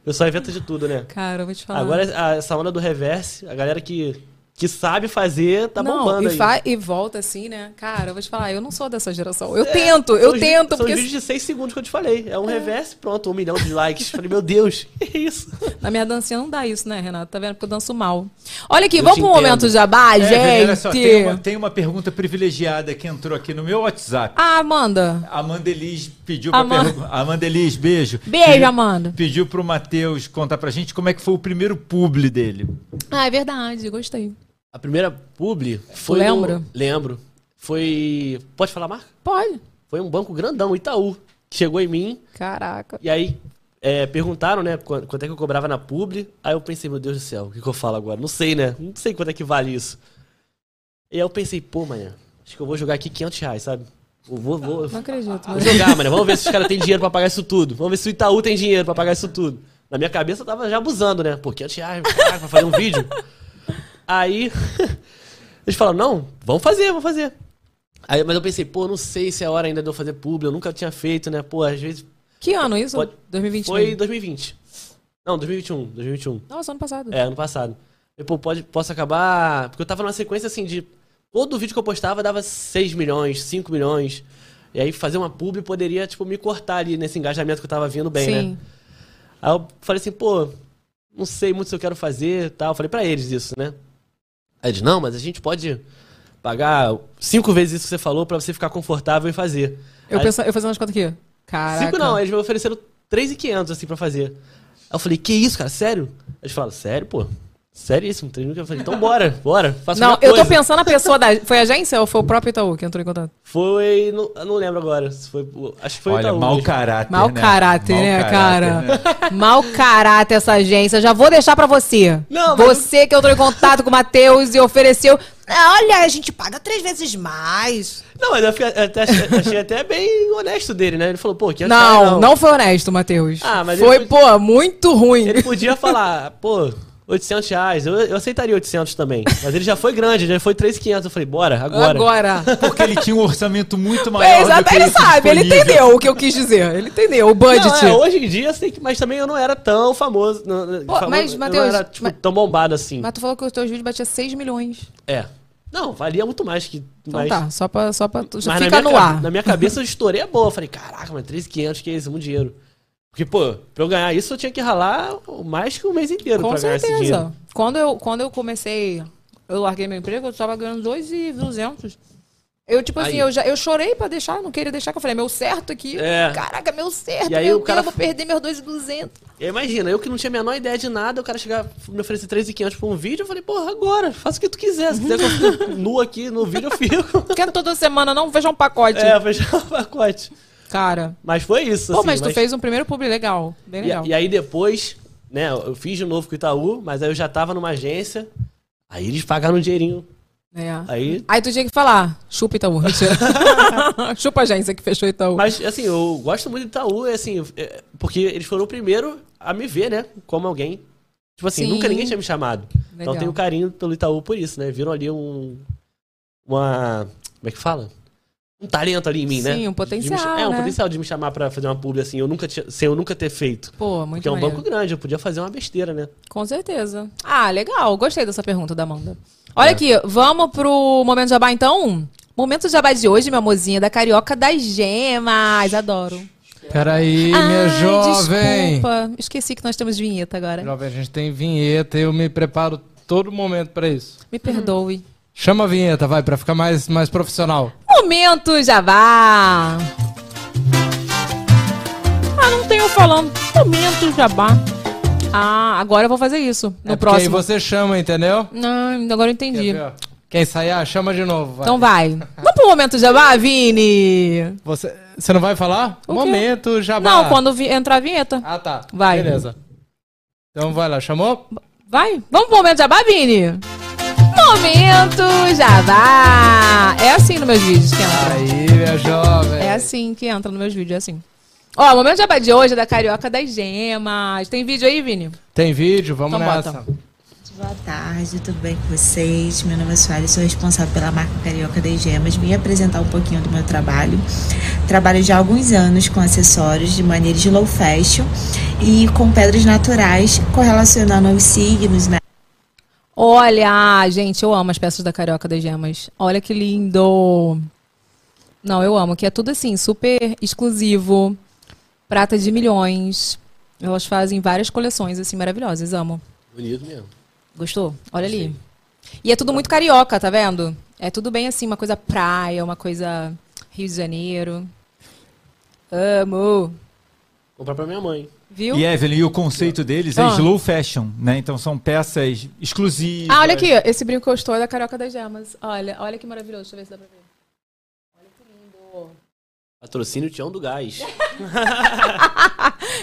S6: eu só invento de tudo, né?
S1: Cara, eu vou te falar.
S6: Agora a- essa onda do reverse, a galera que, que sabe fazer tá
S1: não,
S6: bombando
S1: e,
S6: aí.
S1: fa- e volta assim, né? Cara, eu vou te falar, eu não sou dessa geração.
S6: É,
S1: Eu tento, eu
S6: São os vi-
S1: tento,
S6: São os
S1: porque
S6: vídeos de 6 segundos que eu te falei. É um reverse, pronto, um milhão de likes. Falei, meu Deus, <laughs> que isso?
S1: na minha dancinha não dá isso, né, Renato? Tá vendo? Porque eu danço mal. Olha aqui,
S6: Eu
S1: vamos
S6: te
S1: pro
S6: entendo.
S1: momento jabá,
S7: É, Viviane, olha só, tem, uma,
S1: gente.
S7: tem uma pergunta privilegiada que entrou aqui no meu WhatsApp.
S1: Ah, Amanda.
S7: Amanda Elis pediu pra
S1: Ama-
S7: perguntar. Amanda Elis, beijo.
S1: Beijo,
S7: Pediu-
S1: Amanda.
S7: Pediu pro Matheus contar pra gente como é que foi o primeiro publi dele.
S1: Ah, é verdade, gostei.
S6: A primeira publi foi.
S1: Lembra?
S6: no- lembro. Foi. Pode falar, Marco?
S1: Pode.
S6: Foi um banco grandão, Itaú. que Chegou em mim
S1: Caraca.
S6: e aí é, perguntaram, né, quan- quanto é que eu cobrava na publi. Aí eu pensei, meu Deus do céu, o que, que eu falo agora? Não sei, né? Não sei quanto é que vale isso. E aí eu pensei, pô, manhã, acho que eu vou jogar aqui 500 reais, sabe? Eu vou, vou,
S1: Não acredito.
S6: Vou jogar, mano. Vamos ver se os caras têm dinheiro pra pagar isso tudo. Vamos ver se o Itaú tem dinheiro pra pagar isso tudo. Na minha cabeça eu tava já abusando, né? Pô, 500 reais, caraca, pra fazer um vídeo. Aí <laughs> eles falaram, não, vamos fazer, vamos fazer. Aí, mas eu pensei, pô, não sei se é hora ainda de eu fazer publi, eu nunca tinha feito, né? Pô, às vezes.
S1: Que ano isso?
S6: Pode-
S1: 2021.
S6: Foi 2020. Não, 2021, 2021.
S1: Nossa, ano passado.
S6: É, ano passado. Eu, pô, pode, posso acabar. Porque eu tava numa sequência assim de. Todo vídeo que eu postava dava 6 milhões, 5 milhões. E aí fazer uma publi poderia, tipo, me cortar ali nesse engajamento que eu tava vindo bem,
S1: Sim.
S6: né? Aí eu falei assim, pô, não sei muito se eu quero fazer e tal. Eu falei pra eles isso, né? Aí eles, não, mas a gente pode pagar cinco vezes isso que você falou pra você ficar confortável em fazer.
S1: Eu,
S6: Aí-
S1: pensa, eu fazendo as contas aqui. Caraca.
S6: Cinco não, eles me ofereceram 3,500 assim pra fazer. Aí eu falei, que isso, cara, sério? Eles falaram, sério, pô? Seríssimo, 3.500. Eu falei, então bora, <laughs> bora, faça
S1: Não,
S6: qualquer
S1: eu tô
S6: coisa.
S1: pensando a pessoa da. Foi a agência ou foi o próprio Itaú que entrou em contato?
S6: Foi, não, eu não lembro agora, se foi, acho que foi
S7: Olha,
S6: Itaú
S7: mau
S6: mesmo.
S7: caráter.
S1: Mau
S7: né?
S1: caráter,
S7: Mau
S1: né,
S7: caráter,
S1: cara? <laughs>
S7: né?
S1: Mau caráter essa agência. Já vou deixar pra você.
S6: Não, mas-
S1: você que entrou em contato com o Matheus e ofereceu. É, Olha, a gente paga três vezes mais.
S6: Não, mas eu fiquei- eu até achei, achei até bem honesto dele, né? Ele falou, pô, 500 reais
S1: Não, não, foi honesto, Matheus.
S6: Ah, mas
S1: foi,
S6: ele-
S1: pô, muito ruim.
S6: Ele podia falar, pô, 800 reais, eu, eu aceitaria 800 também. Mas ele já foi grande, já foi 3,500. Eu falei, bora, agora.
S1: Agora.
S7: Porque ele tinha um orçamento muito maior.
S1: É,
S7: do que
S1: exato, ele
S7: esse
S1: sabe, ele
S7: disponível.
S1: entendeu o que eu quis dizer. Ele entendeu o budget.
S6: Não, é, hoje em dia, eu sei que, mas também eu não era tão famoso. não- não-
S1: Pô,
S6: famoso,
S1: mas,
S6: eu
S1: Matheus,
S6: não era tipo,
S1: mas-
S6: tão bombado assim.
S1: Mas tu falou que os teus vídeos batiam 6 milhões.
S6: É. Não, valia muito mais que.
S1: Então
S6: mais,
S1: tá, só pra. Só pra tu, já
S6: mas
S1: fica
S6: na minha
S1: no
S6: ca-
S1: ar.
S6: Na minha cabeça eu estourei a boa. Eu Falei, caraca, mas 3,500, que é isso? Muito dinheiro. Porque, pô, pra eu ganhar isso eu tinha que ralar mais que um mês inteiro
S1: Com
S6: pra ganhar esse dinheiro.
S1: certeza. Quando eu, quando eu comecei, eu larguei meu emprego, eu tava ganhando 2,200. Eu, tipo assim,
S6: Aí.
S1: eu, já, eu chorei pra deixar, eu não queria deixar, que eu falei, meu certo aqui.
S6: É.
S1: Caraca, meu certo,
S6: E aí
S1: meu
S6: o cara
S1: Deus, eu vou perder meus 2,200.
S6: E aí, imagina, eu que não tinha a menor ideia de nada, o cara chegar me oferecer 3,500 pra um vídeo, eu falei, porra, agora, faça o que tu quiser. Se quiser que eu fique nu aqui no vídeo, eu
S1: <laughs>
S6: fico.
S1: Quero toda semana, não veja um pacote.
S6: é, fechar o pacote.
S1: Cara.
S6: Mas foi isso,
S1: Pô,
S6: assim,
S1: mas tu fez um primeiro publi legal. Bem legal.
S6: E, e aí depois, né, eu fiz de novo com o Itaú, mas aí eu já tava numa agência, aí eles pagaram um dinheirinho.
S1: É.
S6: Aí.
S1: Aí tu tinha que falar, chupa Itaú.
S6: <laughs>
S1: mentira. <laughs> chupa a agência que fechou Itaú.
S6: Mas assim, eu gosto muito do Itaú, é assim, é, porque eles foram o primeiro a me ver, né? Como alguém. Tipo assim,
S1: Sim.
S6: nunca ninguém tinha me chamado.
S1: Legal.
S6: Então eu tenho carinho pelo Itaú por isso, né? Viram ali um. Uma. Como é que fala? Um talento ali em mim, né?
S1: Sim, um
S6: De me
S1: potencial,
S6: cha- É, um
S1: né?
S6: potencial de me chamar pra fazer uma publi assim, eu nunca tinha, sem eu nunca ter feito.
S1: Pô, muito
S6: Porque é um
S1: maneiro.
S6: banco grande, eu podia fazer uma besteira, né?
S1: Com certeza. Ah, legal. Gostei dessa pergunta da Amanda. Olha aqui, vamos pro Momento Jabá, então? Momento Jabá de hoje, minha mozinha, da Carioca das Gemas. Adoro.
S2: <laughs> Peraí, minha
S1: Ai,
S2: jovem.
S1: Desculpa, esqueci que nós temos vinheta agora.
S2: Jovem, a gente tem vinheta e eu me preparo todo momento pra isso.
S1: Me perdoe.
S2: Chama a vinheta, vai, pra ficar mais, mais profissional.
S1: Momento Jabá. Ah, não tenho falando. Momento Jabá. Ah, agora eu vou fazer isso no
S2: é porque aí
S1: próximo.
S2: você chama, entendeu?
S1: Não, agora eu
S2: Quer
S1: entendi.
S2: ver, ó? Quem ensaiar, chama de novo. Vai.
S1: Então vai. Vamos pro Momento Jabá, Vini?
S2: Você, você não vai falar?
S1: O quê?
S2: Momento, jabá.
S1: Não, quando vi- entrar a vinheta.
S2: Ah, tá.
S1: Vai.
S2: Beleza. Então vai lá, chamou?
S1: Vai? Vamos pro momento jabá, Vini? Momento jabá! É assim nos meus vídeos que entra.
S2: Aí, minha jovem.
S1: É assim que entra nos meus vídeos, é assim. Ó, o momento de jabá de hoje é da Carioca das Gemas. Tem vídeo aí, Vini?
S2: Tem vídeo? Vamos
S1: Então
S2: nessa.
S9: Boa tarde, tudo bem com vocês? Meu nome é Soares, sou responsável pela marca Carioca das Gemas. Vim apresentar um pouquinho do meu trabalho. Trabalho já há alguns anos com acessórios de maneira de low fashion e com pedras naturais, correlacionando aos signos, né?
S1: Olha, ah, gente, eu amo as peças da Carioca das Gemas. Olha que lindo. Não, eu amo, que é tudo assim, super exclusivo. Prata de milhões. Elas fazem várias coleções assim maravilhosas, amo.
S6: Bonito mesmo.
S1: Gostou? Olha ali. E é tudo muito carioca, tá vendo? É tudo bem assim, uma coisa praia, uma coisa Rio de Janeiro. Amo.
S6: Comprar pra minha mãe.
S1: Viu?
S7: E Evelyn, e o conceito deles é
S1: Ah.
S7: slow fashion, né? Então são peças exclusivas.
S1: Ah, olha aqui, esse brinco que eu estou é da Carioca das Gemas. Olha, olha que maravilhoso. Deixa eu ver se dá pra ver.
S6: Patrocínio Tião
S1: <laughs>
S6: do Gás.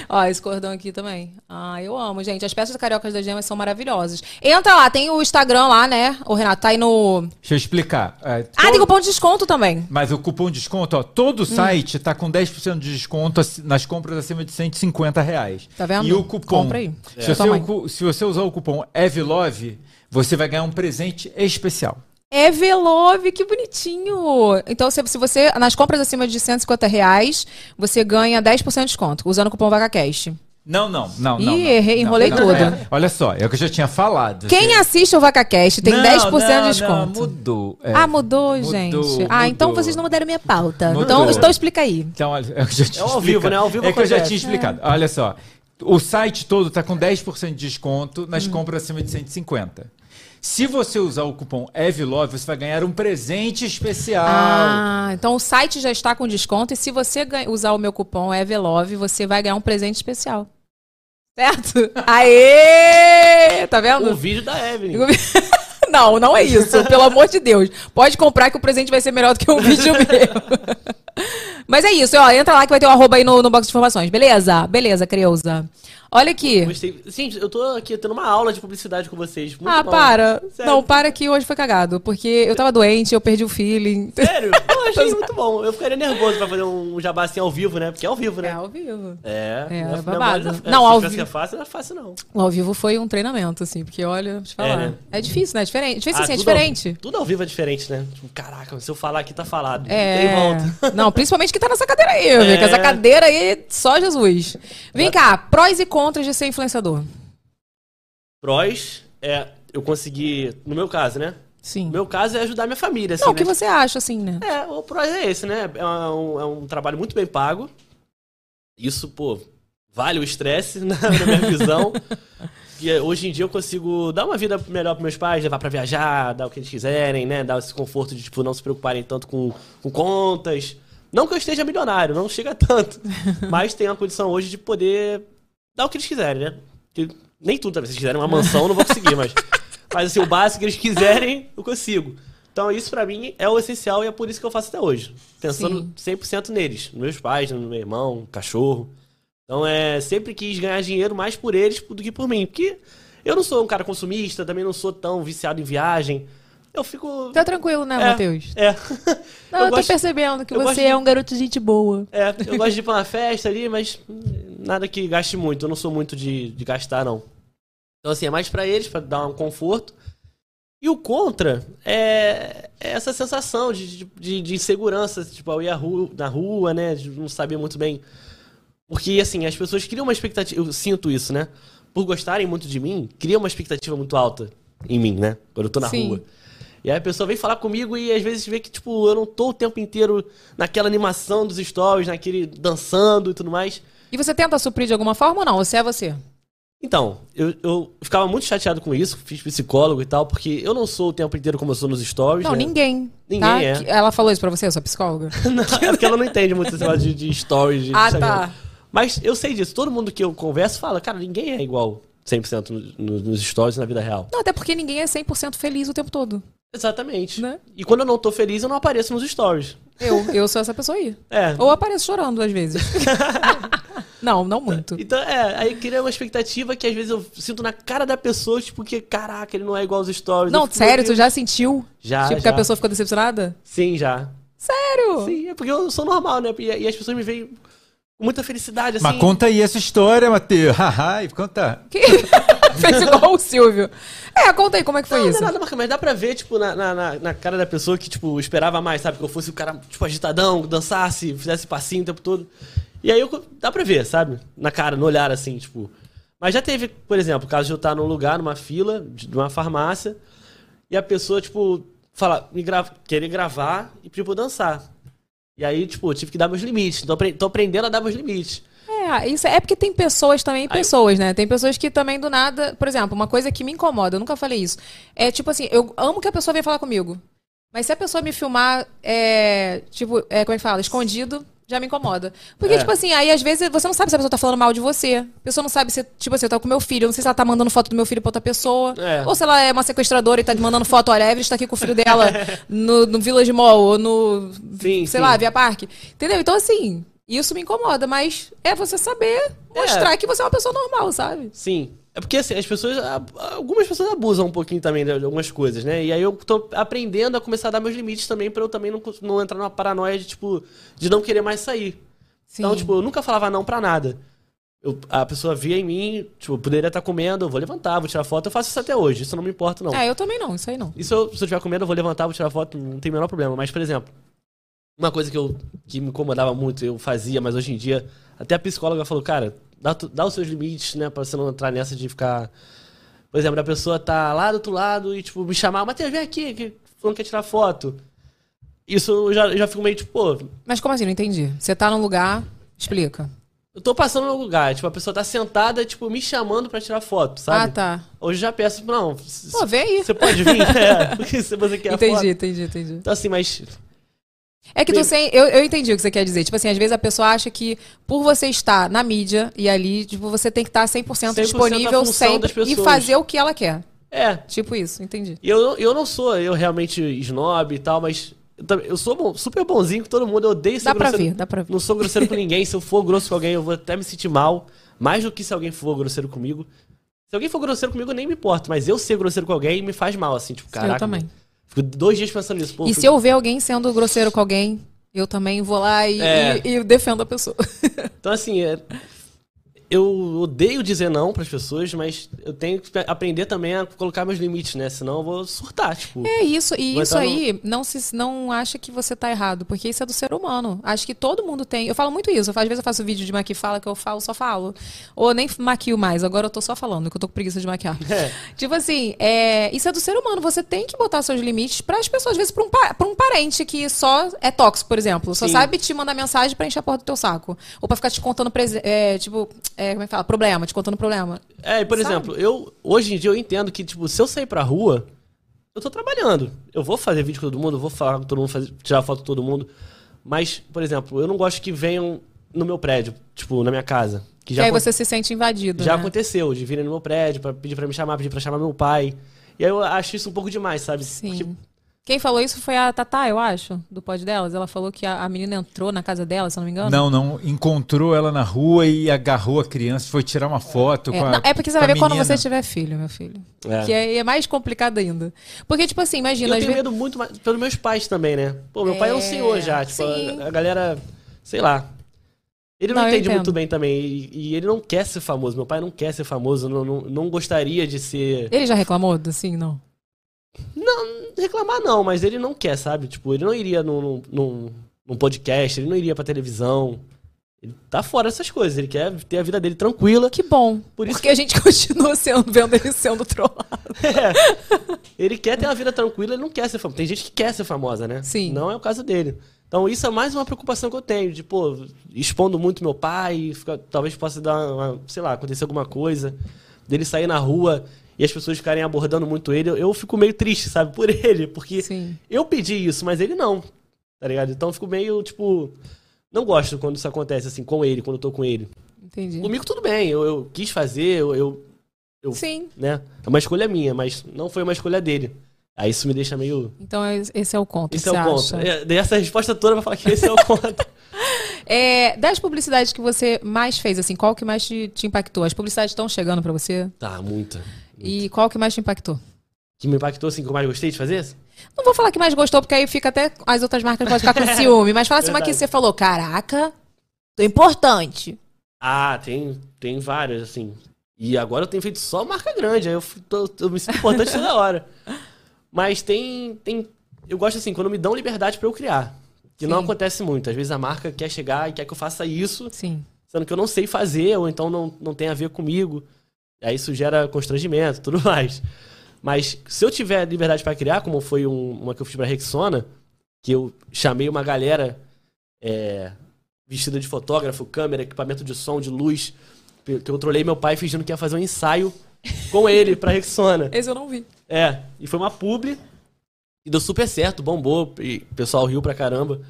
S1: Ó, esse cordão aqui também. Ah, eu amo, gente. As peças da Cariocas das Gemas são maravilosas. Entra lá, tem o Instagram lá, né? O Renato tá aí no.
S7: Deixa eu explicar. É,
S1: Ah, tem cupom de desconto também.
S7: Mas o cupom de desconto, ó, todo
S1: Hum.
S7: site tá com 10% de desconto ac- nas compras acima de 150 reais.
S1: Tá vendo?
S7: E o cupom.
S1: Compra aí.
S7: Se, você,
S1: Toma aí.
S7: cu- se você usar o cupom EVLOVE, você vai ganhar um presente especial.
S1: É Velove, que bonitinho! Então, se, se você, nas compras acima de 150 reais, você ganha 10% de desconto, usando o cupom VacaCast.
S7: Não, não, não,
S1: Ih,
S7: não. não,
S1: errei,
S7: não,
S1: enrolei
S7: não,
S1: tudo.
S7: é. olha só, é o que eu já tinha falado.
S1: Quem
S7: Você-
S1: assiste o VacaCast tem
S7: Não,
S1: 10%
S7: não,
S1: de
S7: Não,
S1: desconto.
S7: mudou. é.
S1: ah, mudou, gente. Ah, então
S7: mudou.
S1: vocês não mudaram minha pauta.
S7: Mudou.
S1: Então, então explica aí.
S7: Então, olha, <laughs> é o que eu já tinha
S6: É ao
S7: explicado.
S6: vivo, né? Ao vivo
S7: É que eu já
S6: acontece.
S7: tinha explicado. Olha só. O site todo está
S1: É.
S7: com 10% de desconto
S1: Hum.
S7: nas compras acima de 150. Se você usar o cupom EVLOVE, você vai ganhar um presente especial.
S1: Ah, então o site já está com desconto e se você ganha- usar o meu cupom EVELOVE, você vai ganhar um presente especial.
S6: <laughs>
S1: Certo? Aê! Tá
S6: o
S1: vendo?
S6: Um vídeo da Evelyn.
S1: Não, não é isso. Pelo amor de Deus. Pode comprar que o presente vai ser melhor do que um
S6: <laughs>
S1: vídeo meu. Mas é isso, ó. Entra lá que vai ter um arroba aí no, no box de informações. Beleza? Beleza, Creuza. Olha aqui.
S6: Gostei. Gente, eu tô aqui tendo uma aula de publicidade com vocês. Muito
S1: Ah,
S6: bom.
S1: para.
S6: Sério.
S1: Não, para que hoje foi cagado. Porque eu tava doente, eu perdi o feeling.
S6: Sério? <laughs> Então, Eu achei muito bom. Eu ficaria nervoso pra fazer um jabá assim ao vivo, né? Porque é ao vivo,
S1: É
S6: né?
S1: ao vivo.
S6: É,
S1: É,
S6: não
S1: é
S6: não
S1: babado.
S6: mole,
S1: Não,
S6: se
S1: ao
S6: tivesse
S1: vivo.
S6: que é fácil, não é fácil, não.
S1: O ao vivo foi um treinamento, assim, porque olha, deixa eu
S6: É,
S1: falar. É,
S6: né?
S1: difícil, né? É diferente. Difícil,
S6: Ah,
S1: assim, é
S6: tudo ao-
S1: diferente.
S6: tudo ao vivo é diferente, né? Tipo, caraca, se eu falar aqui, tá falado.
S1: É.
S6: Não tem volta. <laughs> É.
S1: Não, principalmente que tá nessa cadeira aí, velho. Que essa cadeira aí, só Jesus. Vem cá, prós e contras de ser influenciador.
S6: Prós é eu consegui, no meu caso, né?
S1: Sim.
S6: No meu caso é ajudar minha família, assim,
S1: Não, o
S6: né?
S1: que você acha, assim, né?
S6: É, o prós é esse, né? É um, é um trabalho muito bem pago. Isso, pô, vale o estresse, <laughs> na, na minha visão. E eh, hoje em dia eu consigo dar uma vida melhor pros meus pais, levar pra viajar, dar o que eles quiserem, né? Dar esse conforto de, tipo, não se preocuparem tanto com, com contas. Não que eu esteja milionário, não chega tanto. Mas tenho a condição hoje de poder dar o que eles quiserem, né? Que nem tudo, também. se eles quiserem uma mansão, eu não vou conseguir,
S1: <laughs>
S6: mas. Mas assim, o básico que eles quiserem, eu consigo. Então isso pra mim é o essencial e é por isso que eu faço até hoje. Pensando 100% neles, nos meus pais, no meu irmão, no cachorro. Então é, sempre quis ganhar dinheiro mais por eles do que por mim, porque eu não sou um cara consumista, também não sou tão viciado em viagem. Eu fico
S1: Tá tranquilo, né,
S6: É.
S1: Matheus?
S6: é. <laughs>
S1: Não, eu, tô
S6: gosto-
S1: percebendo que
S6: eu gosto
S1: você
S6: de-
S1: é um garoto de gente boa.
S6: é, eu gosto de ir pra uma festa ali, mas hum, nada que gaste muito. Eu não sou muito de, de gastar, não. Então, assim, é mais pra eles, pra dar um conforto. E o contra é, é essa sensação de, de- de, de insegurança, tipo, ao ir à rua, na rua, né? De não saber muito bem. Porque, assim, as pessoas criam uma expectativa. Eu sinto isso, né? Por gostarem muito de mim, cria uma expectativa muito alta em mim, né? Quando eu tô na
S1: Sim.
S6: rua. E aí a pessoa vem falar comigo e às vezes vê que, tipo, eu não tô o tempo inteiro naquela animação dos stories, naquele dançando e tudo mais.
S1: E você tenta suprir de alguma forma ou não? Você é você.
S6: Então, eu, eu ficava muito chateado com isso, fiz psicólogo e tal, porque eu não sou o tempo inteiro como eu sou nos stories.
S1: Não,
S6: né?
S1: ninguém.
S6: Ninguém
S1: tá?
S6: é.
S1: Que- Ela falou isso pra você, sua
S6: <laughs>
S1: psicóloga?
S6: Não, é porque ela não entende muito esse negócio de, de stories. de
S1: Ah,
S6: Instagram.
S1: tá.
S6: Mas eu sei disso. Todo mundo que eu converso fala, cara, ninguém é igual 100% no- no- nos stories e na vida real.
S1: Não, até porque ninguém é 100% feliz o tempo todo.
S6: Exatamente.
S1: Né?
S6: E quando eu não tô feliz, eu não apareço nos stories.
S1: Eu, eu sou essa pessoa aí.
S6: É.
S1: Ou apareço chorando às
S6: <laughs>
S1: vezes. não, não muito.
S6: Então, é, aí cria uma expectativa que às vezes eu sinto na cara da pessoa, tipo, que caraca, ele não é igual aos stories. Eu
S1: Não,
S6: fico,
S1: sério,
S6: meu
S1: tu
S6: Deus.
S1: já sentiu?
S6: Já,
S1: Tipo,
S6: já.
S1: que a pessoa ficou decepcionada?
S6: Sim, já.
S1: Sério?
S6: Sim, é porque eu sou normal, né? E, e as pessoas me veem com muita felicidade, assim.
S7: Mas conta aí essa história, Matheus. <laughs> Haha, conta.
S1: <laughs> Fez igual o Silvio. É, conta aí como é que foi
S6: Não, não é
S1: isso.
S6: nada, marca, mas dá pra ver, tipo, na, na, na- na cara da pessoa que, tipo, esperava mais, sabe? Que eu fosse o cara, tipo, agitadão, que dançasse, fizesse passinho o tempo todo. E aí eu, dá pra ver, sabe? Na cara, no olhar, assim, tipo. Mas já teve, por exemplo, o caso de eu estar num lugar, numa fila, de de uma farmácia, e a pessoa, tipo, fala, me grava, querer gravar e, tipo, dançar. E aí, tipo, eu tive que dar meus limites. Tô, apre- tô aprendendo a dar meus limites.
S1: É, isso é porque tem pessoas também, pessoas, né? Tem pessoas que também do nada, por exemplo, uma coisa que me incomoda, eu nunca falei isso. É tipo assim, eu amo que a pessoa venha falar comigo. Mas se a pessoa me filmar, é, tipo, é, como é que fala? Escondido, já me incomoda. Porque,
S10: É.
S1: tipo assim, aí às vezes você não sabe se a pessoa tá falando mal de você. A pessoa não sabe se, tipo assim, eu tô com meu filho, eu não sei se ela tá mandando foto do meu filho pra outra pessoa.
S10: É.
S1: Ou se ela é uma sequestradora e tá mandando foto, olha, a Evelyn tá aqui com o
S10: <laughs>
S1: filho dela no, no Village Mall ou no, sei lá, Via Parque. Entendeu? Então, assim, isso me incomoda, mas é você saber mostrar que você é uma pessoa normal, sabe?
S6: Sim. É porque assim, as pessoas. a- Algumas pessoas abusam um pouquinho também de de algumas coisas, né? E aí eu tô aprendendo a começar a dar meus limites também pra eu também não, cons- não entrar numa paranoia de, tipo, de não querer mais sair. Então, tipo, eu nunca falava não pra nada. Eu- a pessoa via em mim, tipo, poderia estar comendo, eu vou levantar, vou tirar foto, eu faço isso até hoje, isso não me importa, não.
S1: É, eu também não, isso aí não.
S6: Isso eu, se eu tiver comendo, eu vou levantar, vou tirar foto, não tem o menor problema. Mas, por exemplo, uma coisa que, eu, que me incomodava muito, eu fazia, mas hoje em dia, até a psicóloga falou, cara, dá, tu- dá os seus limites, né, pra você não entrar nessa de ficar. Por exemplo, a pessoa tá lá do outro lado e, tipo, me chamar, Matheus, vem aqui, que falando que quer tirar foto. Isso eu já, eu já fico meio, tipo, pô,
S1: Mas como assim? Não entendi. Você tá num lugar, explica.
S6: eu tô passando no lugar, tipo, a pessoa tá sentada, tipo, me chamando pra tirar foto, sabe?
S1: Ah, tá.
S6: Hoje eu já peço, não, c-
S1: Pô, vem aí.
S6: Você pode vir? <laughs> É, porque se você quer a
S1: Entendi,
S6: foto.
S1: entendi, entendi.
S6: Então, assim, mas
S1: É que tu sem. Eu, eu entendi o que você quer dizer. Tipo assim, às vezes a pessoa acha que por você estar na mídia e ali, tipo, você tem que estar 100%,
S6: 100% a
S1: disponível
S6: função
S1: sempre
S6: das pessoas.
S1: e fazer o que ela quer.
S6: É.
S1: Tipo isso, entendi.
S6: E eu, eu não sou, eu realmente snob e tal, mas eu, também- eu sou bom- super bonzinho com todo mundo, eu odeio é ser
S1: Dá pra
S6: grosseiro.
S1: ver, dá pra ver.
S6: Não sou grosseiro com ninguém, se eu for grosso com alguém eu vou até me sentir mal, mais do que se alguém for grosseiro comigo. Se alguém for grosseiro comigo eu nem me importo, mas eu ser grosseiro com alguém me faz mal, assim, tipo,
S1: eu
S6: caraca.
S1: também.
S6: Fico dois dias pensando nisso. pô,
S1: E
S6: fui-
S1: se eu ver alguém sendo grosseiro com alguém, eu também vou lá e,
S6: É.
S1: e- e defendo a pessoa.
S6: Então, assim, é- eu odeio dizer não pras pessoas, mas eu tenho que aprender também a colocar meus limites, né? Senão eu vou surtar, tipo.
S1: É isso, e
S6: vou
S1: isso
S6: entrar no-
S1: aí não se não acha que você tá errado, porque isso é do ser humano. Acho que todo mundo tem. Eu falo muito isso, eu fa- às vezes eu faço vídeo de maqui fala que eu falo, só falo. Ou nem maquio mais, agora eu tô só falando, que eu tô com preguiça de maquiar. Tipo assim, é, isso é do ser humano, você tem que botar seus limites para as pessoas, às vezes para um, pa- pra um parente que só é tóxico, por exemplo, só
S10: Sim.
S1: sabe te mandar mensagem para encher a porta do teu saco, ou para ficar te contando prese- é, tipo, é, como é que fala? Problema, te contando problema.
S6: É, e por
S1: Sabe?
S6: exemplo, eu hoje em dia eu entendo que, tipo, se eu sair pra rua, eu tô trabalhando. Eu vou fazer vídeo com todo mundo, eu vou falar com todo mundo, fazer- tirar foto com todo mundo. Mas, por exemplo, eu não gosto que venham no meu prédio, tipo, na minha casa. Que
S1: Que aí
S6: acon-
S1: você se sente invadido,
S6: já
S1: né?
S6: aconteceu, de virem no meu prédio, pra pedir pra me chamar, pedir pra chamar meu pai. E aí eu acho isso um pouco demais, sabe? Sim.
S1: Quem falou isso foi a Tatá, eu acho, do pod delas. Ela falou que a, a menina entrou na casa dela, se eu não me engano.
S7: Não, não. Encontrou ela na rua e agarrou a criança, foi tirar uma foto
S1: É,
S7: com a.
S1: não, é porque você
S7: com a
S1: vai ver quando
S7: menina.
S1: você tiver filho, meu filho.
S7: É.
S1: Que aí é mais complicado ainda. Porque, tipo assim,
S6: eu
S1: imagina.
S6: tenho
S1: às vezes-
S6: medo muito mais, pelos meus pais também, né? Pô, meu pai é um
S1: É,
S6: senhor já, tipo,
S1: sim.
S6: a, a galera, sei lá. Ele não,
S1: Não, eu
S6: entende
S1: entendo.
S6: muito bem também, e, e ele não quer ser famoso, meu pai não quer ser famoso, não, não, não gostaria de ser...
S1: Ele já reclamou, assim, não?
S6: Não, reclamar não, mas ele não quer, sabe? Tipo, ele não iria num, num- num, num podcast, ele não iria pra televisão, ele tá fora dessas coisas, ele quer ter a vida dele tranquila.
S1: Que bom,
S6: Por isso
S1: Porque a gente <laughs> continua sendo, vendo ele sendo trollado.
S6: É. Ele quer ter uma vida tranquila, ele não quer ser famoso. Tem gente que quer ser famosa, né? Sim. Não é o caso dele. Então isso é mais uma preocupação que eu tenho, de, pô, expondo muito meu pai, fica- talvez possa dar, uma, sei lá, acontecer alguma coisa, dele sair na rua e as pessoas ficarem abordando muito ele, eu, eu fico meio triste, sabe, por <laughs> ele, porque eu pedi isso, mas ele não, tá ligado? Então eu fico meio, tipo, não gosto quando isso acontece, assim, com ele, quando eu tô com ele.
S1: Entendi.
S6: Comigo tudo bem, eu, eu quis fazer, eu, eu, eu-
S1: Sim.
S6: Né? É uma escolha minha, mas não foi uma escolha dele. Aí isso me deixa meio.
S1: Então é- esse é o conto.
S6: Esse
S1: você
S6: é o
S1: acha?
S6: contra. É, dei essa resposta toda pra falar que esse
S1: <laughs>
S6: é o contra.
S1: É, das publicidades que você mais fez, assim, qual que mais te, te impactou? As publicidades estão chegando pra você?
S6: tá, muita.
S1: E qual que mais te impactou?
S6: Que me impactou assim que eu mais gostei de fazer?
S1: Não vou falar que
S6: <laughs>
S1: mais gostou, porque aí fica até as outras marcas podem ficar com ciúme, mas fala assim, uma que
S6: Verdade.
S1: você falou, caraca, Tô importante.
S6: Ah, tem, tem várias, assim. E agora eu tenho feito só marca grande, aí eu, fui- tô- tô- eu me sinto importante toda hora. Mas tem, tem. Eu gosto assim, quando me dão liberdade pra eu criar. Que não
S10: Sim.
S6: acontece muito. Às vezes a marca quer chegar e quer que eu faça isso.
S1: Sim.
S6: Sendo que eu não sei fazer, ou então não, não tem a ver comigo. Aí isso gera constrangimento <laughs> e tudo mais. Mas se eu tiver liberdade pra criar, como foi um- uma que eu fiz pra Rexona, que eu chamei uma galera é, vestida de fotógrafo, câmera, equipamento de som, de luz, que eu trolei meu pai fingindo que ia fazer um ensaio com ele pra Rexona.
S1: Esse eu não vi.
S6: É, e foi uma publi e deu super certo, bombou, e o pessoal riu pra caramba.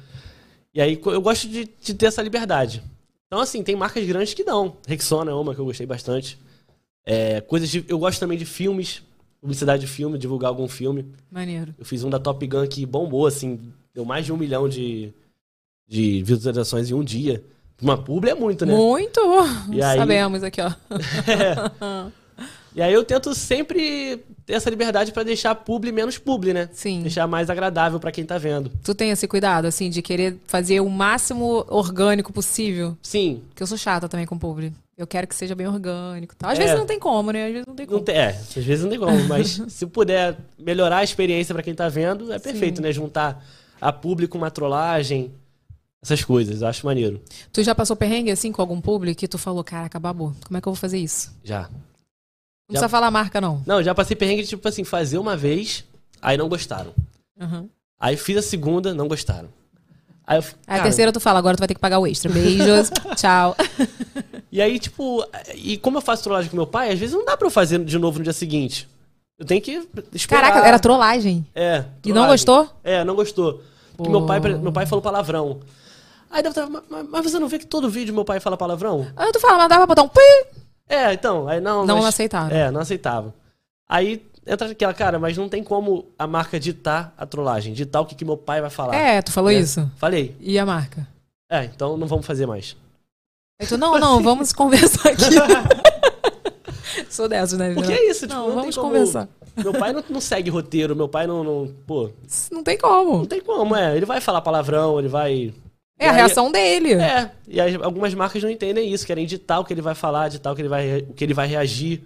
S6: E aí co- eu gosto de, de ter essa liberdade. Então, assim, tem marcas grandes que dão. Rexona é uma que eu gostei bastante. É, coisas de- eu gosto também de filmes, publicidade de filme, divulgar algum filme.
S1: Maneiro.
S6: Eu fiz um da Top Gun que bombou, assim, deu mais de um milhão de, de visualizações em um dia. Uma publi é muito, né?
S1: Muito.
S6: E aí-
S1: Sabemos aqui, ó.
S6: E aí eu tento sempre ter essa liberdade pra deixar publi menos publi, né?
S1: Sim.
S6: Deixar mais agradável pra quem tá vendo.
S1: Tu tem esse cuidado, assim, de querer fazer o máximo orgânico possível?
S6: Sim.
S1: Porque eu sou chata também com publi. Eu quero que seja bem orgânico. e tal. Às
S6: É.
S1: vezes não tem como, né? Às vezes não tem como.
S6: Não tem, é, às vezes não tem como,
S1: <laughs>
S6: mas se puder melhorar a experiência pra quem tá vendo, é perfeito,
S1: Sim.
S6: né? Juntar a público uma trollagem, essas coisas, eu acho maneiro.
S1: Tu já passou perrengue, assim, com algum publi que tu falou, caraca, babou, como é que eu vou fazer isso?
S6: Já.
S1: Não precisa falar a marca, não.
S6: Não, já passei perrengue, de, tipo assim, fazer uma vez, aí não gostaram.
S1: Uhum.
S6: Aí fiz a segunda, não gostaram. Aí eu fi-
S1: Aí a
S6: cara,
S1: terceira tu fala, agora tu vai ter que pagar o extra.
S6: <laughs>
S1: Beijos, tchau.
S6: E aí, tipo, e como eu faço trollagem com meu pai, às vezes não dá pra eu fazer de novo no dia seguinte. Eu tenho que esperar.
S1: Caraca, era trollagem.
S6: É.
S1: E não gostou?
S6: É, não gostou. Porque meu
S1: Pô.
S6: pai, meu pai falou palavrão. Aí deve estar, mas, mas você não vê que todo vídeo meu pai fala palavrão?
S1: Aí tu fala, mas dá pra botar um pi.
S6: É, então, aí não.
S1: Não
S6: mas-
S1: aceitaram.
S6: É, não aceitava. Aí entra aquela, cara, mas não tem como a marca ditar a trollagem, ditar o que, que meu pai vai falar.
S1: É, tu falou
S6: Né?
S1: isso.
S6: Falei.
S1: E a marca?
S6: É, então não vamos fazer mais.
S1: Aí tu, não,
S6: assim?"
S1: não, vamos conversar
S6: <laughs>
S1: aqui. Sou dessas, né?
S6: Porque
S1: Vivian?
S6: é isso, tipo,
S1: Não,
S6: não,
S1: vamos
S6: tem como...
S1: conversar.
S6: Meu pai não, não segue roteiro, meu pai não, não- Pô,
S1: Não tem como.
S6: não tem como, é. Ele vai falar palavrão, ele vai.
S1: É a
S6: E aí-
S1: reação dele.
S6: É, e aí algumas marcas não entendem isso, querem ditar o que ele vai falar, ditar o que ele vai, o que ele vai reagir.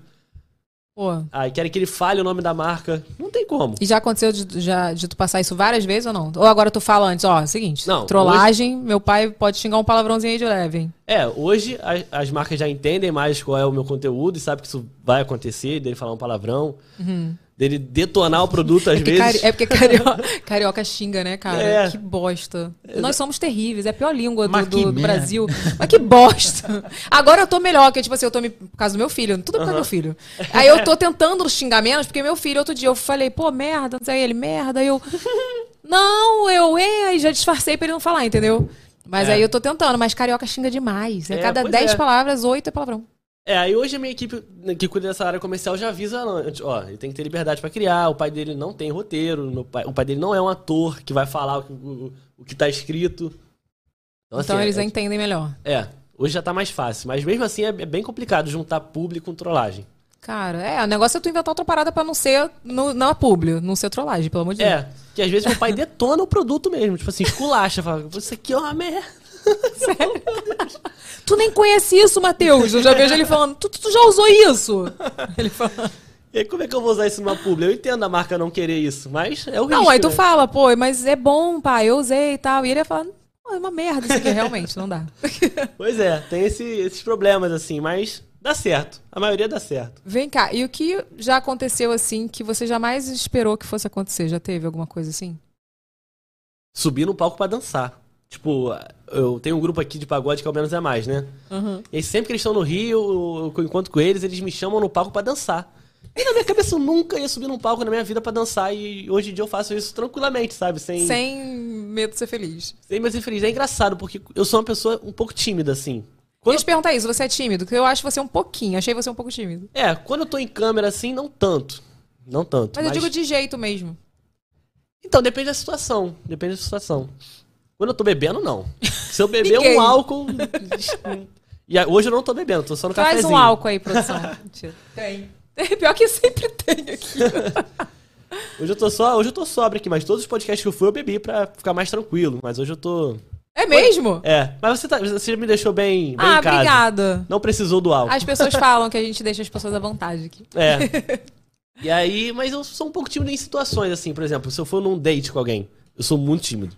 S1: Pô.
S6: Aí querem que ele fale o nome da marca. Não tem como.
S1: E já aconteceu de, já, de tu passar isso várias vezes ou não? Ou agora tu fala antes, ó, é o seguinte,
S6: Não,
S1: trollagem, meu pai pode xingar um palavrãozinho aí de leve, hein?
S6: É, hoje a- as marcas já entendem mais qual é o meu conteúdo e sabe que isso vai acontecer, dele falar um palavrão,
S1: Uhum.
S6: dele detonar o produto às
S1: Porque
S6: vezes.
S1: cari- é porque carioca, <laughs> carioca xinga, né, cara?
S6: É.
S1: Que bosta. Nós somos terríveis, é a pior língua do,
S7: Mas que
S1: do
S7: merda.
S1: Brasil. Mas que bosta. Agora eu tô melhor, que tipo assim, eu tô me, por causa do meu filho, tudo é por causa do meu filho. Aí eu tô tentando xingar menos, porque meu filho, outro dia eu falei, pô, merda, não sei aí ele, merda, aí
S6: <laughs>
S1: eu. Não, eu é, aí já disfarcei pra ele não falar, entendeu? Mas
S6: É.
S1: aí eu tô tentando, mas carioca xinga demais. A
S6: É,
S1: cada
S6: pois
S1: 10
S6: é.
S1: palavras, 8 é palavrão.
S6: É, aí hoje a minha equipe né, que cuida dessa área comercial já avisa, antes, ó, ele tem que ter liberdade pra criar, o pai dele não tem roteiro, meu pai- o pai dele não é um ator que vai falar o, que- o, o que tá escrito.
S1: Então,
S6: assim,
S1: eles
S6: é,
S1: entendem melhor.
S6: É, hoje já tá mais fácil, mas mesmo assim é, é bem complicado juntar público com trollagem.
S1: Cara, é, o negócio é tu inventar outra parada pra não ser no, na publi, não ser trollagem, pelo amor de Deus.
S6: É, que às vezes meu pai detona o produto mesmo, tipo assim, esculacha, fala, isso aqui é uma merda.
S1: Tu nem conhece isso, Matheus. Eu já vejo ele falando, tu, tu já usou isso?
S6: E aí, como é que eu vou usar isso numa publi? Eu entendo a marca não querer isso, mas é o risco.
S1: Não, aí tu
S6: né?
S1: fala, pô, mas é bom, pai, eu usei e tal. E ele ia falar, pô, é uma merda isso aqui, realmente, não dá.
S6: Pois é, tem esse- esses problemas assim, mas dá certo. A maioria dá certo.
S1: Vem cá, e o que já aconteceu assim que você jamais esperou que fosse acontecer? Já teve alguma coisa assim?
S6: Subir no palco pra dançar. Tipo, eu tenho um grupo aqui de pagode que ao menos é mais, né?
S1: Uhum.
S6: E aí, sempre que eles estão no Rio, eu- eu encontro com eles, eles me chamam no palco pra dançar. E na minha cabeça eu nunca ia subir num palco na minha vida pra dançar e hoje em dia eu faço isso tranquilamente, sabe? Sem
S1: Sem medo de ser feliz.
S6: sem me ser feliz. É engraçado porque eu sou uma pessoa um pouco tímida assim.
S1: Quando... Deixa eu te perguntar isso, você é tímido? Porque eu acho você um pouquinho, achei você um pouco tímido.
S6: É, quando eu tô em câmera assim, não tanto. Não tanto.
S1: Mas, eu digo de jeito mesmo.
S6: Então, depende da situação. Depende da situação. Quando eu tô bebendo, não. Se eu beber
S1: Ninguém.
S6: um álcool. <laughs> e a- hoje eu não tô bebendo, tô só no
S1: Traz
S6: cafezinho.
S1: um álcool aí,
S6: <laughs>
S1: produção. Mentira.
S6: Tem.
S1: <laughs> Pior que sempre tem aqui.
S6: Hoje eu tô só, hoje eu tô sóbrio aqui, mas todos os podcasts que eu fui eu bebi pra ficar mais tranquilo, mas hoje eu tô
S1: É mesmo?
S6: É. Mas você, tá- você me deixou bem, bem
S1: Ah,
S6: em casa.
S1: obrigada.
S6: Não precisou do álcool.
S1: As pessoas falam que a gente deixa as pessoas à vontade aqui.
S6: É. <laughs> E aí, mas eu sou um pouco tímido em situações, assim, por exemplo, se eu for num date com alguém, eu sou muito tímido.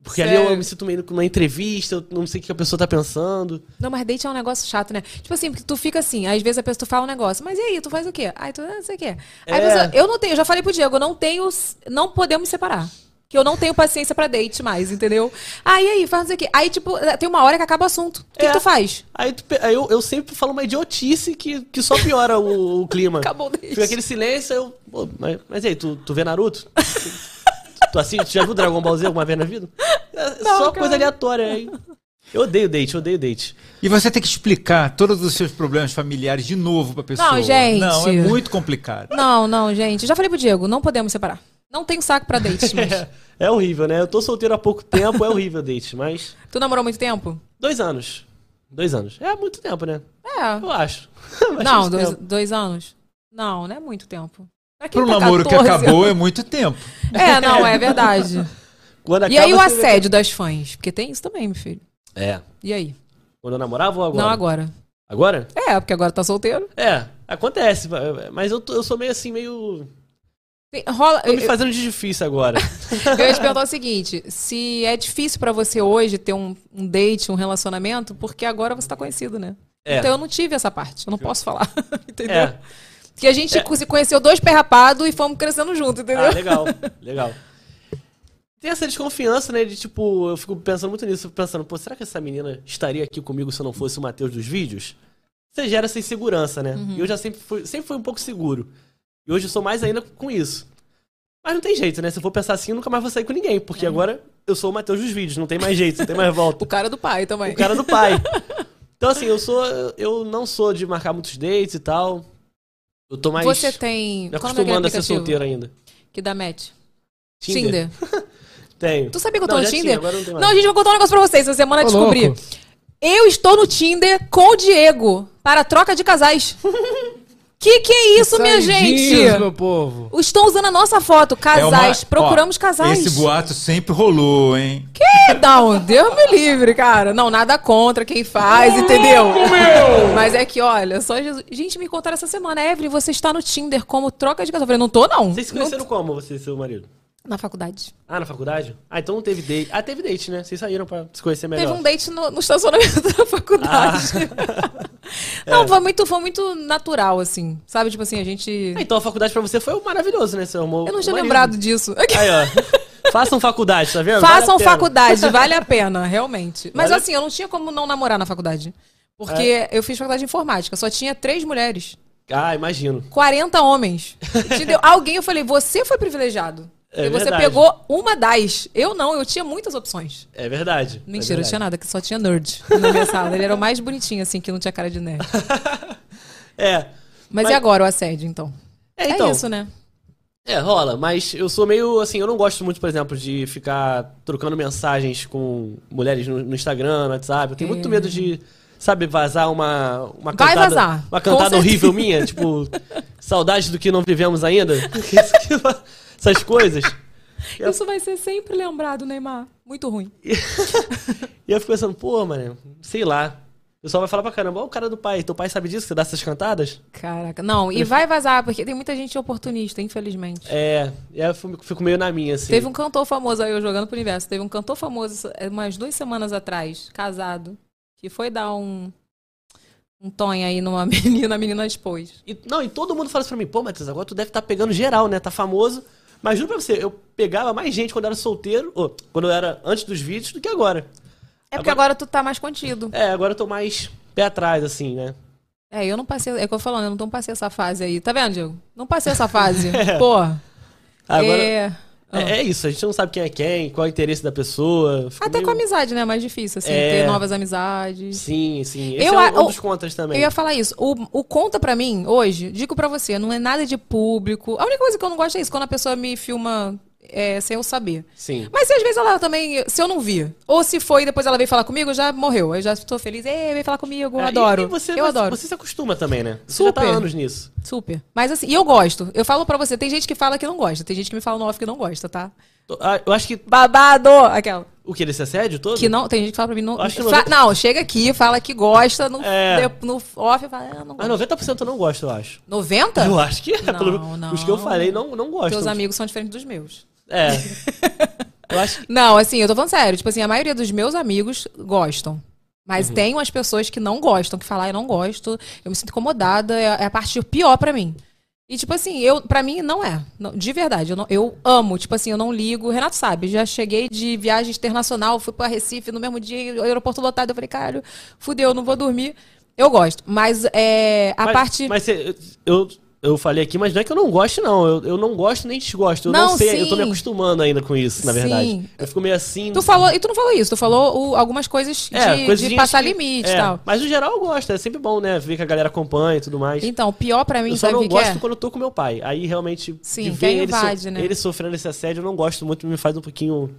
S6: Porque ali eu- eu
S1: Sério?
S6: me sinto meio numa entrevista, eu não sei o que a pessoa tá pensando.
S1: Não, mas date é um negócio chato, né? Tipo assim, porque tu fica assim, às vezes a pessoa tu fala um negócio, mas e aí, tu faz o quê? Aí tu ah, não sei o quê. Aí
S6: É.
S1: a pessoa- eu não tenho, eu já falei pro Diego, eu não tenho, não podemos separar. Que eu não tenho paciência pra date mais, entendeu? Aí e aí, faz não sei o quê. Aí, tipo, tem uma hora que acaba o assunto. O que,
S6: É.
S1: que tu faz?
S6: Aí, tu pe- aí eu, eu sempre falo uma idiotice que, que só piora o, o clima.
S1: Acabou o date.
S6: Fica aquele silêncio, aí eu. pô, mas, mas e aí, tu, tu vê Naruto? Tu- tu assiste? Tu já viu Dragon Ball Z alguma vez na vida? É
S1: Não,
S6: só
S1: cara.
S6: coisa aleatória aí. Eu odeio date, eu odeio date.
S7: E você tem que explicar todos os seus problemas familiares de novo pra pessoa.
S1: Não, gente.
S7: Não, é muito complicado.
S1: Não, não, gente. Eu Já falei pro Diego, não podemos separar. Não tenho saco pra
S6: <laughs>
S1: date mais. <laughs>
S6: É, é horrível, né? Eu tô solteiro há pouco tempo, é horrível date, mas.
S1: tu namorou muito tempo?
S6: Dois anos. Dois anos. É muito tempo, né?
S1: É.
S6: Eu acho. <laughs>
S1: Não,
S6: Bastante
S1: dois,
S6: tempo.
S1: dois anos. Não, não é muito tempo. Pra quem
S7: Para um
S1: tá
S7: namoro
S1: 14
S7: que acabou é
S1: anos-
S7: muito tempo.
S1: É, não, é
S6: <laughs>
S1: verdade.
S6: Quando
S1: E aí o
S6: né? acaba, você vê-
S1: assédio das fãs? Porque tem isso também, meu filho.
S6: É.
S1: E aí?
S6: Quando eu namorava ou agora?
S1: Não agora.
S6: Agora?
S1: É, porque agora tá solteiro.
S6: É, acontece. Mas eu, tô- eu sou meio assim, meio.
S1: Tem- rola.
S6: Tô
S1: Eu,
S6: me fazendo de difícil agora.
S1: eu ia te perguntar o seguinte: se é difícil pra você hoje ter um, um date, um relacionamento, porque agora você tá conhecido, né?
S6: É.
S1: Então eu não tive essa parte. Eu não posso falar. <laughs> <laughs> entendeu?
S6: É.
S1: Que a gente
S6: É.
S1: se conheceu dois perrapados e fomos crescendo junto, entendeu?
S6: Ah, <laughs> legal, legal. Tem essa desconfiança, né? De tipo, eu fico pensando muito nisso, pensando, pô, será que essa menina estaria aqui comigo se eu não fosse o Matheus dos vídeos? Você gera essa insegurança, né?
S1: Uhum.
S6: E eu já sempre fui, sempre fui um pouco seguro. E hoje eu sou mais ainda com isso. Mas não tem jeito, né? Se eu for pensar assim, eu nunca mais vou sair com ninguém, porque
S1: É.
S6: agora eu sou o Matheus dos vídeos, não tem mais jeito, não tem mais volta.
S1: O cara é do pai também.
S6: O cara é do pai. Então, assim, eu sou. Eu não sou de marcar muitos dates e tal. Eu tô mais.
S1: Você tem.
S6: Me
S1: Qual é o nome daquele
S6: acostumando a ser
S1: aplicativo
S6: solteiro ainda.
S1: Que dá match.
S6: Tinder.
S1: Tinder.
S6: Tenho.
S1: Tu sabia que eu tô
S6: Não,
S1: no
S6: já
S1: Tinder?
S6: tinha, agora não tem mais.
S1: Não, gente, vou contar um negócio pra vocês. Essa semana eu
S2: Ô,
S1: descobri.
S2: louco.
S1: Eu estou no Tinder com o Diego para troca de
S6: <laughs>
S1: casais. que que é isso, minha gente?
S2: Saidinhos, meu povo.
S1: Estão usando a nossa foto,
S7: É uma-
S1: casais. Procuramos
S7: ó,
S1: casais.
S7: Esse boato sempre rolou, hein?
S1: Que não, Deus me livre, cara. Não, nada contra quem faz, entendeu? Mas é que, olha, só Jesus. Gente, me contaram essa semana, Evelyn, você está no Tinder como troca de casais. Eu falei, não tô, não.
S6: Vocês se
S1: Não-
S6: conheceram como, você e seu marido?
S1: Na faculdade.
S6: Ah, na faculdade? Ah, então não teve date. Ah, teve date, né? Vocês saíram pra se conhecer melhor.
S1: Teve um date no, no estacionamento <laughs> da faculdade.
S6: Ah. <laughs>
S1: Não,
S6: É.
S1: foi, muito, foi muito natural, assim. Sabe, tipo assim, a gente.
S6: Ah, então a faculdade pra você foi maravilhoso, né? Você arrumou
S1: Eu não
S6: o
S1: tinha
S6: marido.
S1: lembrado disso.
S6: Aí,
S1: <laughs>
S6: ó. <laughs> Façam faculdade, tá vendo? Vale a
S1: Façam
S6: pena. <laughs>
S1: faculdade, vale a pena, realmente. Mas
S6: Vale a- É.
S1: assim, eu não tinha como não namorar na faculdade. Porque eu fiz faculdade de informática, só tinha três mulheres,
S6: Ah, imagino.
S1: 40 homens. Entendeu? <laughs> Alguém, eu falei, você foi privilegiado.
S6: É
S1: Porque você
S6: verdade.
S1: pegou uma das. Eu não, eu tinha muitas opções.
S6: É verdade. é
S1: Mentira, eu
S6: verdade.
S1: tinha nada, que só tinha nerd na minha sala. Ele era o mais bonitinho, assim, que não tinha cara de nerd.
S6: É.
S1: Mas,
S6: Mas-
S1: e agora o assédio, então?
S6: É, então.
S1: isso, né?
S6: É, rola, mas eu sou meio assim, eu não gosto muito, por exemplo, de ficar trocando mensagens com mulheres no, no Instagram, no WhatsApp. Eu tenho muito medo de, sabe, vazar uma, uma
S1: Vai
S6: cantada.
S1: vazar,
S6: Uma
S1: com
S6: cantada
S1: certeza. <laughs>
S6: horrível minha, tipo, saudade do que não vivemos ainda. <laughs> Essas coisas. Eu-
S1: Isso vai ser sempre lembrado, Neymar. Muito ruim.
S6: E eu fico pensando, pô, mano, sei lá. O pessoal vai falar pra caramba, ó, o cara do pai, teu pai sabe disso, que você dá essas cantadas?
S1: Caraca. Não, e vai vazar, porque tem muita gente oportunista, infelizmente.
S6: É, e aí eu fico fico meio na minha, assim.
S1: Teve um cantor famoso aí, eu jogando pro universo. Teve um cantor famoso eh, umas duas semanas atrás, casado, que foi dar um, um tonho aí numa <laughs> menina, a menina expôs.
S6: E- não, e todo mundo fala isso pra mim, pô, Matheus, agora tu deve estar pegando geral, né? Tá famoso. Mas juro pra você, eu pegava mais gente quando eu era solteiro, ou quando eu era antes dos vídeos, do que agora.
S1: É porque agora tu tá mais contido.
S6: É, agora eu tô mais pé atrás, assim, né?
S1: É, eu não passei. É o que eu tô falando, eu não tô- passei essa fase aí. Tá vendo, Diego? Não passei <laughs> essa fase. Pô.
S6: Agora. É...
S1: é...
S6: é isso, a gente não sabe quem é quem, qual é o interesse da pessoa. eu fico
S1: Até com
S6: meio-
S1: amizade, né? É mais difícil, assim,
S6: É.
S1: ter novas amizades.
S6: Sim, sim. Esse
S1: Eu
S6: é
S1: a-
S6: um, um
S1: eu-
S6: dos contras também.
S1: Eu ia falar isso. O, o conta pra mim, hoje, digo pra você, não é nada de público. A única coisa que eu não gosto é isso, quando a pessoa me filma é, sem eu saber.
S6: Sim.
S1: Mas se às vezes ela também, se eu não vi, ou se foi e depois ela veio falar comigo, já morreu. Eu já tô feliz, ei, veio falar comigo, eu
S6: É, e-
S1: adoro.
S6: e você,
S1: eu adoro.
S6: Você se acostuma também, né? Você já tá há
S1: Super.
S6: anos nisso.
S1: Super. Mas assim, e eu gosto. Eu falo pra você, tem gente que fala que não gosta, tem gente que me fala no off que não gosta, tá?
S6: Tô- ah, Eu acho que.
S1: Babado! Aquela.
S6: O que? Desse assédio todo?
S1: Que não, tem gente que fala pra mim, não.
S6: Acho que
S1: fa-
S6: 90
S1: Não, chega aqui, fala que gosta, no,
S6: É.
S1: de- no off, fala, ah, não
S6: Ah, 90% eu não gosto, eu acho.
S1: 90?
S6: Eu acho que é.
S1: Tá. Não,
S6: pelo-
S1: não.
S6: Os que eu falei não, não gostam.
S1: Teus amigos são diferentes dos meus. <laughs>
S6: É. eu acho
S1: Não, assim, eu tô falando sério. Tipo assim, a maioria dos meus amigos gostam. Mas
S6: Uhum.
S1: tem umas pessoas que não gostam, que falam, "Ah, eu não gosto, eu me sinto incomodada, é é a parte pior pra mim. E, tipo assim, eu, pra mim, não é. Não, de verdade, eu, não- eu amo. Tipo assim, eu não ligo. O Renato sabe, já cheguei de viagem internacional, fui pra Recife no mesmo dia, aeroporto lotado. Eu falei, caralho, fudeu, não vou dormir. Eu gosto. Mas é, a
S6: mas,
S1: parte.
S6: Mas cê- eu, eu falei aqui, mas não é que eu não gosto, não. Eu, eu não gosto nem desgosto. Eu não,
S1: Não,
S6: sei, eu tô me
S1: sim.
S6: acostumando ainda com isso, na
S1: Sim.
S6: verdade. Eu fico meio assim.
S1: Tu falou, e tu não falou isso, tu falou o- algumas coisas de,
S6: É,
S1: de
S6: coisinhas
S1: passar
S6: que-
S1: limite e
S6: é,
S1: tal.
S6: Mas no geral eu gosto, é sempre bom, né? Ver que a galera acompanha e tudo mais.
S1: Então, pior pra mim,
S6: eu só
S1: sabe o
S6: não
S1: que que
S6: gosto
S1: é?
S6: quando eu tô com meu pai. Aí realmente,
S1: Sim,
S6: de
S1: que
S6: ver
S1: aí
S6: ele, so-
S1: invade, né?
S6: ele sofrendo esse assédio, eu não gosto muito, me faz um pouquinho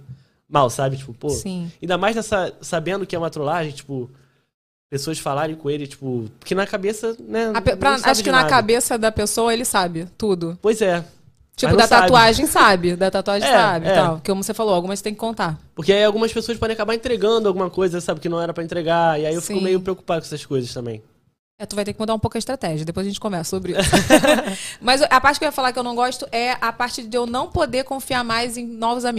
S6: mal, sabe? Tipo, pô.
S1: Sim.
S6: Ainda mais nessa, sabendo que é uma trollagem, tipo, pessoas falarem com ele, tipo, porque na cabeça, né?
S1: A pe- pra-
S6: não sabe
S1: acho
S6: de
S1: que na
S6: nada.
S1: cabeça da pessoa ele sabe tudo.
S6: Pois é.
S1: Tipo,
S6: Mas
S1: da
S6: não sabe.
S1: tatuagem sabe, da tatuagem
S6: <laughs> É,
S1: sabe e
S6: é.
S1: tal. Como você falou, algumas tem que contar.
S6: Porque aí algumas pessoas podem acabar entregando alguma coisa, sabe, que não era pra entregar. E aí eu
S1: Sim.
S6: fico meio preocupado com essas coisas também.
S1: É, tu vai ter que mudar um pouco a estratégia, depois a gente conversa sobre
S6: <laughs>
S1: isso. Mas a parte que eu ia falar que eu não gosto é a parte de eu não poder confiar mais em novos amigos.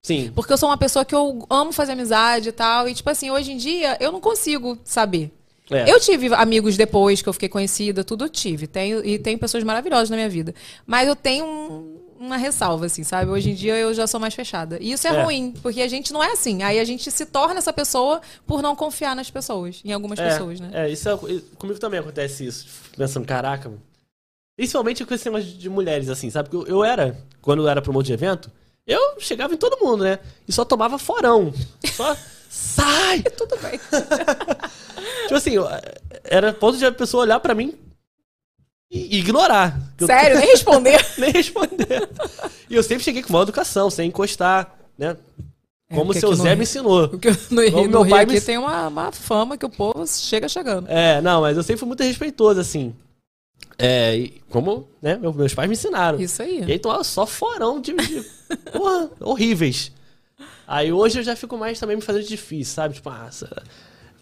S6: Sim.
S1: Porque eu sou uma pessoa que eu amo fazer amizade e tal. E, tipo assim, hoje em dia eu não consigo saber.
S6: É.
S1: Eu tive amigos depois que eu fiquei conhecida, tudo eu tive. Tenho, e tenho pessoas maravilhosas na minha vida. Mas eu tenho um- uma ressalva, assim, sabe? Hoje em dia eu já sou mais fechada. E isso é,
S6: É.
S1: ruim, porque a gente não é assim. Aí a gente se torna essa pessoa por não confiar nas pessoas, em algumas
S6: é,
S1: pessoas, né?
S6: É, isso é, comigo também acontece isso. Fico Pensando, caraca, mano. Principalmente com esse negócio de mulheres, assim, sabe? Porque eu, eu era, quando eu era promotor de evento, eu chegava em todo mundo, né? E só tomava forão. Só.
S1: <laughs>
S6: Sai!
S1: É Tudo bem.
S6: <laughs> Tipo assim, eu- era ponto de a pessoa olhar pra mim e ignorar. Eu-
S1: Sério, nem responder.
S6: <laughs>
S1: <laughs>
S6: nem responder. E eu sempre cheguei com boa educação, sem encostar, né? Como o
S1: É, porque
S6: seu
S1: aqui no
S6: Zé
S1: Rio-
S6: me ensinou.
S1: Porque no, Rio-
S6: Como
S1: no
S6: meu
S1: Rio
S6: pai me
S1: aqui
S6: ens-
S1: tem uma, uma fama que o povo chega chegando.
S6: É, não, mas eu sempre fui muito respeitoso, assim. É, e como, né, meu- meus pais me ensinaram.
S1: Isso aí.
S6: E aí tomava só forão
S1: <laughs>
S6: de, de porra, horríveis. Aí hoje eu já fico mais também me fazendo difícil, sabe? Tipo, ah, essa...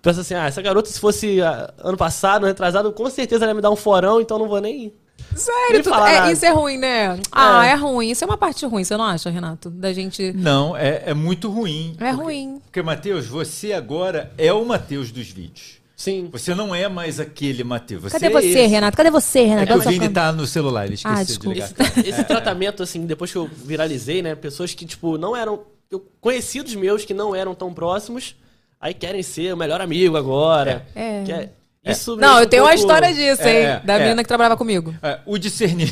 S6: pensa assim, ah, essa garota se fosse ah, ano passado, ano retrasado, com certeza ela ia me dar um forão, então eu não vou nem...
S1: Sério,
S6: Nem
S1: tu-
S6: falar
S1: é,
S6: nada.
S1: isso é ruim, né? Ah, é. ruim. Isso é uma parte ruim, você não acha, Renato? Da gente.
S7: Não, é, é muito ruim.
S1: É ruim.
S7: Porque, Matheus, você agora é o Matheus dos vídeos.
S6: Sim.
S7: Você não é mais aquele Matheus. Você
S1: Cadê
S7: é
S1: você,
S7: esse.
S1: Renato? Cadê você,
S7: É
S1: Renato?
S7: que o
S1: Olha só
S7: Vini
S1: pra-
S7: tá no celular, ele esqueceu
S1: Ah,
S7: de
S1: desculpa.
S7: ligar.
S6: Esse tratamento, assim, depois que eu viralizei, né? Pessoas que, tipo, não eram. eu- conhecidos meus que não eram tão próximos, aí querem ser o melhor amigo agora.
S1: É.
S6: Quer- Isso me
S1: Não,
S6: deixa
S1: eu
S6: um
S1: tenho uma
S6: pouco-
S1: história disso,
S7: É,
S1: hein?
S7: é,
S1: da
S7: é.
S1: menina que trabalhava comigo.
S7: É, o, discerni...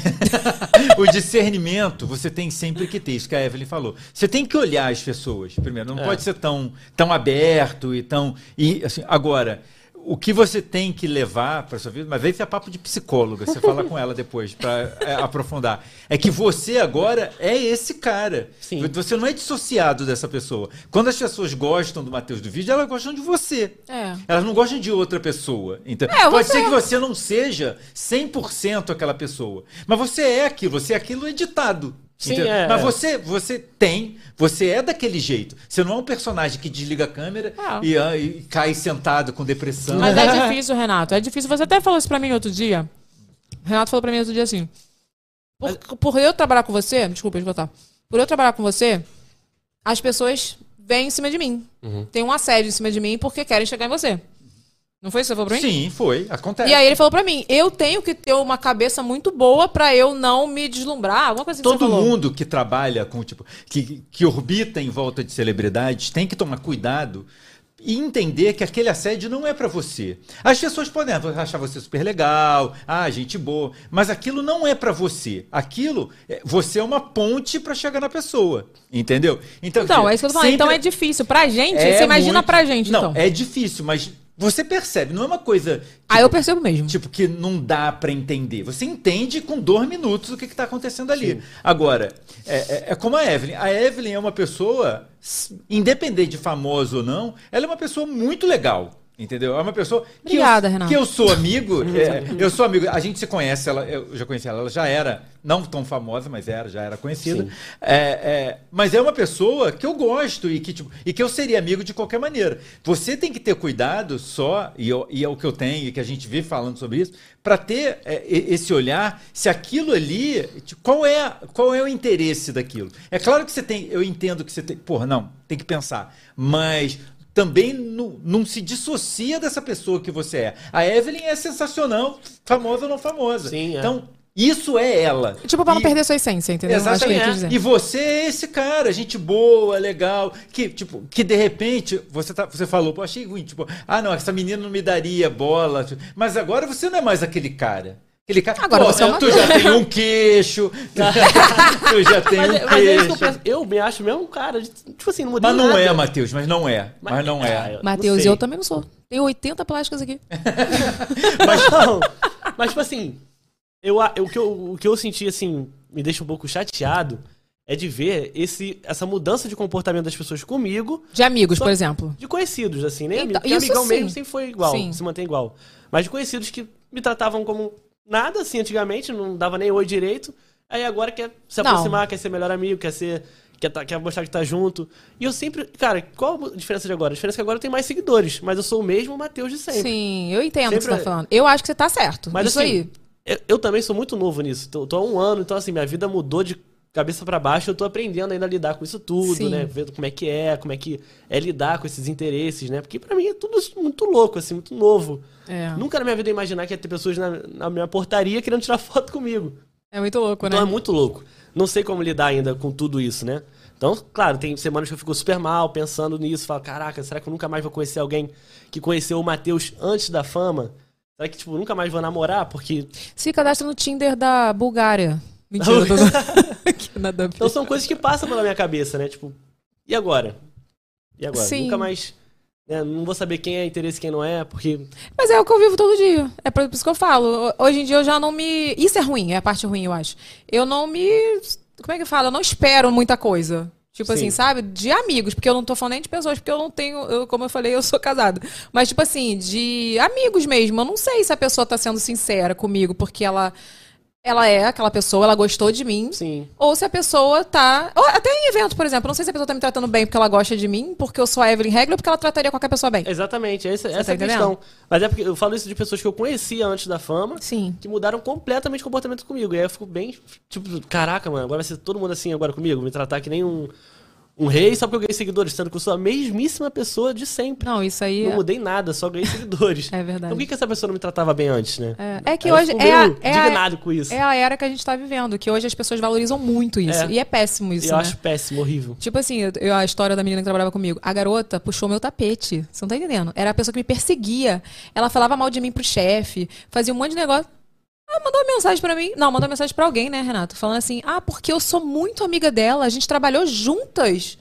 S7: <laughs> o discernimento você tem sempre que ter, isso que a Evelyn falou. Você tem que olhar as pessoas primeiro, não
S6: É.
S7: pode ser tão, tão aberto e tão. E, assim, agora, o que você tem que levar para sua vida, mas vezes é papo de psicóloga, você fala com ela depois para aprofundar. É que você agora é esse cara.
S6: Sim.
S7: Você não é dissociado dessa pessoa. Quando as pessoas gostam do Matheus do vídeo, elas gostam de você.
S1: É.
S7: Elas não gostam de outra pessoa. Então,
S1: É,
S7: pode
S1: você-
S7: ser que você não seja 100% aquela pessoa. Mas você é aquilo, você é aquilo editado.
S6: Sim,
S7: entendeu?
S6: é.
S7: Mas você, você tem, você é daquele jeito. Você não é um personagem que desliga a câmera
S10: Ah.
S7: e, ah, e cai sentado com depressão.
S10: Mas
S7: <laughs>
S10: é difícil, Renato. É difícil. Você até falou isso pra mim outro dia. O Renato falou pra mim outro dia assim. Por, por eu trabalhar com você, desculpa, deixa eu botar. Por eu trabalhar com você, as pessoas vêm em cima de mim.
S1: Uhum.
S10: Tem um assédio em cima de mim porque querem chegar em você. Não foi isso que você falou pra mim?
S7: Sim, foi, acontece.
S10: E aí ele falou pra mim, eu tenho que ter uma cabeça muito boa pra eu não me deslumbrar. Alguma coisa assim que você
S7: Todo
S10: falou.
S7: mundo que trabalha com, tipo, que, que orbita em volta de celebridades tem que tomar cuidado e entender que aquele assédio não é pra você. As pessoas podem achar você super legal, ah, gente boa, mas aquilo não é pra você. Aquilo, é- você é uma ponte pra chegar na pessoa, entendeu?
S10: Então, é isso que eu tô falando.
S7: sempre-
S10: Então é difícil. Pra gente,
S7: é
S10: você imagina
S7: muito-
S10: pra gente,
S7: Não,
S10: então.
S7: é difícil, mas você percebe, não é uma coisa
S10: Aí eu percebo mesmo.
S7: Tipo, que não dá pra entender. Você entende com dois minutos o que, que tá acontecendo ali. Agora, é, é- é como a Evelyn. A Evelyn é uma pessoa, s- independente de famosa ou não, ela é uma pessoa muito legal. Entendeu? É uma pessoa que,
S1: Obrigada,
S7: eu,
S1: Renato.
S7: que eu sou amigo. é, eu sou amigo. A gente se conhece, ela, eu já conheci ela, ela já era não tão famosa, mas era, já era conhecida. É, é, mas é uma pessoa que eu gosto e que, tipo, e que eu seria amigo de qualquer maneira. Você tem que ter cuidado só, e, eu- e é o que eu tenho, e que a gente vive falando sobre isso, para ter é, e- esse olhar se aquilo ali. tipo, qual, é, qual é o interesse daquilo? É claro que você tem. Eu entendo que você tem. Porra, não, tem que pensar. Mas também nu- não se dissocia dessa pessoa que você é. A Evelyn é sensacional, famosa ou não famosa. Então, isso é ela.
S1: Tipo, pra não perder sua essência, entendeu? Acho que eu quis dizer.
S7: E você é esse cara, gente boa, legal, que, tipo, que de repente você, tá, você falou, pô, achei ruim, tipo, ah, não, essa menina não me daria bola. tipo, Mas agora você não é mais aquele cara. Aquele cara,
S6: Agora
S7: pô,
S6: você é uma
S7: tu já
S6: coisa.
S7: tem um queixo, <laughs> tu já tem
S6: mas,
S7: um
S6: mas é isso que eu
S7: queixo.
S6: penso. Eu me acho mesmo um cara, de- tipo assim, não mudei
S7: Mas não
S6: nada. ah,
S7: é, Matheus, mas não é. Mas não é.
S1: Matheus, eu também não sou. Tem 80 plásticas aqui.
S6: Mas, não, mas tipo assim, eu, a- eu- o, que eu, o que eu senti, assim, me deixa um pouco chateado é de ver esse, essa mudança de comportamento das pessoas comigo.
S1: De amigos,
S6: Só-
S1: por exemplo.
S6: De conhecidos, assim, nem
S1: Então,
S6: amigo. Porque
S1: isso
S6: amigão
S1: sim.
S6: mesmo sempre foi igual,
S1: Sim.
S6: se mantém igual. Mas de conhecidos que me tratavam como nada, assim, antigamente, não dava nem oi direito. Aí agora quer se
S1: Não.
S6: aproximar, quer ser melhor amigo, quer ser. Quer, tá- quer mostrar que tá junto. E eu sempre. Cara, qual a diferença de agora? A diferença é que agora eu tenho mais seguidores, mas eu sou o mesmo Matheus de sempre.
S1: Sim, eu entendo o que você tá
S6: Sempre-
S1: falando. Eu acho que você tá certo.
S6: Mas
S1: Isso
S6: assim,
S1: aí.
S6: Eu, eu também sou muito novo nisso. Tô, tô há um ano, então assim, minha vida mudou de cabeça pra baixo. Eu tô aprendendo ainda a lidar com isso tudo,
S1: Sim.
S6: né? Vendo como é que é, como é que é lidar com esses interesses, né? Porque pra mim é tudo isso muito louco, assim, muito novo.
S1: É.
S6: Nunca na minha vida eu ia imaginar que ia ter pessoas na, na minha portaria querendo tirar <laughs> foto comigo.
S1: É muito louco, né?
S6: Então é muito louco. Não sei como lidar ainda com tudo isso, né? Então, claro, tem semanas que eu fico super mal pensando nisso. Falo, caraca, será que eu nunca mais vou conhecer alguém que conheceu o Matheus antes da fama? Será que, tipo, eu nunca mais vou namorar? Porque
S1: Se cadastra no Tinder da
S6: <laughs>
S1: Bulgária. Mentira, eu tô zoando. <laughs> Que nada a ver.
S6: Então são coisas que passam pela minha cabeça, né? Tipo, e agora? E agora?
S1: Sim.
S6: Nunca mais. né? Não vou saber quem é interesse e quem não é, porque.
S1: Mas é o que eu vivo todo dia. É por isso que eu falo. Ho- Hoje em dia eu já não me. Isso é ruim, é a parte ruim, eu acho. Eu não me. Como é que fala? Eu não espero muita coisa. Tipo
S11: Sim.
S1: assim, sabe? De amigos, porque eu não tô falando nem de pessoas, porque eu não tenho. eu- como eu falei, eu sou casada. Mas, tipo assim, de amigos mesmo. Eu não sei se a pessoa tá sendo sincera comigo, porque ela. Ela é aquela pessoa, ela gostou de mim.
S6: Sim.
S1: Ou se a pessoa tá. Ou até em evento, por exemplo. eu Não sei se a pessoa tá me tratando bem porque ela gosta de mim, porque eu sou a Evelyn Regler ou porque ela trataria qualquer pessoa bem.
S6: Exatamente, essa,
S1: Você
S6: essa
S1: tá
S6: é a
S1: entendendo?
S6: questão. Mas é porque eu falo isso de pessoas que eu conhecia antes da fama, que mudaram completamente o comportamento comigo. E aí eu fico bem, tipo, caraca, mano, agora vai ser todo mundo assim agora comigo, me tratar que nem um, um rei só porque eu ganhei seguidores, sendo que eu sou a mesmíssima pessoa de sempre.
S1: Não, isso aí.
S6: Não
S1: é-
S6: mudei nada,
S1: <laughs>
S6: só ganhei seguidores.
S1: É verdade.
S6: Então por que, que essa pessoa não me tratava bem antes, né?
S1: É, é que
S6: Aí eu
S1: hoje
S6: fico
S1: é a,
S6: meio
S1: é,
S6: indignado
S1: a,
S6: com isso.
S1: é a era que a gente tá vivendo, que hoje as pessoas valorizam muito isso.
S6: É.
S1: E é péssimo isso,
S6: eu
S1: né?
S6: acho péssimo, horrível.
S1: Tipo assim, eu- eu- a história da menina que trabalhava comigo. A garota puxou meu tapete. Você não tá entendendo? Era a pessoa que me perseguia. Ela falava mal de mim pro chefe, fazia um monte de negócio. Ah, mandou uma mensagem pra mim. Não, mandou uma mensagem pra alguém, né, Renato? Falando assim: ah, porque eu sou muito amiga dela, a gente trabalhou juntas.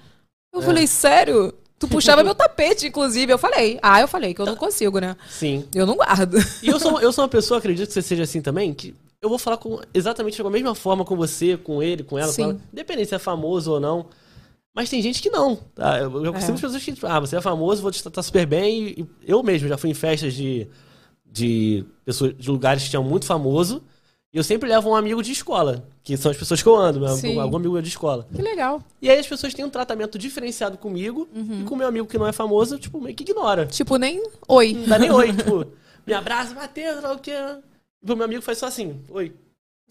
S1: Eu
S11: É.
S1: falei, sério? Tu puxava meu tapete, inclusive. Eu falei. Ah, eu falei que eu não consigo, né?
S6: Sim.
S1: Eu não guardo. <laughs>
S6: E eu sou, eu sou uma pessoa, acredito que você seja assim também, que eu vou falar com exatamente da mesma forma com você, com ele, com ela,
S1: Sim.
S6: com ela. Independente se é famoso ou não. Mas tem gente que não. Tá? Eu, eu
S1: É.
S6: consigo as pessoas que, tipo, ah, você é famoso, vou te tratar super bem. E- e eu mesmo já fui em festas de, de, pessoas, de lugares que tinham muito famoso. E eu sempre levo um amigo de escola, que são as pessoas que eu ando, meu,
S1: Sim.
S6: algum amigo meu de escola.
S1: Que legal.
S6: E aí as pessoas têm um tratamento diferenciado comigo
S1: Uhum.
S6: e com meu amigo que não é famoso, tipo, meio que ignora.
S1: Tipo, nem oi.
S6: Não dá nem <laughs> oi, tipo, me abraça, Matheus, sei lá o que. E o meu amigo faz só assim, oi.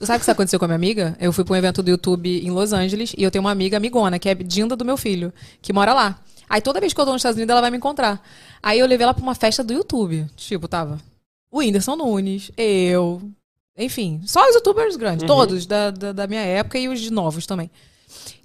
S1: Tu Sabe o que isso aconteceu com a minha amiga? Eu fui pra um evento do YouTube em Los Angeles e eu tenho uma amiga amigona, que é Dinda do meu filho, que mora lá. Aí toda vez que eu tô nos Estados Unidos, ela vai me encontrar. Aí eu levei ela pra uma festa do YouTube. Tipo, tava o Whindersson Nunes, eu, enfim, só os youtubers grandes,
S11: Uhum.
S1: todos da, da, da minha época e os de novos também.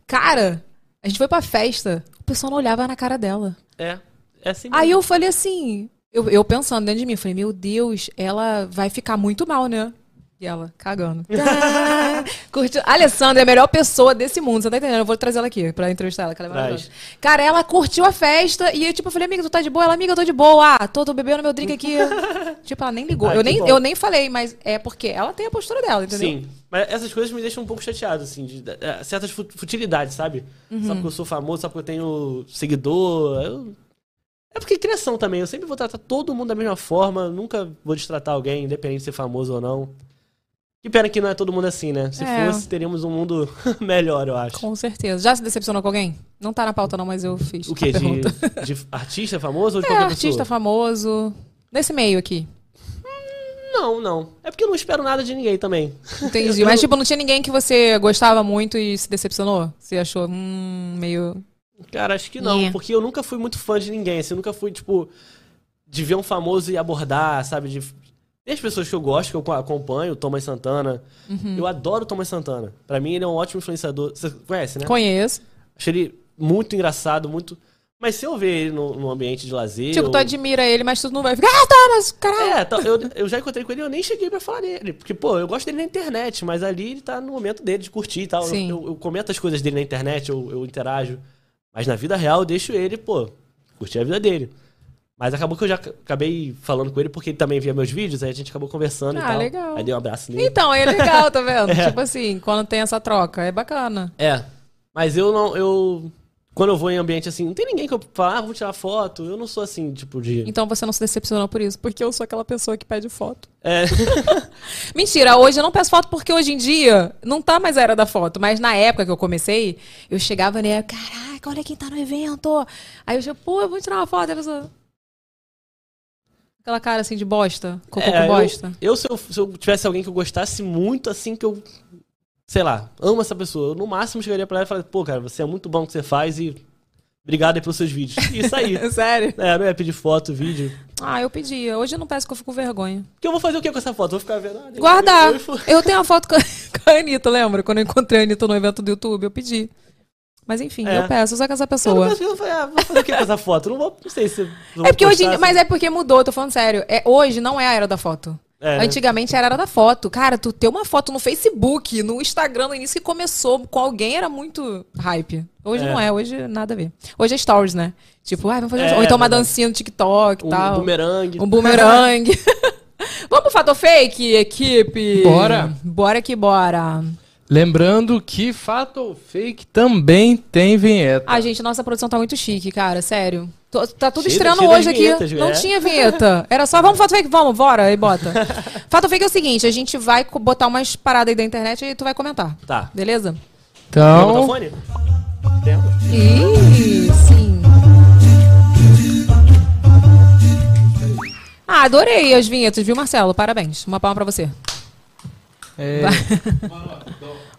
S1: Cara, a gente foi pra festa, o pessoal não olhava na cara dela.
S6: É, é assim
S1: Aí eu falei assim, eu, eu pensando dentro de mim, eu falei, meu Deus, ela vai ficar muito mal, né? E ela,
S6: <laughs>
S1: cagando. <laughs> Tá, Curtiu. A Alessandra é a melhor pessoa desse mundo, você tá entendendo? Eu vou trazer ela aqui pra entrevistar ela, que ela é
S11: Traz.
S1: maravilhosa. Cara, ela curtiu a festa e eu, tipo, eu falei, amiga, tu tá de boa? Ela, amiga, eu tô de boa. Ah, tô, tô bebendo meu drink
S6: <laughs>
S1: aqui. tipo, ela nem ligou.
S6: Ah,
S1: eu,
S6: que
S1: nem,
S6: bom.
S1: eu nem falei, mas é porque ela tem a postura dela, entendeu?
S6: Sim. Mas essas coisas me deixam um pouco chateado, assim, de, de- eh, certas fu- futilidades, sabe?
S1: Uhum.
S6: Só porque eu sou famoso, só porque eu tenho seguidor. eu- É porque é criação também. Eu sempre vou tratar todo mundo da mesma forma. Nunca vou destratar alguém, independente de ser famoso ou não. Que pena que não é todo mundo assim, né? Se
S1: É.
S6: fosse, teríamos um mundo <laughs> melhor, eu acho.
S1: Com certeza. Já se decepcionou com alguém? Não tá na pauta, não, mas eu fiz.
S6: O quê?
S1: a
S6: De,
S1: pergunta.
S6: de artista famoso ou de
S1: É,
S6: qualquer
S1: artista
S6: pessoa?
S1: famoso. Nesse meio aqui.
S6: Não, não. É porque eu não espero nada de ninguém também.
S1: Entendi.
S6: Eu-
S1: Mas, tipo, não tinha ninguém que você gostava muito e se decepcionou? Você achou, hum, meio.
S6: Cara, acho que não,
S1: É.
S6: porque eu nunca fui muito fã de ninguém, assim, eu nunca fui, tipo, de ver um famoso e abordar, sabe? De... Tem as pessoas que eu gosto, que eu co- acompanho, o Thomas Santana.
S1: Uhum.
S6: Eu adoro o Thomas Santana. Pra mim, ele é um ótimo influenciador. Você conhece, né?
S1: Conheço.
S6: Acho ele muito engraçado, muito. Mas se eu ver ele no, no ambiente de lazer.
S1: Tipo,
S6: ou-
S1: tu admira ele, mas tu não vai ficar. Ah, tá, mas caralho.
S6: É, tá, eu, eu já encontrei com ele e eu nem cheguei pra falar dele. Porque, pô, eu gosto dele na internet, mas ali ele tá no momento dele de curtir e tal. Eu-
S1: Sim.
S6: Eu, eu comento as coisas dele na internet, eu, eu interajo. Mas na vida real eu deixo ele, pô, curtir a vida dele. Mas acabou que eu já ac- acabei falando com ele porque ele também via meus vídeos, aí a gente acabou conversando e
S1: Ah,
S6: tal.
S1: legal.
S6: Aí dei um abraço nele.
S1: Então, aí é legal, tá vendo?
S6: É.
S1: Tipo assim, quando tem essa troca, é bacana.
S6: É. Mas eu não, eu... Quando eu vou em ambiente assim, não tem ninguém que eu falo, ah, vou tirar foto. Eu não sou assim, tipo, de...
S1: Então você não se decepcionou por isso, porque eu sou aquela pessoa que pede foto.
S6: É.
S1: Mentira, hoje eu não peço foto porque hoje em dia não tá mais a era da foto, mas na época que eu comecei, eu chegava, né, caraca, olha quem tá no evento. Aí eu chego, pô, eu vou tirar uma foto, aí a pessoa... Aquela cara assim de bosta, cocô
S6: É,
S1: com bosta.
S6: Eu, eu, se, eu, se eu tivesse alguém que eu gostasse muito, assim, que eu, sei lá, amo essa pessoa, eu no máximo chegaria pra ela e falaria, pô, cara, você é muito bom no que você faz e obrigado aí pelos seus vídeos. E Isso
S1: <laughs>
S6: aí.
S1: Sério?
S6: É, não ia pedir foto, vídeo.
S1: Ah, eu pedia. Hoje eu não peço porque eu fico com vergonha.
S6: Porque eu vou fazer o que com essa foto? Vou ficar vendo. ah, eu-
S1: Guardar.
S6: eu- eu-
S1: Eu tenho uma foto com a <laughs> com a Anitta, lembra? Quando eu encontrei a Anitta no evento do YouTube, eu pedi. Mas enfim,
S6: É.
S1: eu peço, usa com essa
S6: <laughs> Eu
S1: pessoa.
S6: não consigo, eu falei, ah, vou fazer o que com essa foto? Não vou, não sei se. não
S1: É porque
S6: vou
S1: hoje.
S6: postar,
S1: Mas
S6: assim.
S1: é porque mudou, tô falando sério. É, hoje não é a era da foto.
S6: É, né?
S1: Antigamente era a era da foto. Cara, tu ter uma foto no Facebook, no Instagram, no início que começou com alguém era muito hype. Hoje
S6: É.
S1: não é, hoje nada a ver. Hoje é stories, né? Tipo, ah, vamos fazer. um-
S6: É,
S1: Ou então uma
S6: verdade.
S1: dancinha no TikTok e
S6: Um
S1: é tal.
S6: bumerangue.
S1: Um bumerangue. <laughs> vamos pro fato fake, equipe?
S2: Bora.
S1: Bora que bora.
S2: Lembrando que Fato ou Fake também tem vinheta.
S1: Ah, gente, nossa produção tá muito chique, cara, sério. Tô- tá tudo
S2: Tira-
S1: estranho
S2: tira as
S1: hoje
S2: vinhetas,
S1: aqui. Não
S2: é.
S1: tinha vinheta. Era só, vamos fato fake, vamos, bora, e bota. fato fake é o seguinte, a gente vai co- botar umas paradas aí da internet e tu vai comentar.
S6: Tá.
S1: Beleza?
S6: Tem
S2: Então,
S6: botafone? Tem.
S1: Ih, sim. Ah, adorei as vinhetas, viu, Marcelo? Parabéns. Uma palma pra você.
S2: é,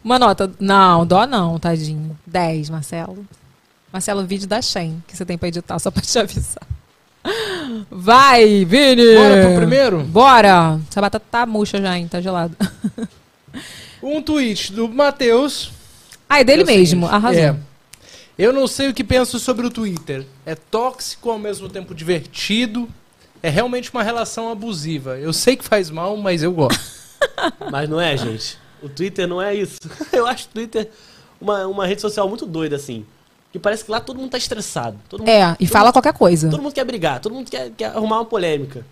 S1: Uma nota. Não, dó não, tadinho. 10, Marcelo. Marcelo, o vídeo da Shen, que você tem pra editar, só pra te avisar. Vai, Vini!
S2: Bora pro primeiro?
S1: Bora! Essa batata tá murcha já, hein? Tá gelada.
S2: um tweet do Matheus.
S1: Ah, é dele
S2: É o
S1: mesmo.
S2: seguinte,
S1: Arrasou.
S2: é, eu não sei o que penso sobre o Twitter. É tóxico ao mesmo tempo divertido. É realmente uma relação abusiva. Eu sei que faz mal, mas eu gosto.
S6: Mas não é, gente. O Twitter não é isso. <laughs> Eu acho o Twitter uma, uma rede social muito doida, assim. Que parece que lá todo mundo tá estressado. Todo mundo,
S1: É, e
S6: todo
S1: fala
S6: mundo-
S1: qualquer coisa.
S6: Todo mundo quer brigar, todo mundo quer, quer arrumar uma polêmica.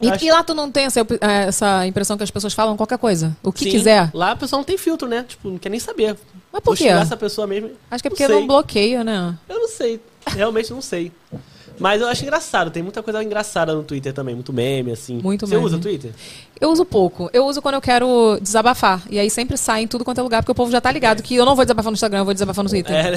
S1: E,
S6: Eu acho-
S1: e lá tu não tem essa, op- eh, essa impressão que as pessoas falam qualquer coisa? O que
S6: Sim,
S1: quiser?
S6: Lá a pessoa não tem filtro, né? Tipo, não quer nem saber.
S1: Mas por
S6: Vou
S1: quê?
S6: xingar essa pessoa mesmo.
S1: Acho que é
S6: Não
S1: porque
S6: sei.
S1: não bloqueia, né?
S6: Eu não sei. Realmente não sei. Mas eu acho engraçado. Tem muita coisa engraçada no Twitter também. Muito meme, assim.
S1: Muito
S6: Você
S1: meme.
S6: usa
S1: <laughs>
S6: o Twitter?
S1: Eu uso pouco. Eu uso quando eu quero desabafar. E aí sempre sai em tudo quanto é lugar, porque o povo já tá ligado que eu não vou desabafar no Instagram, eu vou desabafar no Twitter.
S6: É.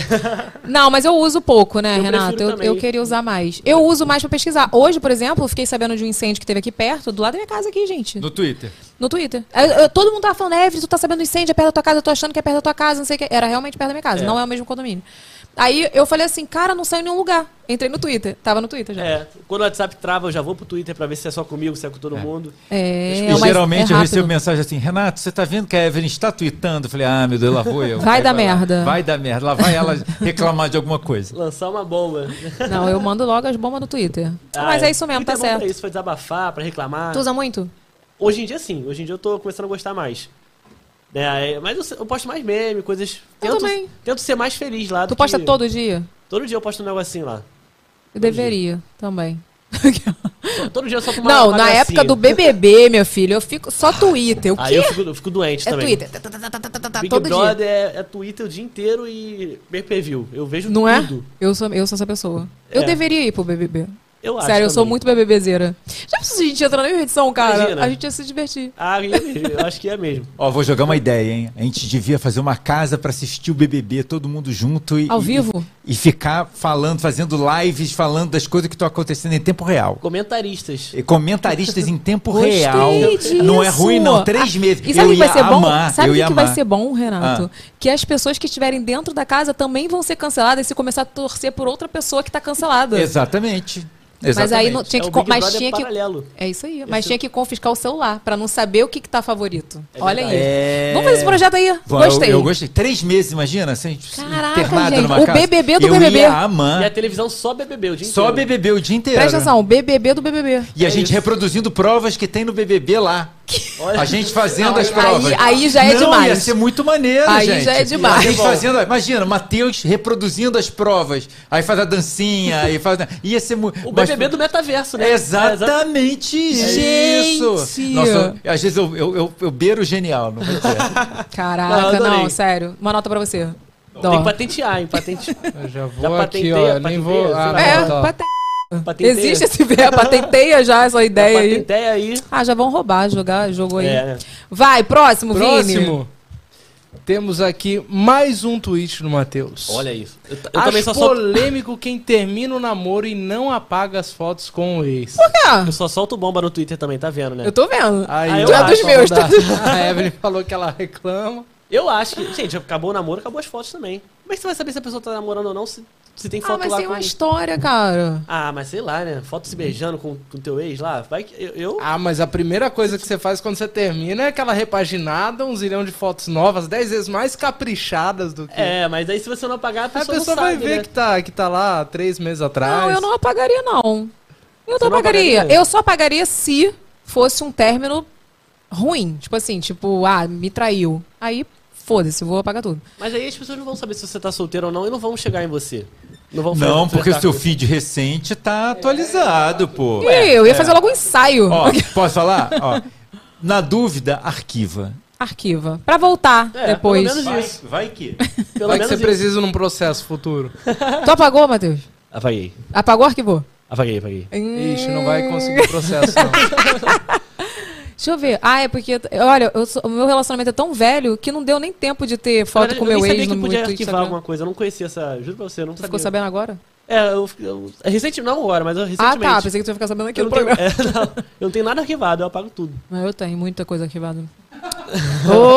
S1: Não, mas eu uso pouco, né,
S6: Eu
S1: Renato? Eu,
S6: prefiro
S1: eu
S6: também.
S1: queria usar mais. Eu uso mais pra pesquisar. Hoje, por exemplo, eu fiquei sabendo de um incêndio que teve aqui perto, do lado da minha casa aqui, gente.
S7: No Twitter.
S1: No Twitter. Eu- eu- todo mundo tava falando, Evelyn, tu tá sabendo do incêndio, é perto da tua casa, eu tô achando que é perto da tua casa, não sei o que. Era realmente perto da minha casa,
S6: É.
S1: não é o mesmo condomínio. Aí eu falei assim, cara, não saiu em nenhum lugar. Entrei no Twitter. Tava no Twitter já.
S6: É. Quando o WhatsApp trava, eu já vou pro Twitter pra ver se é só comigo, se é com todo mundo.
S1: É,
S7: e
S1: mas
S7: geralmente
S1: é
S7: eu
S1: rápido.
S7: recebo mensagem assim, Renato, você tá vendo que a Evelyn está tweetando? Eu falei, ah, meu Deus, lá vou eu.
S1: <laughs> Vai
S7: Aí
S1: dar
S7: lá.
S1: merda.
S7: Vai dar merda. Lá vai ela reclamar de alguma coisa.
S6: Lançar
S1: <laughs>
S6: uma bomba.
S1: Não, eu mando logo as bombas no Twitter.
S6: Ah,
S1: mas é isso mesmo,
S6: Twitter
S1: tá
S6: é bom
S1: certo.
S6: Pra isso, pra desabafar, pra reclamar.
S1: Tu usa muito?
S6: Hoje em dia, sim. Hoje em dia eu tô começando a gostar mais. Né, aí- mas eu, se- eu posto mais meme, coisas...
S1: Eu
S6: tento,
S1: também.
S6: Tento ser mais feliz lá.
S1: Tu posta
S6: todo
S1: todo dia?
S6: Todo dia eu posto um negocinho lá.
S1: Eu deveria
S6: <laughs>
S1: também.
S6: Todo dia eu só com uma
S1: Não,
S6: uma
S1: na
S6: gracinha.
S1: época do BBB, meu filho, eu fico só Twitter. O
S6: Aí eu
S1: quê?
S6: fico, eu fico doente
S1: É
S6: também.
S1: Twitter. tá, tá, tá, tá, tá, tá, tá,
S6: Big
S1: Todo dia.
S6: Brother é, é Twitter o dia inteiro e pay per view. Eu vejo
S1: Não é?
S6: tudo.
S1: Eu sou, eu sou essa pessoa. Eu
S6: É.
S1: deveria ir pro BBB.
S6: Eu acho
S1: Sério, eu sou
S6: também.
S1: muito bebebezeira. Já pensou se a gente entrar na mesma edição, cara?
S6: Imagina.
S1: A gente ia se divertir.
S6: Ah, ia mesmo, eu acho que é mesmo.
S7: Ó, vou jogar uma ideia, hein? A gente devia fazer uma casa pra assistir o BBB, todo mundo junto e
S1: Ao
S7: e-
S1: vivo?
S7: e ficar falando, fazendo lives, falando das coisas que estão acontecendo em tempo real.
S6: Comentaristas.
S7: E Comentaristas em tempo
S1: Gostei
S7: real.
S1: disso.
S7: Não é ruim, não. Três
S1: Ah,
S7: meses.
S1: E sabe o
S7: eu
S1: que vai
S7: ia
S1: ser bom?
S7: amar,
S1: sabe
S7: eu
S1: o
S7: ia
S1: que vai
S7: amar.
S1: ser bom, Renato?
S6: Ah.
S1: Que as pessoas que estiverem dentro da casa também vão ser canceladas se começar a torcer por outra pessoa que tá cancelada.
S7: Exatamente.
S1: Mas
S7: Exatamente.
S1: aí não, tinha
S6: É
S1: que.
S6: o
S1: co-
S6: Big
S1: mas
S6: Brother
S1: tinha que
S6: paralelo.
S1: é isso aí. Mas tinha que confiscar o celular pra não saber o que, que tá favorito. Olha aí.
S7: É.
S1: Vamos fazer esse projeto aí.
S7: Bom, eu-
S1: gostei.
S7: Eu, gostei. Três meses, imagina? Assim,
S1: Caraca,
S7: internada
S1: gente,
S7: numa
S1: o
S7: casa.
S1: BBB do
S7: eu
S1: BBB.
S7: Ia
S6: E é a
S1: Ah.
S7: amar.
S6: televisão só BBB o dia
S7: Só
S6: inteiro.
S7: BBB o dia inteiro.
S1: Presta atenção, BBB do BBB.
S6: É
S7: E a gente reproduzindo provas que tem no BBB lá.
S6: Olha.
S7: A gente fazendo
S1: Não,
S7: as
S1: aí-
S7: provas.
S1: aí já é
S7: Não,
S1: demais.
S7: ia ser muito maneiro,
S1: Aí
S7: gente.
S1: já é demais.
S7: A gente
S6: Tá Bom.
S7: fazendo, imagina, Matheus reproduzindo as provas. Aí faz a dancinha, aí faz... Ia ser muito...
S6: O BBB do metaverso, né?
S7: Exatamente
S1: É
S7: isso.
S1: Gente.
S7: Nossa, eu- às vezes eu, eu, eu, eu beiro o genial, não vou dizer.
S1: Caraca,
S6: Não,
S1: não,
S6: adorei.
S1: sério. Uma nota pra você. Dó.
S6: Tem que patentear, hein? Patente...
S1: <laughs>
S2: Eu já vou
S6: Já
S2: aqui,
S6: patenteia,
S2: ó. Nem
S6: patenteia,
S2: vou. Ah,
S6: sei lá.
S1: É,
S2: não, tá.
S1: pate-
S6: patenteia.
S1: existe esse
S6: <laughs>
S1: verbo, patenteia já essa
S6: Já
S1: ideia aí.
S6: Patenteia aí.
S1: Ah, já vão roubar, jogar jogo aí.
S6: É, né?
S1: Vai, próximo, Vini.
S2: Próximo. Temos aqui mais um tweet do Matheus.
S6: Olha isso. Eu, t- eu
S2: Acho
S6: também só solto,
S2: polêmico quem termina o namoro e não apaga as fotos com o ex.
S1: Ah,
S6: eu só solto bomba no Twitter também, tá vendo, né?
S1: eu tô vendo.
S6: Ah,
S2: Aí,
S6: eu
S1: tu é
S6: acho,
S1: dos
S6: vamos
S1: meus.
S2: Tá.
S1: tu-
S2: <laughs> A Evelyn falou que ela reclama.
S6: Eu acho que... Gente, acabou o namoro, acabou as fotos também. Como é que você vai saber se a pessoa tá namorando ou não se, se tem
S1: Ah,
S6: foto
S1: mas
S6: lá
S1: tem
S6: com...
S1: uma história, cara.
S6: Ah, mas sei lá, né? Foto se beijando com o teu ex lá. Vai que... Eu... eu-
S2: Ah, mas a primeira coisa que você faz quando você termina é aquela repaginada, um zilhão de fotos novas, dez vezes mais caprichadas do que.
S6: É, mas aí se você não apagar, a
S2: a
S6: pessoa,
S2: pessoa
S6: não
S2: vai
S6: sabe,
S2: ver
S6: né?
S2: que, tá, que tá lá há três meses atrás.
S1: Não, eu não apagaria, não. Eu
S6: Você
S1: não
S6: não
S1: apagaria.
S6: apagaria?
S1: Eu só apagaria se fosse um término ruim. Tipo assim, tipo, ah, me traiu. Aí, foda-se, eu vou apagar tudo.
S6: Mas aí as pessoas não vão saber se você tá solteiro ou não e não vão chegar em você. Não vão fazer
S1: um
S7: Não,
S6: flertar
S7: porque o seu
S6: com você.
S7: feed recente tá atualizado, pô. É.
S1: E eu
S6: é.
S1: ia fazer logo um ensaio.
S7: Ó, posso falar? Ó, na dúvida, arquiva.
S1: Arquiva. Pra voltar
S6: É,
S1: depois.
S6: pelo menos isso.
S7: vai que.
S6: Pelo
S2: Vai que
S6: menos
S2: você
S6: isso.
S2: precisa num processo futuro.
S1: Tu apagou, Matheus?
S6: Apaguei.
S1: Apagou, arquivou?
S6: Apaguei, apaguei.
S2: Ixi, não vai conseguir processo,
S6: <laughs>
S2: não.
S1: Deixa eu ver. Ah, é porque. Olha, eu sou- o meu relacionamento é tão velho que não deu nem tempo de ter
S6: Na
S1: foto
S6: verdade,
S1: com
S6: eu nem
S1: meu
S6: sabia
S1: ex
S6: que
S1: no meu
S6: podia
S1: Instagram.
S6: arquivar alguma coisa. Eu não conhecia essa. Juro pra você, eu não
S1: Tu
S6: sabia.
S1: ficou sabendo agora?
S6: É, eu, eu, recente, não agora, mas eu
S1: Ah,
S6: recentemente.
S1: tá. Pensei que tu ia ficar sabendo aqui
S6: eu
S1: no
S6: não, tenho,
S1: programa.
S6: <laughs> é, não, eu não tenho nada arquivado, eu apago tudo.
S1: Mas eu tenho muita coisa arquivada. <laughs>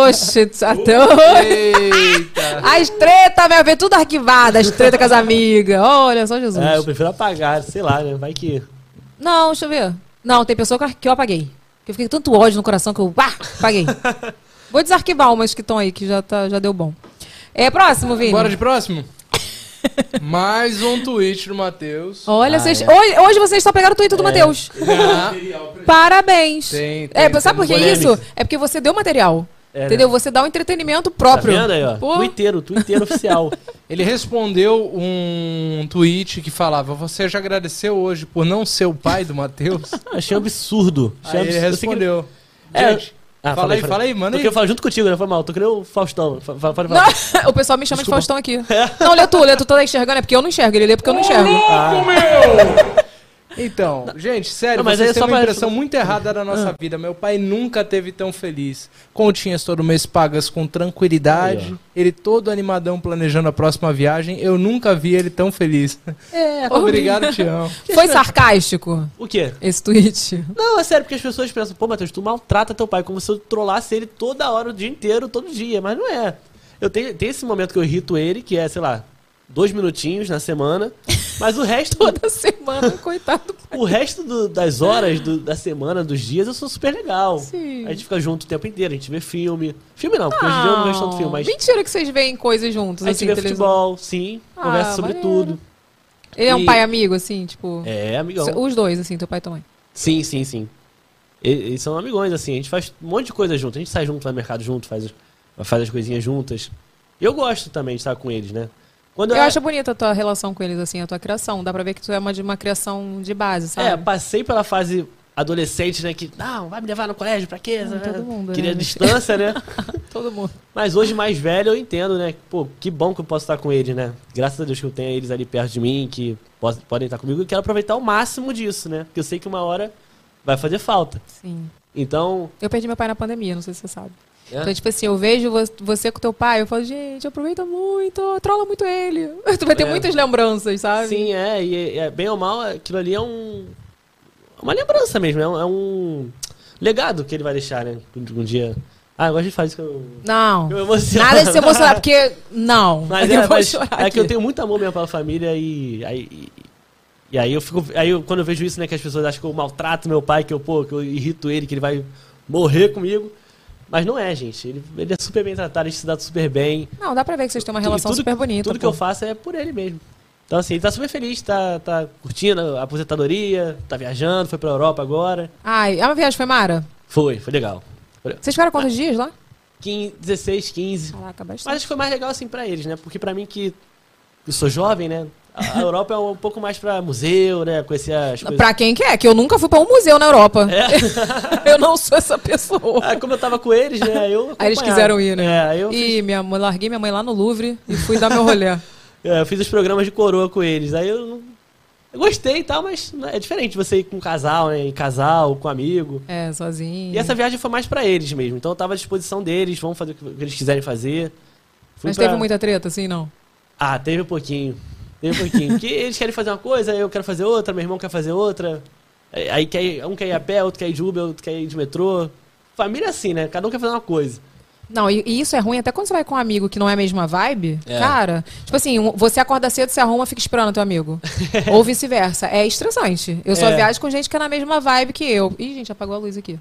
S1: Oxe, até hoje.
S2: Eita!
S1: As treta, meu ver, tudo arquivado. As treta com as amigas. Olha só, Jesus.
S6: É, eu prefiro apagar, sei lá, né? Vai que.
S1: Não, deixa eu ver. Não, tem pessoa que ar- que eu apaguei. Que eu fiquei com tanto ódio no coração que eu ah, apaguei.
S6: <laughs>
S1: Vou desarquivar umas que estão aí, que já, tá, já deu bom. É próximo, Vini.
S2: Bora de próximo? Mais um tweet do Matheus.
S6: Ah,
S1: Olha, vocês...
S6: é.
S1: hoje, hoje vocês só pegaram o Twitter do Matheus.
S2: Ah,
S1: Parabéns.
S2: Tem-
S1: é,
S2: tem-
S1: sabe por
S2: tem
S1: que
S6: polêmica.
S1: isso? É porque você deu material.
S6: É,
S1: entendeu? Você dá um entretenimento
S6: Tá
S1: próprio.
S6: vendo aí, ó?
S1: Pô,
S6: Twitter, Twitter
S2: <laughs>
S6: oficial.
S2: Ele respondeu um tweet que falava: Você já agradeceu hoje por não ser o pai do
S6: <laughs>
S2: Matheus?
S6: Achei um absurdo. Achei
S2: Aí ele
S6: absurdo. Eu sei que-
S2: respondeu.
S6: É,
S2: Gente,
S6: Ah,
S2: fala aí, fala aí, manda
S6: Porque
S2: aí.
S6: eu falo junto contigo, né? Foi mal. Tô que nem o Faustão. Fa- fa- Pode falar.
S1: não, <laughs> o pessoal me chama de Faustão aqui. Não, lê tu, lê tu tá enxergando, é porque eu não enxergo. Ele lê porque eu não enxergo.
S2: Então, gente, sério,
S6: Não, mas aí
S2: vocês
S6: é
S2: têm
S6: só
S2: uma
S6: pra- Ah.
S2: impressão muito errada da nossa vida. Meu pai nunca teve tão feliz. Continhas todo mês pagas com tranquilidade.
S6: Aí,
S2: ele todo animadão planejando a próxima viagem. Eu nunca vi ele tão feliz. <laughs>
S6: É.
S2: Obrigado, Tião.
S1: Foi sarcástico
S6: O quê?
S1: esse tweet?
S6: Não, é sério, porque as pessoas pensam, pô, Matheus, tu maltrata teu pai como se eu trollasse ele toda hora, o dia inteiro, todo dia. Mas não é. Eu tenho, tem esse momento que eu irrito ele, que é, sei lá, dois minutinhos na semana. Mas o
S2: <laughs>
S6: resto,
S1: Toda semana, coitado.
S6: o resto do- das horas do- da semana, dos dias, eu sou super legal.
S1: Sim.
S6: A gente fica junto o tempo inteiro, a gente vê filme. Filme não, porque hoje em dia eu não vejo tanto filme, mas.
S1: Ah, Mentira que vocês veem coisas juntos,
S6: A gente
S1: assim,
S6: vê
S1: televisão.
S6: futebol, sim,
S1: Ah,
S6: conversa sobre
S1: maneiro.
S6: tudo.
S1: Ele é um
S6: E-
S1: pai amigo, assim, tipo.
S6: É, amigão.
S1: Os dois, assim, teu pai e tua mãe.
S6: Sim, sim, sim. E- Eles são amigões, assim. A gente faz um monte de coisa junto. A gente sai junto, vai no mercado junto, faz, as- faz as coisinhas juntas. Eu gosto também de estar com eles, né? Quando
S1: Eu acho bonita a tua relação com eles, assim, a tua criação. Dá pra ver que tu é uma, de uma criação de base, sabe?
S6: É, passei pela fase adolescente, né? Que, não, vai me levar no colégio, pra quê?
S1: Não, Hum, todo mundo,
S6: Queria
S1: né? <laughs>
S6: distância, né?
S1: Todo mundo.
S6: Mas hoje, mais velho, eu entendo, né? Pô, que bom que eu posso estar com eles, né? Graças a Deus que eu tenho eles ali perto de mim, que pos- podem estar comigo. E quero aproveitar o máximo disso, né? Porque eu sei que uma hora vai fazer falta.
S1: Sim.
S6: Então,
S1: Eu perdi meu pai na pandemia, não sei se você sabe.
S6: É?
S1: Então, tipo assim, eu vejo vo- você com teu pai, eu falo, gente, aproveita muito, trola muito ele. <laughs> Tu vai ter
S6: É.
S1: muitas lembranças, sabe?
S6: Sim, é, e é, bem ou mal, aquilo ali é um. é Uma lembrança mesmo, é um, é um legado que ele vai deixar, né? Um, um dia. Ah, eu gosto de fazer isso que eu.
S1: Não.
S6: Eu emociono.
S1: Nada de se emocionar, porque. Não.
S6: Mas,
S1: <laughs> eu
S6: é,
S1: vou
S6: mas
S1: chorar
S6: é
S1: aqui.
S6: que eu tenho muito amor mesmo pela família e. Aí, e, e aí eu fico. Aí eu- quando eu vejo isso, né, que as pessoas acham que eu maltrato meu pai, que eu, pô, que eu irrito ele, que ele vai morrer comigo. Mas não é, gente. Ele, ele é super bem tratado, ele se dá super bem.
S1: Não, dá pra ver que vocês têm uma
S6: E
S1: relação
S6: tudo-
S1: super bonita.
S6: Tudo que
S1: pô.
S6: eu faço é por ele mesmo. Então, assim, ele tá super feliz, tá, tá curtindo a aposentadoria, tá viajando, foi pra Europa agora.
S1: Ai, a viagem foi Mara?
S6: Foi, foi legal.
S1: Vocês ficaram quantos
S6: Ah.
S1: dias lá?
S6: 15, 16, 15.
S1: Caraca,
S6: Mas acho que foi mais legal, assim, pra eles, né? Porque pra mim que eu sou jovem, né?
S1: <laughs>
S6: A a Europa é um pouco mais pra museu, né? Conhecer as coisas.
S1: Pra quem quer, que eu nunca fui pra um museu na Europa. <laughs>
S6: É.
S1: eu não sou essa pessoa.
S6: Ah, como eu tava com eles, né? Eu
S1: <laughs> Aí eles
S6: acompanhava.
S1: quiseram ir, né?
S6: É, aí eu
S1: e minha mãe, larguei minha mãe lá no Louvre e fui dar meu
S6: <laughs>
S1: rolê.
S6: É, eu fiz os programas de coroa com eles. Aí eu, não- eu gostei e tal, mas né, é diferente você ir com um casal, né? Em casal, com amigo.
S1: É, sozinho.
S6: E essa viagem foi mais pra eles mesmo. Então eu tava à disposição deles, vamos fazer o que o que eles quiserem fazer. Fui
S1: Mas
S6: pra-
S1: teve muita treta, assim, não?
S6: Ah, teve um pouquinho. Teve
S1: <laughs>
S6: um pouquinho. Porque eles querem fazer uma coisa, eu quero fazer outra, meu irmão quer fazer outra. Aí aí quer ir- um quer ir a pé, outro quer ir de Uber, outro quer ir de metrô. Família é assim, né? Cada um quer fazer uma coisa.
S1: Não, e, e isso é ruim até quando você vai com um amigo que não é a mesma vibe.
S6: É.
S1: Cara, tipo assim, um- você acorda cedo, se arruma, fica esperando teu
S6: <laughs>
S1: amigo. Ou vice-versa. É estressante. Eu só
S10: É.
S1: viajo com gente que é na mesma vibe que eu. Ih, gente, apagou a luz aqui.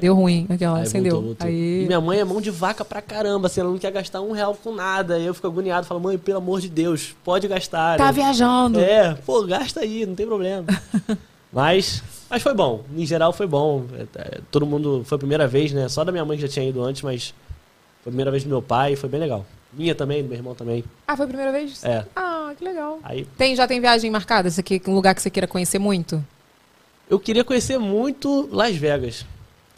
S1: Deu ruim, aquela,
S6: É. Aí
S1: acendeu.
S6: voltou, voltou.
S1: Aí...
S6: E minha mãe é mão de vaca pra caramba, assim, ela não quer gastar um real com nada. Aí eu fico agoniado, falo, mãe, pelo amor de Deus, pode gastar.
S1: Tá
S6: né?
S1: viajando.
S6: É, pô, gasta aí, não tem problema. <laughs> mas, mas foi bom, em geral foi bom. É, é, Todo mundo, foi a primeira vez, né? Só da minha mãe que já tinha ido antes, mas foi a primeira vez do meu pai, foi bem legal. Minha também, do meu irmão também.
S1: Ah, foi a primeira vez?
S6: É.
S1: Ah, que legal.
S6: Aí
S1: Tem, já tem viagem marcada? Esse aqui, um lugar que você queira conhecer muito?
S6: eu queria conhecer muito Las Vegas.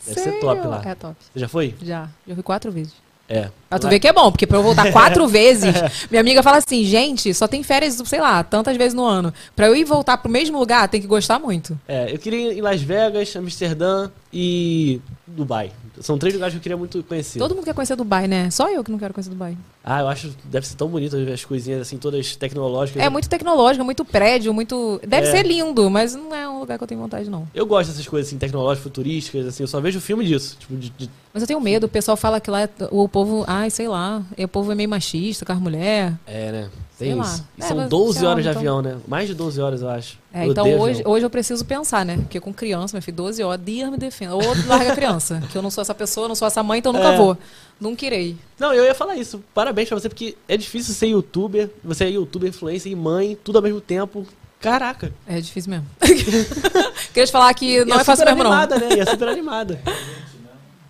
S6: Deve ser
S1: Sério?
S6: top lá.
S1: É top.
S6: Você já foi?
S1: Já. Já fui quatro vezes.
S6: É.
S1: Pra tu ver que é bom, porque pra eu
S6: <laughs>
S1: voltar quatro vezes, minha amiga fala assim, gente, só tem férias, sei lá, tantas vezes no ano. Pra eu ir e voltar pro mesmo lugar, tem que gostar muito.
S6: É, eu queria ir em Las Vegas, Amsterdã e Dubai. São três lugares que eu queria muito conhecer.
S1: Todo mundo quer conhecer Dubai, né? Só eu que não quero conhecer Dubai.
S6: Ah, eu acho deve ser tão bonito as coisinhas assim, todas tecnológicas. né?
S1: É muito tecnológico, muito prédio, muito... Deve
S6: É.
S1: ser lindo, mas não é um lugar que eu tenho vontade, não.
S6: Eu gosto dessas coisas assim, tecnológicas, futurísticas, assim, eu só vejo filme disso. Tipo, de, de-
S1: Mas eu tenho medo, o pessoal fala que lá é- o povo, ai, sei lá, o povo é meio machista, com as mulher.
S6: É, né?
S1: Sei
S6: Tem
S1: lá.
S6: isso. E
S1: É,
S6: são
S1: mas-
S6: 12
S1: sei lá,
S6: horas de
S1: então-
S6: avião, né? Mais de 12 horas, eu acho.
S1: É,
S6: Eu
S1: então
S6: odeio
S1: hoje,
S6: avião.
S1: hoje eu preciso pensar, né? Porque com criança, meu filho, 12 horas, Deus me defenda. Ou larga a criança, que eu não sou essa pessoa, não sou essa mãe, então eu nunca
S6: É.
S1: vou. Nunca irei.
S6: Não, eu ia falar isso. Parabéns pra você, porque é difícil ser youtuber. Você é youtuber, influencer e mãe, tudo ao mesmo tempo. Caraca.
S1: É difícil mesmo. <laughs> Queria te falar que não é fácil mesmo, não.
S6: animada, né? E é super animada.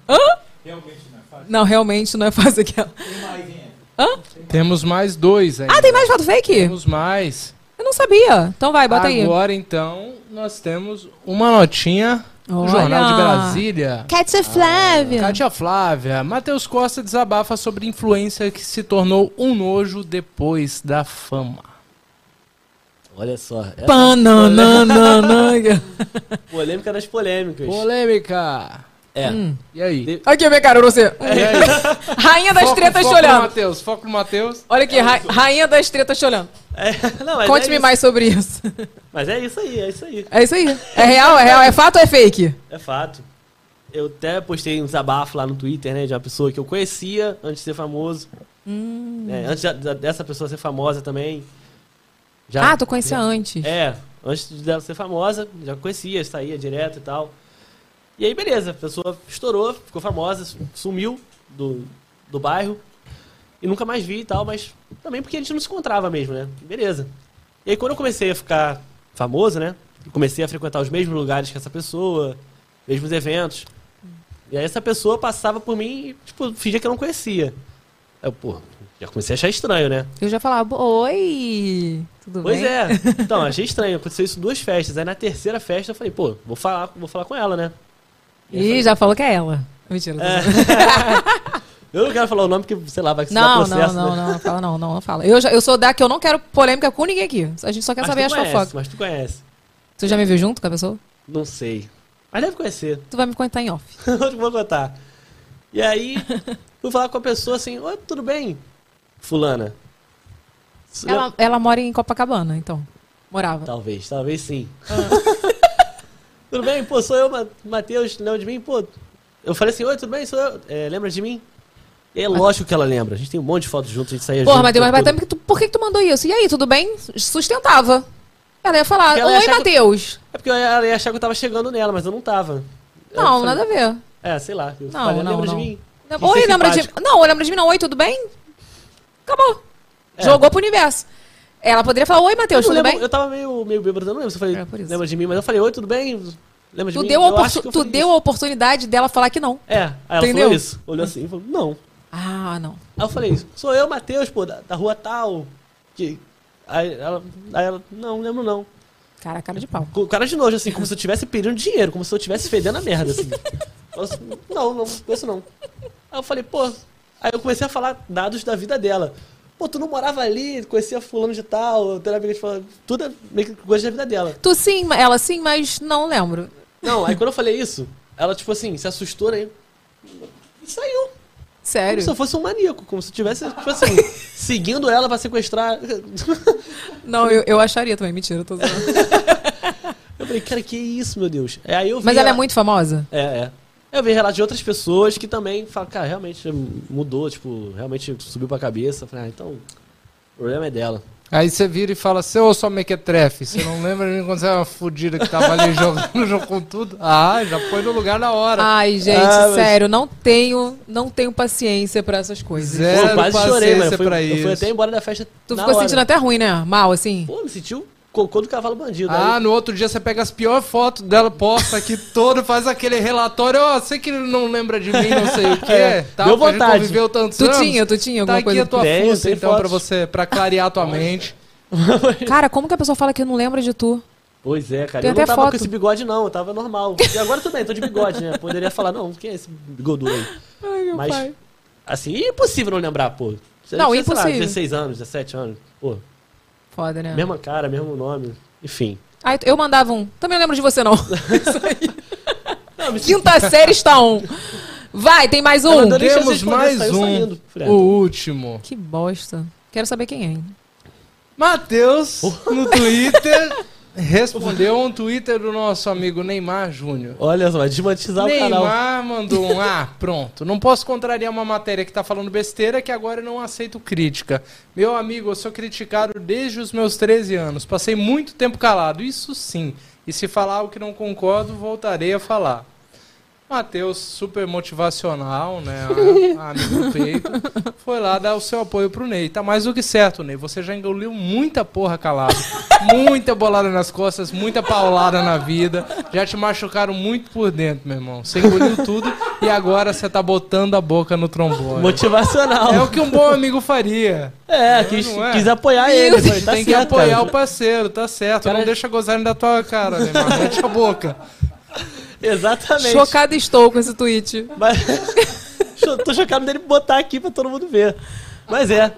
S1: Hã? Não, realmente não é fácil aquela. Hã?
S2: Temos mais dois ainda.
S1: Ah, tem mais foto fake?
S2: Temos mais.
S1: Eu não sabia. Então vai, bota aí.
S2: Agora, então, nós temos uma notinha do
S1: Olha.
S2: Jornal de Brasília.
S1: Kátia Flávia.
S2: Kátia Flávia. Matheus Costa desabafa sobre influência que se tornou um nojo depois da fama.
S6: <laughs> Olha só. Essa
S1: Pananana.
S6: Polêmica das polêmicas.
S2: Polêmica.
S6: É.
S1: Hum.
S2: E aí?
S1: Aqui, minha cara, você.
S2: E aí?
S1: <laughs> Rainha das
S2: Foco-
S1: tretas
S2: foco
S1: te olhando.
S2: No Matheus, foco no Matheus.
S1: Olha aqui, ra- rainha das tretas te olhando.
S6: Não, mas
S1: Conte-me
S6: é <laughs> isso.
S1: mais sobre isso.
S6: Mas é isso aí, é isso aí.
S1: É isso aí. É real, é real, é fato ou é fake?
S6: É fato. Eu até postei um desabafo lá no Twitter, né? De uma pessoa que eu conhecia antes de ser famoso.
S1: Hum.
S6: né, antes da- da- dessa pessoa ser famosa também.
S1: Ah, tu conhecia antes.
S6: É, antes de dela ser famosa, já conhecia, saía direto e tal. E aí, beleza, a pessoa estourou, ficou famosa, su- sumiu do, do bairro. E nunca mais vi e tal, mas também porque a gente não se encontrava mesmo, né? Beleza. E aí, quando eu comecei a ficar famoso, né? Comecei a frequentar os mesmos lugares que essa pessoa, mesmos eventos. E aí, essa pessoa passava por mim e, tipo, fingia que eu não conhecia. Aí Eu, pô, já comecei a achar estranho, né?
S1: Eu já falava, oi, tudo
S6: Pois
S1: bem?
S6: é.
S1: <laughs>
S6: Então, achei estranho. Aconteceu isso em duas festas. Aí na terceira festa eu falei, pô, vou falar, vou falar com ela, né?
S1: Ih, já falou que é ela. Mentira.
S6: É. Eu não quero falar o nome porque, sei lá, vai que
S1: Não,
S6: dá processo,
S1: não, não,
S6: né?
S1: não, não, fala não, não, não fala. Eu, já, eu sou da que eu não quero polêmica com ninguém aqui. A gente só quer
S6: Mas
S1: saber
S6: tu
S1: as
S6: conhece,
S1: fofocas.
S6: Mas tu conhece.
S1: Tu já me viu junto com a pessoa?
S6: Não sei. Mas deve conhecer. <laughs>
S1: Tu vai me contar em off.
S6: Eu vou contar.
S1: <laughs>
S6: E aí, fui falar com a pessoa assim, oi, tudo bem? Fulana.
S1: Ela, ela mora em Copacabana, então. Morava.
S6: Talvez, talvez sim. <laughs> tudo bem? Pô, sou eu, Ma- Matheus, lembra de mim? Pô, eu falei assim, oi, tudo bem? Sou eu. É, lembra de mim? E é lógico que ela lembra. A gente tem um monte de fotos juntos, a gente saía
S1: Porra,
S6: junto.
S1: Matheus, mas
S6: tudo.
S1: bateu porque tu, por que, que tu mandou isso? E aí, tudo bem? Sustentava. Ela ia falar,
S6: Porque ela ia
S1: oi,
S6: achar que-
S1: Matheus.
S6: É porque ela ia achar que eu tava chegando nela, mas eu não tava. Eu
S1: Não,
S6: falei-
S1: nada a ver.
S6: É, sei lá. Eu
S1: Não,
S6: falei,
S1: não,
S6: lembra
S1: não.
S6: de mim? Tem que
S1: Oi,
S6: ser
S1: lembra de...
S6: simpático.
S1: Não, lembra de mim não. Oi, tudo bem? Acabou. Jogou pro universo. Ela poderia falar, oi, Matheus,
S6: É.
S1: Tá tudo
S6: Eu não lembro-
S1: bem? É,
S6: Eu tava meio, meio bêbado, eu não lembro se eu falei, lembra de mim, mas eu falei, oi, tudo bem? Lembra de
S1: Tu
S6: mim?
S1: deu, a
S6: eu
S1: oportu-
S6: acho que eu
S1: tu
S6: falei
S1: deu a oportunidade dela falar que não.
S6: É, aí ela
S1: Entendeu?
S6: falou isso. Olhou assim e falou, não.
S1: Ah, não.
S6: Aí eu falei, sou eu, Matheus, pô, da, da rua tal. Que... Aí, ela, aí ela, não, lembro não.
S1: Cara, cara de pau.
S6: Com cara de nojo, assim, como se eu estivesse pedindo dinheiro, como se eu estivesse fedendo a merda, assim. Eu, assim, não, não, isso não. Aí eu falei, pô. Aí eu comecei a falar dados da vida dela. Pô, tu não morava ali, conhecia fulano de tal, teu amigo de fulano, tudo é meio que coisa da vida dela.
S1: Tu sim, ela sim, mas não lembro.
S6: Não, aí quando eu falei isso, ela, tipo assim, se assustou, né? E saiu.
S1: Sério?
S6: Como se eu fosse um maníaco, como se eu tivesse, tipo assim, seguindo ela pra sequestrar.
S1: Não, eu, eu acharia também. Mentira, eu tô zoando.
S6: Eu falei, cara, que isso, meu Deus. É, Aí eu vi
S1: Mas ela é muito famosa?
S6: É, é. Eu vi relatos de outras pessoas que também falam, cara, realmente mudou, tipo, realmente subiu pra cabeça. Eu Falei, ah, então, o problema é dela.
S2: Aí você vira e fala, seu só mequetrefe, você não lembra de mim quando você era uma fudida que tava ali jogando jogo com tudo? Ah, já foi no lugar na hora.
S1: Ai, gente,
S2: Ah, mas-
S1: sério, não tenho, não tenho paciência pra essas coisas.
S2: Zero
S6: Pô, quase chorei,
S2: paciência
S6: mano. Eu fui,
S2: pra
S6: eu fui
S2: isso.
S6: até embora da festa.
S1: Tu
S6: na
S1: ficou
S6: hora.
S1: sentindo até ruim, né? Mal, assim.
S6: Pô, me sentiu cocô do cavalo bandido.
S2: Ah,
S6: aí.
S2: no outro dia você pega as piores fotos dela, posta aqui todo, faz aquele relatório, ó, sei que não lembra de mim, não
S1: <laughs>
S2: sei o quê.
S6: É,
S2: tal,
S6: deu
S2: que a gente
S6: vontade.
S2: conviveu tantos
S1: Tu
S2: anos.
S1: tinha, tu tinha
S2: Tá
S1: alguma
S2: aqui
S1: coisa
S2: a tua
S6: Tem,
S2: fuça,
S6: tem
S2: então,
S6: fotos.
S2: pra você, pra clarear a tua mente.
S1: Cara, como que a pessoa fala que não lembra de tu?
S6: Pois é, cara.
S1: Tem
S6: eu não
S1: até
S6: tava
S1: foto.
S6: com esse bigode, não. Eu tava normal. E agora também, tô de bigode, né? Poderia falar, não, quem é esse bigodudo aí?
S1: Ai, meu
S6: Mas,
S1: pai.
S6: assim, é impossível não lembrar, pô. Você
S1: Não,
S6: tinha, sei lá,
S1: impossível.
S6: 16 anos, 17 anos. Pô,
S1: Foda, né?
S6: mesma cara, mesmo nome. Enfim.
S1: Ai, eu mandava um. Também não lembro de
S6: <laughs>
S1: você, não.
S6: Não, me
S1: Quinta série está um. Vai, tem mais um.
S6: Ela deixa eu
S2: Temos
S6: responder,
S2: mais
S6: saiu
S2: um,
S6: saindo, Fred.
S2: o último.
S1: Que bosta. Quero saber quem é. hein?
S6: <laughs>
S2: Matheus, no Twitter, respondeu um Twitter do nosso amigo Neymar Júnior.
S6: Olha só, desmatizar o canal.
S2: Neymar mandou um, ah, pronto, não posso contrariar uma matéria que tá falando besteira que agora eu não aceito crítica. Meu amigo, eu sou criticado desde os meus 13 anos, passei muito tempo calado, isso sim. E se falar algo que não concordo, voltarei a falar. Matheus, super
S1: <laughs>
S2: motivacional, né? A, a amigo do peito, foi lá dar o seu apoio pro Ney. Tá mais do que certo, Ney. Você já engoliu muita porra calado. Muita bolada nas costas, muita paulada na vida. Já te machucaram muito por dentro, meu irmão. Você engoliu tudo e agora você tá botando a boca no trombone.
S6: Motivacional.
S2: É o que um bom amigo faria.
S6: É, quis,
S2: não é?
S6: quis apoiar
S1: Meu
S6: ele.
S1: Deus.
S6: Falei, tá
S2: Tem que
S6: certo,
S2: apoiar
S6: cara.
S2: o parceiro, tá certo.
S6: Cara-
S2: Não deixa gozarem da tua cara, Neymar. Mete a boca.
S6: Exatamente.
S1: Chocada estou com esse tweet.
S6: Mas... <laughs> Cho- Tô chocado dele botar aqui pra todo mundo ver. Mas é,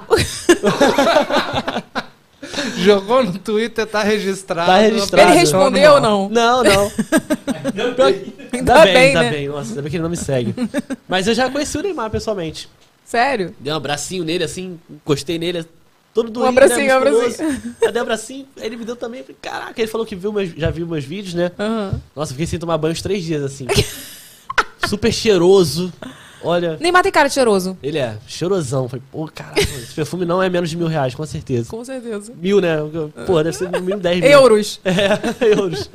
S2: Jogou no Twitter, tá registrado. Tá
S6: tá registrado.
S1: Ele respondeu ou não?
S6: Não, não.
S1: Ainda bem,
S6: tá
S1: né?
S6: bem. Nossa, ainda bem que ele não me segue. Mas eu já conheci o Neymar pessoalmente.
S1: Sério?
S6: Dei um abracinho nele, assim, encostei nele, todo doido,
S1: abracinho,
S6: né?
S1: um
S6: musculoso. Aí dei um abracinho, ele me deu também, eu falei, caraca, ele falou que viu meus, já viu meus vídeos, né?
S1: Aham.
S6: Nossa, eu fiquei sem tomar banho uns três dias, assim. <laughs> Super cheiroso. Olha,
S1: Neymar tem cara de cheiroso.
S6: ele é cheirosão. Falei, pô, caraca, esse perfume não é menos de mil reais, com certeza.
S1: Com certeza.
S6: Mil, né? Pô, deve ser no mínimo dez mil.
S1: Euros.
S6: <laughs> É, euros.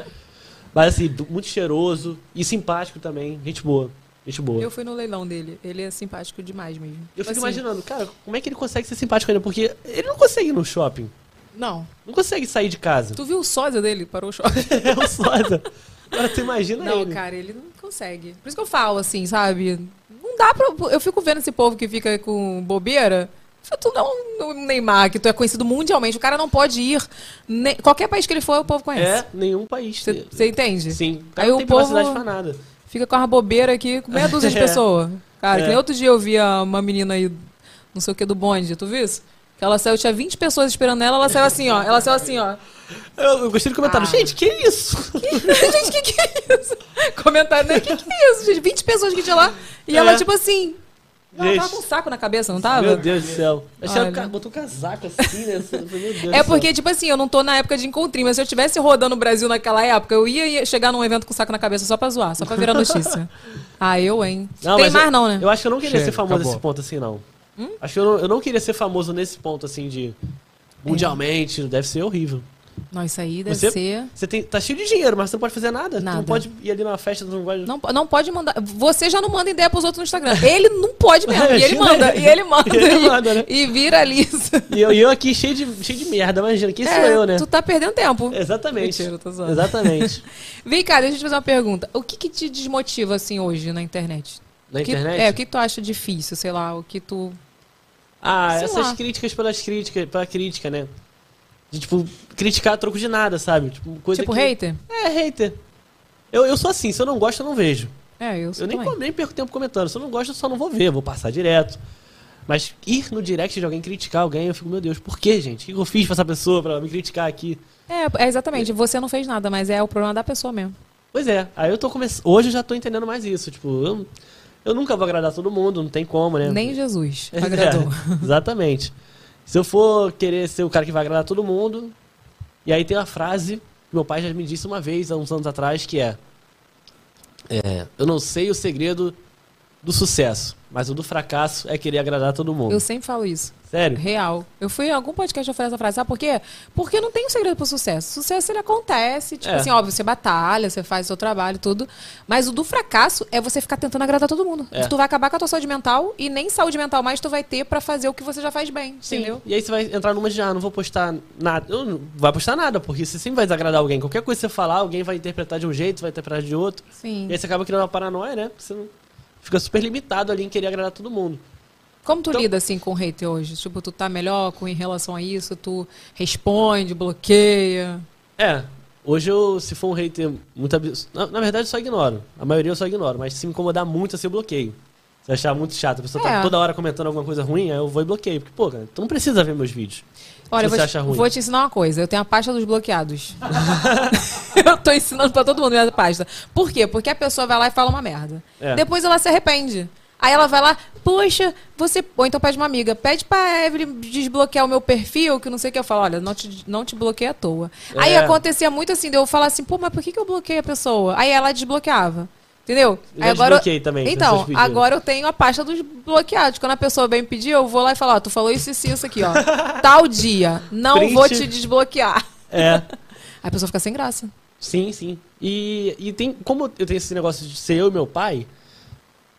S6: Mas assim, du- muito cheiroso e simpático também. Gente boa. Gente boa.
S1: Eu
S6: Eu,
S1: fui no leilão dele. Ele é simpático demais mesmo.
S6: fico
S1: Assim,
S6: imaginando, cara, como é que ele consegue ser simpático ainda? Porque ele não consegue ir no shopping.
S1: Não.
S6: Não consegue sair de casa.
S1: Tu viu o sósia dele? Parou o choque.
S6: <laughs> É o Sosa. Agora tu imagina
S1: Não,
S6: é ele.
S1: cara, ele não consegue. Por isso que eu falo, assim, sabe? Não dá pra. Eu fico vendo esse povo que fica com bobeira. Tu não é um Neymar, que tu é conhecido mundialmente. O cara não pode ir. nem- Qualquer país que ele for, o povo conhece.
S6: É, nenhum país.
S1: Você entende?
S6: Sim. O
S1: Aí
S6: cara não
S1: o
S6: tem
S1: povo-
S6: privacidade pra nada.
S1: Fica com uma bobeira aqui com meia dúzia de
S6: <laughs>
S10: É.
S1: pessoas. Cara,
S10: É.
S1: que nem outro dia eu vi a- uma menina aí, não sei o que, do bonde, tu viu isso? Que ela saiu, tinha 20 pessoas esperando ela, ela saiu assim, ó. Ela saiu assim, ó. <laughs>
S6: Eu, eu gostei do comentário.
S1: Ah.
S6: Gente, que isso?
S1: gente, que que é isso? Comentário, né? Que que é isso, gente? 20 pessoas que tinha lá. E
S6: É.
S1: ela, tipo assim... Ela
S6: Gente.
S1: tava com um saco na cabeça, não tava?
S6: Meu Deus do céu. Achei ela
S1: Olha.
S6: ca- botou um casaco assim, né? Meu Deus do
S1: É
S6: céu.
S1: porque, tipo assim, eu não tô na época de encontrinho, mas se eu estivesse rodando o Brasil naquela época, eu ia, ia chegar num evento com o saco na cabeça só pra zoar, só pra virar
S6: <laughs>
S1: notícia. ah, eu, hein? Tem
S6: mas
S1: mais
S6: eu-
S1: não, né? Hum?
S6: Eu acho que eu não queria
S2: Chega,
S6: ser famoso
S2: acabou.
S6: nesse ponto assim, não. Acho que eu não, eu não queria ser famoso nesse ponto assim de. Mundialmente, deve ser horrível.
S1: Não, isso aí deve
S6: você
S1: ser...
S6: você tem, tá cheio de dinheiro, mas você não pode fazer nada. Tu
S1: Nada.
S6: não pode ir ali numa festa, tu não vai.
S1: Não, não pode mandar. Você já não manda ideia pros outros no Instagram. Ele não pode mesmo. e ele
S6: Imagina
S1: manda.
S6: ele.
S1: E ele manda.
S6: E ele
S1: e-
S6: manda, né?
S1: E vira liso.
S6: E eu, e eu aqui cheio de, cheio de merda, imagina. Quem sou
S1: É,
S6: eu, né?
S1: Tu tá perdendo tempo.
S6: Exatamente.
S1: Mentira, eu tô zoando. <laughs>
S6: Exatamente.
S1: Vem cá, deixa eu te fazer uma pergunta. O que, que te desmotiva, assim, hoje na internet?
S6: Na
S1: O que-
S6: internet?
S1: É, o que tu acha difícil, sei lá, o que tu.
S6: Ah,
S1: Sei
S6: essas
S1: lá.
S6: críticas pelas críticas, pela crítica, né? De, tipo, criticar a troco de nada, sabe? Tipo, coisa
S1: tipo,
S6: que-
S1: hater?
S6: É, hater. Eu, eu sou assim, se eu não gosto, eu não vejo.
S1: É, eu sou
S6: Eu nem,
S1: também.
S6: com- nem perco tempo comentando. Se eu não gosto, eu só não vou ver, eu vou passar direto. Mas ir no direct de alguém criticar alguém, eu fico, meu Deus, por que, gente? O que eu fiz pra essa pessoa pra me criticar aqui?
S1: É, é, exatamente. Você não fez nada, mas é o problema da pessoa mesmo.
S6: Pois é, aí eu tô começando. Hoje eu já tô entendendo mais isso. Tipo, eu, eu nunca vou agradar todo mundo, não tem como, né?
S1: Nem Jesus
S6: <laughs> É,
S1: agradou.
S6: exatamente. Se eu for querer ser o cara que vai agradar todo mundo. E aí tem uma frase que meu pai já me disse uma vez, há uns anos atrás, que é. É, eu não sei o segredo do sucesso, mas o do fracasso é querer agradar todo mundo.
S1: Eu sempre falo isso.
S6: Sério?
S1: Real. Eu fui em algum podcast eu falei essa frase. Sabe por quê? Porque não tem um segredo pro sucesso. Sucesso ele acontece. Tipo
S6: É.
S1: assim, óbvio, você batalha, você faz o seu trabalho, tudo. Mas o do fracasso é você ficar tentando agradar todo mundo.
S6: É.
S1: Tu vai acabar com a tua saúde mental e nem saúde mental mais tu vai ter pra fazer o que você já faz bem. Entendeu?
S6: E aí você vai entrar numa de, ah, não vou postar nada. Eu não vai postar nada, porque você sempre vai desagradar alguém. Qualquer coisa que você falar, alguém vai interpretar de um jeito, vai interpretar de outro.
S1: Sim.
S6: E aí você acaba criando uma paranoia, né? Porque Você não- fica super limitado ali em querer agradar todo mundo.
S1: Como
S6: Então-
S1: tu lida assim com o hater hoje? Tipo, tu tá melhor com em relação a isso? Tu responde, bloqueia?
S6: É, hoje eu, se for um hater muito abs... na, na verdade, eu só ignoro. A maioria eu só ignoro, mas se me incomodar muito, assim, eu bloqueio. Se eu achar muito chato, a pessoa
S1: É.
S6: tá toda hora comentando alguma coisa ruim, aí eu vou e bloqueio. Porque, pô, cara, tu não precisa ver meus vídeos.
S1: Olha, eu vou
S6: se você
S1: te,
S6: acha ruim.
S1: vou te ensinar uma coisa. Eu tenho a pasta dos bloqueados. <laughs> eu tô ensinando pra todo mundo minha pasta. Por quê? Porque a pessoa vai lá e fala uma merda.
S10: É.
S1: Depois ela se arrepende. Aí ela vai lá, poxa, você. Ou então pede uma amiga, pede pra Evelyn desbloquear o meu perfil, que não sei o que. Eu falo, olha, não te, não te bloqueei à toa.
S10: É.
S1: Aí acontecia muito assim, de eu falar assim, pô, mas por que, que eu bloqueei a pessoa? Aí ela desbloqueava. Entendeu?
S6: Eu
S1: Aí
S6: já
S1: agora
S6: desbloqueei também, se
S1: Então,
S6: vocês pedirem.
S1: agora eu tenho a pasta dos bloqueados. Quando a pessoa vem me pedir, eu vou lá e falo, ó, tu falou isso, isso e isso aqui,
S6: <laughs>
S1: ó. Tal dia, não
S6: Print.
S1: vou te desbloquear.
S6: É.
S1: Aí a pessoa fica sem graça.
S6: Sim, sim. E, e tem. Como eu tenho esse negócio de ser eu e meu pai,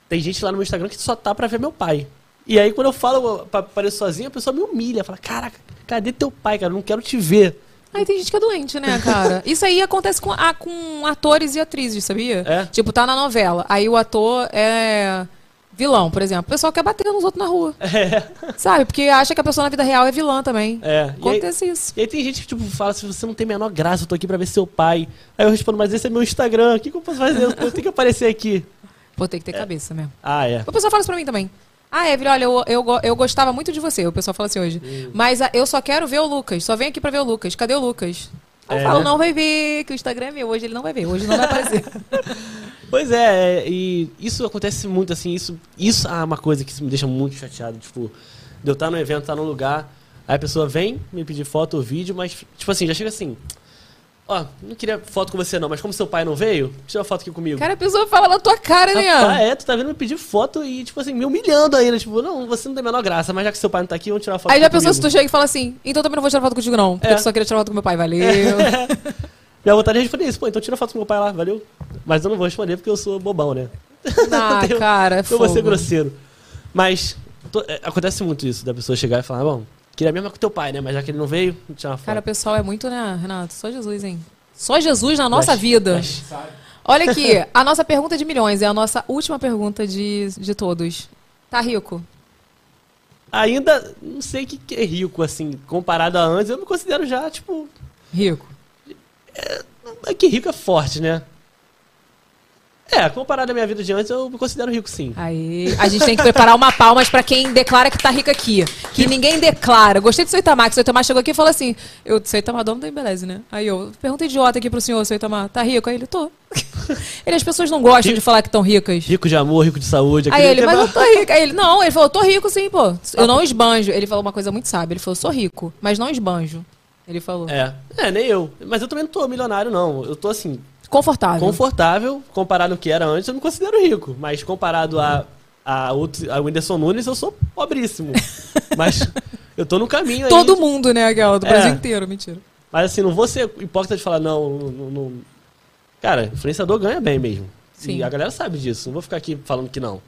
S6: tem gente lá no meu Instagram que só tá pra ver meu pai. E aí, quando eu falo pra aparecer sozinho, a pessoa me humilha. Fala, caraca, cadê teu pai, cara? Eu não quero te ver.
S1: Aí tem gente que é doente, né,
S6: <laughs>
S1: cara? Isso aí acontece com, ah, com atores e atrizes, sabia?
S6: É.
S1: Tipo, tá na novela. Aí o ator é vilão, por exemplo. O pessoal quer bater nos outros na
S6: <laughs>
S1: rua. Sabe? Porque acha que a pessoa na vida real é vilã também.
S6: É.
S1: Acontece
S6: e aí,
S1: isso.
S6: E aí tem gente que tipo, fala assim, você não tem a menor graça, eu tô aqui pra ver seu pai. Aí eu respondo, mas esse é meu Instagram, o que, que eu posso fazer? Eu tenho que aparecer aqui.
S1: Vou ter que ter cabeça mesmo.
S6: Ah, é.
S1: O pessoal fala isso pra mim também. Ah, Evelyn, olha, eu, eu, go- eu gostava muito de você, o pessoal fala assim hoje.
S6: Hum.
S1: Mas ah, eu só quero ver o Lucas, só vem aqui pra ver o Lucas. Cadê o Lucas? Aí Eu
S6: É,
S1: falo,
S6: né?
S1: não vai ver, que o Instagram é meu, hoje ele não vai ver, hoje não vai
S6: <laughs>
S1: aparecer.
S6: Pois é, é, e isso acontece muito, assim, isso, isso é uma coisa que me deixa muito chateado, tipo, de eu estar num evento, estar num lugar, aí a pessoa vem me pedir foto ou vídeo, mas, tipo assim, já chega assim, ó, não queria foto com você não, mas como seu pai não veio, tira uma foto aqui comigo.
S1: cara, a pessoa fala na tua cara, né?
S6: Rapaz, é, tu tá vendo me pedir foto e, tipo assim, me humilhando ainda, tipo, não, você não tem a menor graça, mas já que seu pai não tá aqui, vamos tirar uma foto
S1: Aí já
S6: aqui
S1: pensou se tu
S6: comigo.
S1: chega e fala assim, então também não vou tirar foto contigo não, porque
S6: É.
S1: eu só queria tirar foto com meu pai,
S6: <laughs>
S1: valeu.
S6: Minha vontade de responder isso, pô, então tira foto com meu pai lá, valeu? Mas eu não vou responder porque eu sou bobão, né?
S1: Ah,
S6: Eu-
S1: cara, é
S6: Eu vou ser
S1: fogo.
S6: grosseiro. Mas to- é, acontece muito isso, da pessoa chegar e falar, bom, queria mesmo é com teu pai, né? Mas já que ele não veio, vou tirar uma foto.
S1: Cara, o pessoal é muito, né, Renato? Só Jesus, hein? Só Jesus na nossa
S6: Mas-
S1: vida.
S6: mas-
S1: Olha aqui, a nossa pergunta de milhões é a nossa última pergunta de, de todos. Tá rico?
S6: Ainda não sei o que, que é rico, assim, comparado a antes, eu me considero já, tipo.
S1: Rico.
S6: É, é que rico é forte, né? É, comparado à minha vida de antes, eu me considero rico sim.
S1: Ah. Aí, A gente tem que preparar uma palmas pra quem declara que tá rica aqui. Que ninguém declara. Gostei do seu Itamar, que o seu Itamar chegou aqui e falou assim: Eu, seu Itamar, dono da Embeleze, né? Aí eu pergunta idiota aqui pro senhor, seu Itamar, tá rico? Aí ele, tô. <laughs> Ele, as pessoas não gostam de falar que estão ricas.
S6: Rico de amor, rico né? Ah. de saúde.
S1: Aí
S6: aquele- é
S1: ele, mas eu tô rico. Aí ele, não, ele falou, tô rico sim, pô. Eu não esbanjo. Ele falou uma coisa muito sábia. Ele falou, sou rico, mas não esbanjo. Ele falou.
S6: É. É, nem eu. Mas eu também não tô milionário, não. Eu tô assim.
S1: Confortável.
S6: Confortável, comparado ao que era antes, eu me considero rico. Mas comparado a, a, outro, a Whindersson Nunes, eu sou
S1: <laughs>
S6: pobríssimo. mas eu tô no caminho aí.
S1: Todo mundo, né, Gal? Do
S6: É.
S1: Brasil inteiro, mentira.
S6: Mas assim, não vou ser hipócrita de falar, não, não, não- Cara, influenciador ganha bem mesmo.
S1: Sim.
S6: E a galera sabe disso. Não vou ficar aqui falando que não.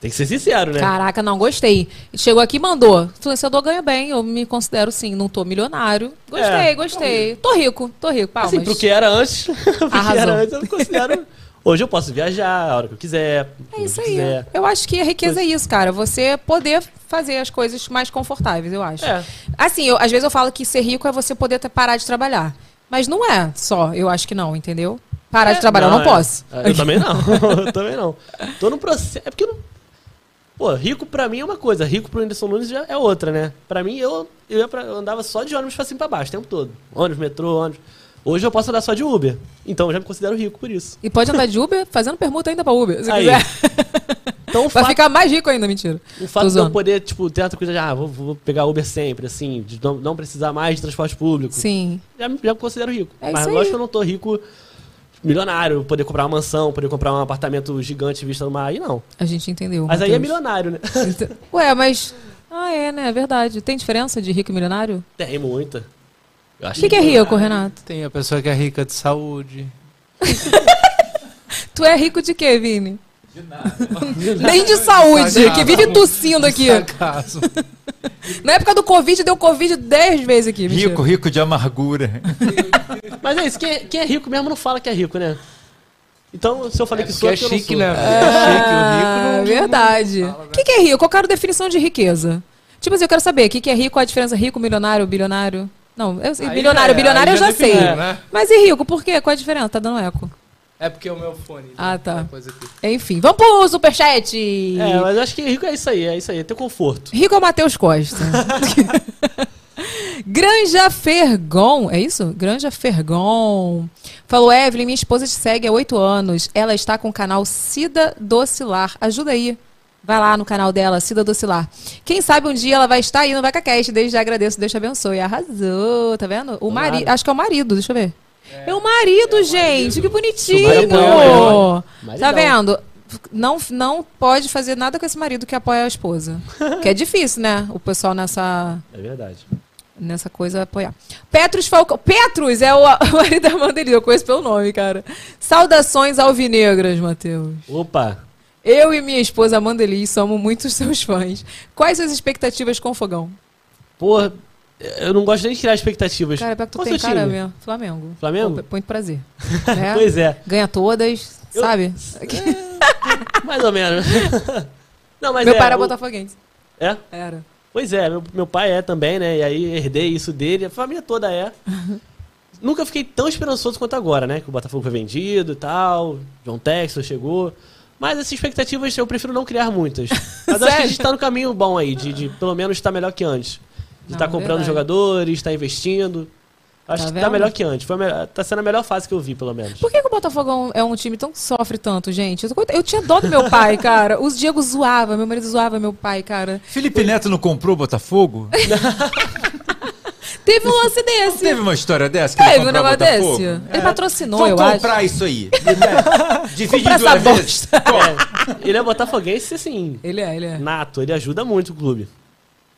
S6: Tem que ser sincero, né?
S1: Caraca, não, gostei. Chegou aqui e mandou. Influenciador ganha bem, eu me considero sim, não tô milionário. Gostei,
S6: É,
S1: gostei. Tô rico, tô rico. Palmas.
S6: Assim, pro que era antes, <laughs> pro que
S1: Arrasou.
S6: era antes, eu
S1: <laughs>
S6: me considero. Hoje eu posso viajar a hora que eu quiser.
S1: É isso
S6: eu
S1: aí.
S6: quiser.
S1: Eu acho que a riqueza é isso, cara. Você poder fazer as coisas mais confortáveis, eu acho.
S6: É.
S1: Assim, eu- às vezes eu falo que ser rico é você poder ter- parar de trabalhar. Mas não é só, eu acho que não, entendeu? Parar de trabalhar, eu não
S6: é.
S1: posso.
S6: É, Eu também não. <laughs> eu também não. Tô no processo. É porque eu não. Pô, rico pra mim é uma coisa, rico pro Anderson Nunes já é outra, né? Pra mim, eu, eu, ia pra- eu andava só de ônibus pra cima e pra baixo o tempo todo. Ônibus, metrô, ônibus. Hoje eu posso andar só de Uber. Então eu já me considero rico por isso.
S1: E pode andar de Uber fazendo permuta ainda pra Uber, se
S6: Aí.
S1: quiser.
S6: Então, o
S1: Vai
S6: fato-
S1: ficar mais rico ainda, mentira.
S6: O
S1: Tô
S6: fato de eu
S1: zoando.
S6: poder, tipo, ter essa coisa de, ah, vou, vou pegar Uber sempre, assim, de não, não precisar mais de transporte público.
S1: Sim.
S6: Já, me- já me considero rico.
S1: É
S6: Mas
S1: isso aí.
S6: lógico que eu não tô rico milionário, poder comprar uma mansão, poder comprar um apartamento gigante visto no mar, aí não.
S1: A gente entendeu.
S6: Mas aí é
S1: Matheus.
S6: milionário, né? <laughs>
S1: <laughs> Ué, mas. Então, Ah, é, né? É verdade. Tem diferença de rico e milionário?
S6: Tem muita. Eu
S1: O
S6: acho
S1: que, que é rico, Renato?
S2: Tem a pessoa que é rica de saúde.
S1: Tu é rico de quê, Vini? <laughs> De nada. Nem de saúde, que vive tossindo aqui.
S6: <laughs>
S2: Caso.
S1: Na época do Covid, deu Covid 10 vezes aqui. mentira.
S7: Rico, rico de amargura.
S6: Mas é isso, quem é, quem é rico mesmo não fala que é rico, né? Então, se eu falei que
S2: porque
S6: sou,
S2: é
S6: é que eu não
S2: chique,
S6: sou.
S2: né?
S1: Ah, verdade. O que, que é rico? Eu quero definição de riqueza. Tipo assim, eu quero saber o que, que é rico, qual a diferença rico, milionário, bilionário. Não, eu, sei,
S2: Aí
S1: bilionário,
S2: já é,
S1: bilionário eu
S2: aí já
S1: já sei.
S2: definiu, né?
S1: Mas e rico, por quê? Qual a diferença? Tá dando eco.
S2: É porque é o meu fone. né?
S1: Ah, tá.
S2: Uma coisa aqui.
S1: Enfim, vamos pro superchat!
S6: É, mas eu acho que rico é isso aí, é isso aí, é ter conforto.
S1: Rico é o Matheus <laughs> Costa. Granja Fergon, é isso? Granja Fergon. Falou, Evelyn, minha esposa te segue há oito anos. Ela está com o canal Cida Docilar. Ajuda aí. Vai lá no canal dela, Cida Docilar. Quem sabe um dia ela vai estar aí no VacaCast. Desde já agradeço, Deus te abençoe. Arrasou, tá vendo? O
S6: Tomara.
S1: marido, acho que é o marido, deixa eu ver. É, o marido, gente, que bonitinho.
S6: Maridão, é.
S1: Tá
S6: Maridão.
S1: vendo? Não, não pode fazer nada com esse marido que apoia a esposa. que é difícil, né? O pessoal nessa,
S6: É verdade.
S1: nessa coisa apoiar. Petrus Falcão. Petrus é o, <laughs> o marido da irmã dele. Eu conheço pelo nome, cara. Saudações alvinegras, Matheus.
S6: Opa,
S1: Eu e minha esposa Amandeli somos muitos <laughs> seus fãs. Quais suas expectativas com o fogão?
S6: porra, eu não gosto nem de criar expectativas.
S1: Cara, pior que tu
S6: Qual
S1: tem
S6: seu
S1: cara
S6: time?
S1: mesmo. Flamengo. Pô,
S6: Flamengo?
S1: p- Muito
S6: <laughs>
S1: prazer. Né?
S6: Pois é.
S1: Ganha todas,
S6: Eu-
S1: sabe?
S6: Mais ou menos. <laughs> Não, mas
S1: Meu
S6: é,
S1: pai era
S6: o-
S1: botafoguense.
S6: É?
S1: Era.
S6: Pois é, meu, meu pai é também, né? E aí herdei isso dele, a família toda
S1: <laughs>
S6: é. Nunca fiquei tão esperançoso quanto agora, né? Que o Botafogo foi vendido e tal, John Texton chegou. Mas essas expectativas eu prefiro não criar
S1: <laughs>
S6: muitas. Mas eu acho que a gente tá no caminho bom aí, de, de pelo menos estar melhor que antes. De
S1: Não,
S6: estar comprando
S1: verdade.
S6: jogadores, estar investindo. Acho
S1: Tá
S6: que tá
S1: vendo?
S6: melhor que antes. Foi a me- tá sendo a melhor fase que eu vi, pelo menos.
S1: Por que, que o Botafogo é um- é um time tão que sofre tanto, gente? Eu, eu tinha dó do meu pai, cara. Os Diego zoava, meu marido zoava meu pai, cara.
S7: Felipe Neto não comprou o Botafogo?
S1: é. Teve um lance desse.
S7: Teve uma história dessa? Que ele
S1: Teve um
S7: comprou o
S1: negócio
S7: Botafogo?
S1: desse? Ele patrocinou,
S7: Vão
S1: eu acho.
S7: comprar
S1: <laughs>
S7: isso aí. né? Divide
S1: Comprar
S7: em
S1: essa
S7: duas vezes.
S1: bosta. <laughs>
S6: É, ele é botafoguense, assim,
S1: Ele é, ele é.
S6: nato. Ele ajuda muito o clube.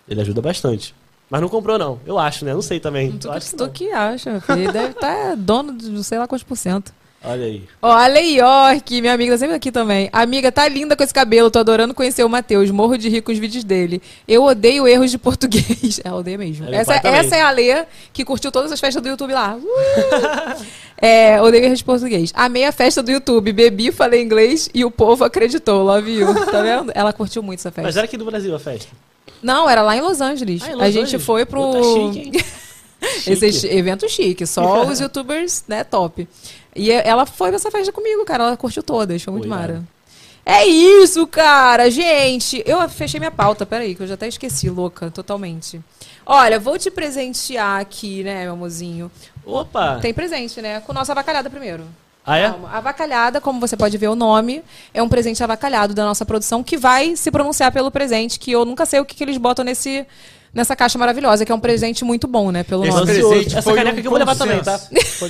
S6: Ele ajuda bastante. Mas não comprou, não. Eu acho, né? Não sei também.
S1: Tu
S6: Eu
S1: que,
S6: acho que
S1: tu
S6: não.
S1: que acha, meu filho. Ele deve estar dono de não sei lá quantos por cento.
S6: Olha aí.
S1: Olha aí, York, minha amiga tá sempre aqui também. Amiga, tá linda com esse cabelo, tô adorando conhecer o Matheus. Morro de rir com os vídeos dele. Eu odeio erros de <laughs> português. É, odeio mesmo.
S6: É, meu
S1: essa,
S6: pai também.
S1: essa é a Lê que curtiu todas as festas do YouTube lá. Uh!
S6: <laughs>
S1: é, odeio erros de português. Amei a festa do YouTube. Bebi, falei inglês e o povo acreditou. Love you. Tá vendo? Ela curtiu muito essa
S6: Mas
S1: festa.
S6: era aqui do Brasil a festa.
S1: Não, era lá em Los Angeles.
S6: Ah, em
S1: a
S6: Los
S1: gente
S6: Angeles?
S1: foi pro.
S6: Puta, chique, hein?
S1: <laughs> Esse
S6: Chique. <laughs>
S1: evento chique, só os youtubers, né, top. E e- ela foi pra essa festa comigo, cara. Ela curtiu todas. Foi muito mara. É isso, cara. Gente, eu fechei minha pauta. Peraí, que eu já até esqueci, louca, totalmente. Olha, vou te presentear aqui, né, meu amorzinho?
S6: Opa!
S1: Tem presente, né? Com nossa avacalhada primeiro.
S6: Ah, é?
S1: Calma. Avacalhada, como você pode ver o nome, é um presente avacalhado da nossa produção que vai se pronunciar pelo presente, que eu nunca sei o que, que eles botam nesse, nessa caixa maravilhosa, que é um presente muito bom, né? Pelo
S6: Esse
S1: nome.
S6: presente Essa foi caneca um que eu vou levar também, consenso.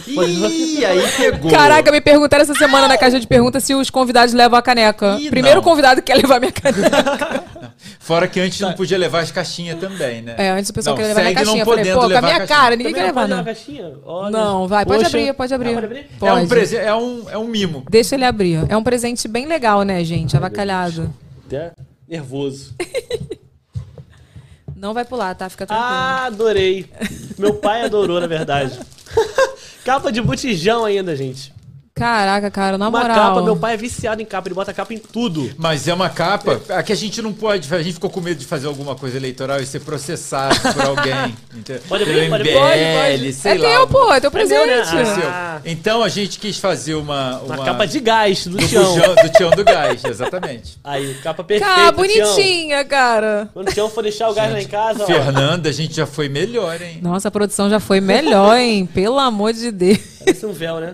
S7: Ih, aí pegou.
S1: Caraca, me perguntaram essa semana na caixa de perguntas se os convidados levam a caneca. Primeiro convidado que quer levar minha caneca.
S6: <laughs>
S7: Fora que antes não podia levar as caixinhas também, né?
S1: Tá. É, antes o pessoal
S7: Não,
S1: queria levar minha
S7: segue não
S1: caixinha. Eu falei,
S7: podendo
S1: pô, com a
S7: levar
S1: minha
S7: caixinha.
S1: cara, ninguém
S6: Também
S1: quer
S6: não
S1: levar,
S6: pode
S1: não.
S6: levar caixinha? Olha.
S1: Não, vai, pode
S6: Poxa. Ah,
S1: abrir, pode abrir.
S7: É um,
S1: Pode.
S7: presen- é, um, é um mimo.
S1: Deixa ele abrir. É um presente bem legal, né, gente? Avacalhado.
S6: Até nervoso.
S1: Não vai pular, tá? Fica tranquilo.
S6: Ah, adorei. Meu pai adorou, na <laughs> verdade. capa de botijão ainda, gente.
S1: Caraca, cara, na
S6: Uma
S1: moral.
S6: capa, meu pai é viciado em capa, ele bota capa em tudo.
S7: Mas é uma capa. A que a gente não pode. A gente ficou com medo de fazer alguma coisa eleitoral e ser processado por <laughs> alguém. entendeu?
S6: Pode abrir,
S7: Pelo
S6: pode abrir.
S7: MBL,
S6: Pode, pode.
S7: sei
S1: é
S7: lá.
S1: teu, pô, é teu
S6: É meu,
S1: presente.
S6: né?
S7: Aconteceu.
S6: Ah.
S7: Então a gente quis fazer uma.
S6: Uma
S7: uma
S6: capa de gás do,
S7: do
S6: Tião.
S7: bujão- do Tião do Gás, exatamente.
S6: Aí, capa perfeita.
S1: Cara,
S6: Tião.
S1: Tá bonitinha, cara.
S6: Quando o Tião for deixar o gás lá em casa, ó.
S7: Fernanda, a gente já foi melhor, hein?
S1: Nossa, a produção já foi melhor, hein? Pelo amor de Deus.
S6: Parece um véu,
S1: <laughs>
S6: né?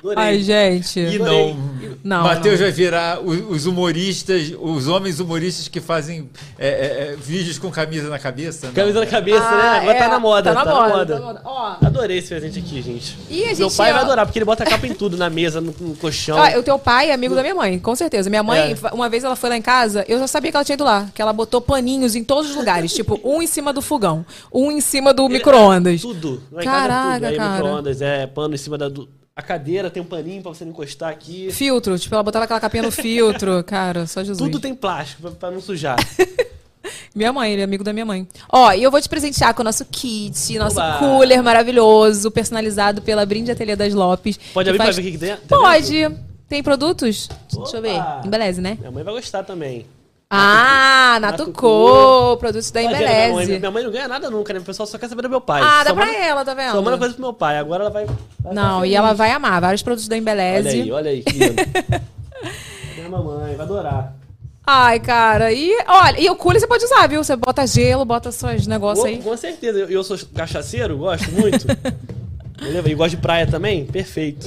S6: Adorei.
S1: Ai, gente.
S7: E não.
S1: Não,
S7: Matheus
S1: não.
S7: vai virar o- os humoristas, os homens humoristas que fazem é, é, é, vídeos com camisa na cabeça. não.
S6: Camisa na cabeça, né?
S1: Ah,
S6: Agora
S1: é,
S6: tá na moda. Então-
S1: tá na moda, tá na moda. Ó.
S6: Adorei esse presente aqui, gente.
S1: E a
S6: Meu
S1: gente, é
S6: pai vai
S1: ó-
S6: adorar, porque ele bota capa em tudo, na mesa, no, no colchão.
S1: Ah, o teu pai é amigo da minha mãe, com certeza. Minha mãe,
S6: É.
S1: uma vez ela foi lá em casa, eu já sabia que ela tinha ido lá, que ela botou paninhos em todos os lugares, tipo, um em cima do fogão, um em cima do
S6: Ele-
S1: micro-ondas.
S6: Tudo. Lá em casa é tudo.
S1: Caraca,
S6: Aí
S1: cara.
S6: micro-ondas, é pano em cima da... do- A cadeira tem um paninho pra você não encostar aqui.
S1: Filtro, tipo, ela botava aquela capinha no
S6: <laughs>
S1: filtro, cara, só Jesus.
S6: Tudo tem plástico pra, pra não sujar.
S1: Minha mãe, ele é amigo da minha mãe. Ó, e eu vou te presentear com o nosso kit, nosso
S6: Oba!
S1: cooler maravilhoso, personalizado pela Brinde Ateliê das Lopes.
S6: Pode
S1: que
S6: abrir
S1: faz-
S6: pra ver o que que tem- tem
S1: Pode. Tem produtos? Deixa eu ver.
S6: Opa!
S1: Embeleze, né?
S6: Minha mãe vai gostar também.
S1: Ah, Natucô,
S6: Natucô.
S1: produtos da
S6: Tadinha da Tá minha mãe.
S1: Embeleze.
S6: Minha mãe não ganha nada nunca, né? O pessoal só quer saber do meu pai.
S1: Ah, dá
S6: Só
S1: pra
S6: manda-
S1: ela, tá vendo?
S6: Só manda coisa pro meu pai. Agora ela vai... vai
S1: Não,
S6: ficar
S1: e ela
S6: feliz.
S1: vai amar vários produtos da Embeleze.
S6: Olha aí, olha aí, que lindo. Minha mamãe vai adorar.
S1: <laughs> Ai, cara, e olha, e o cooler você pode usar, viu? Você bota gelo, bota seus negócios
S6: Com,
S1: aí.
S6: com certeza. Eu, eu sou cachaceiro, gosto muito. Beleza? E gosto de praia também? Perfeito.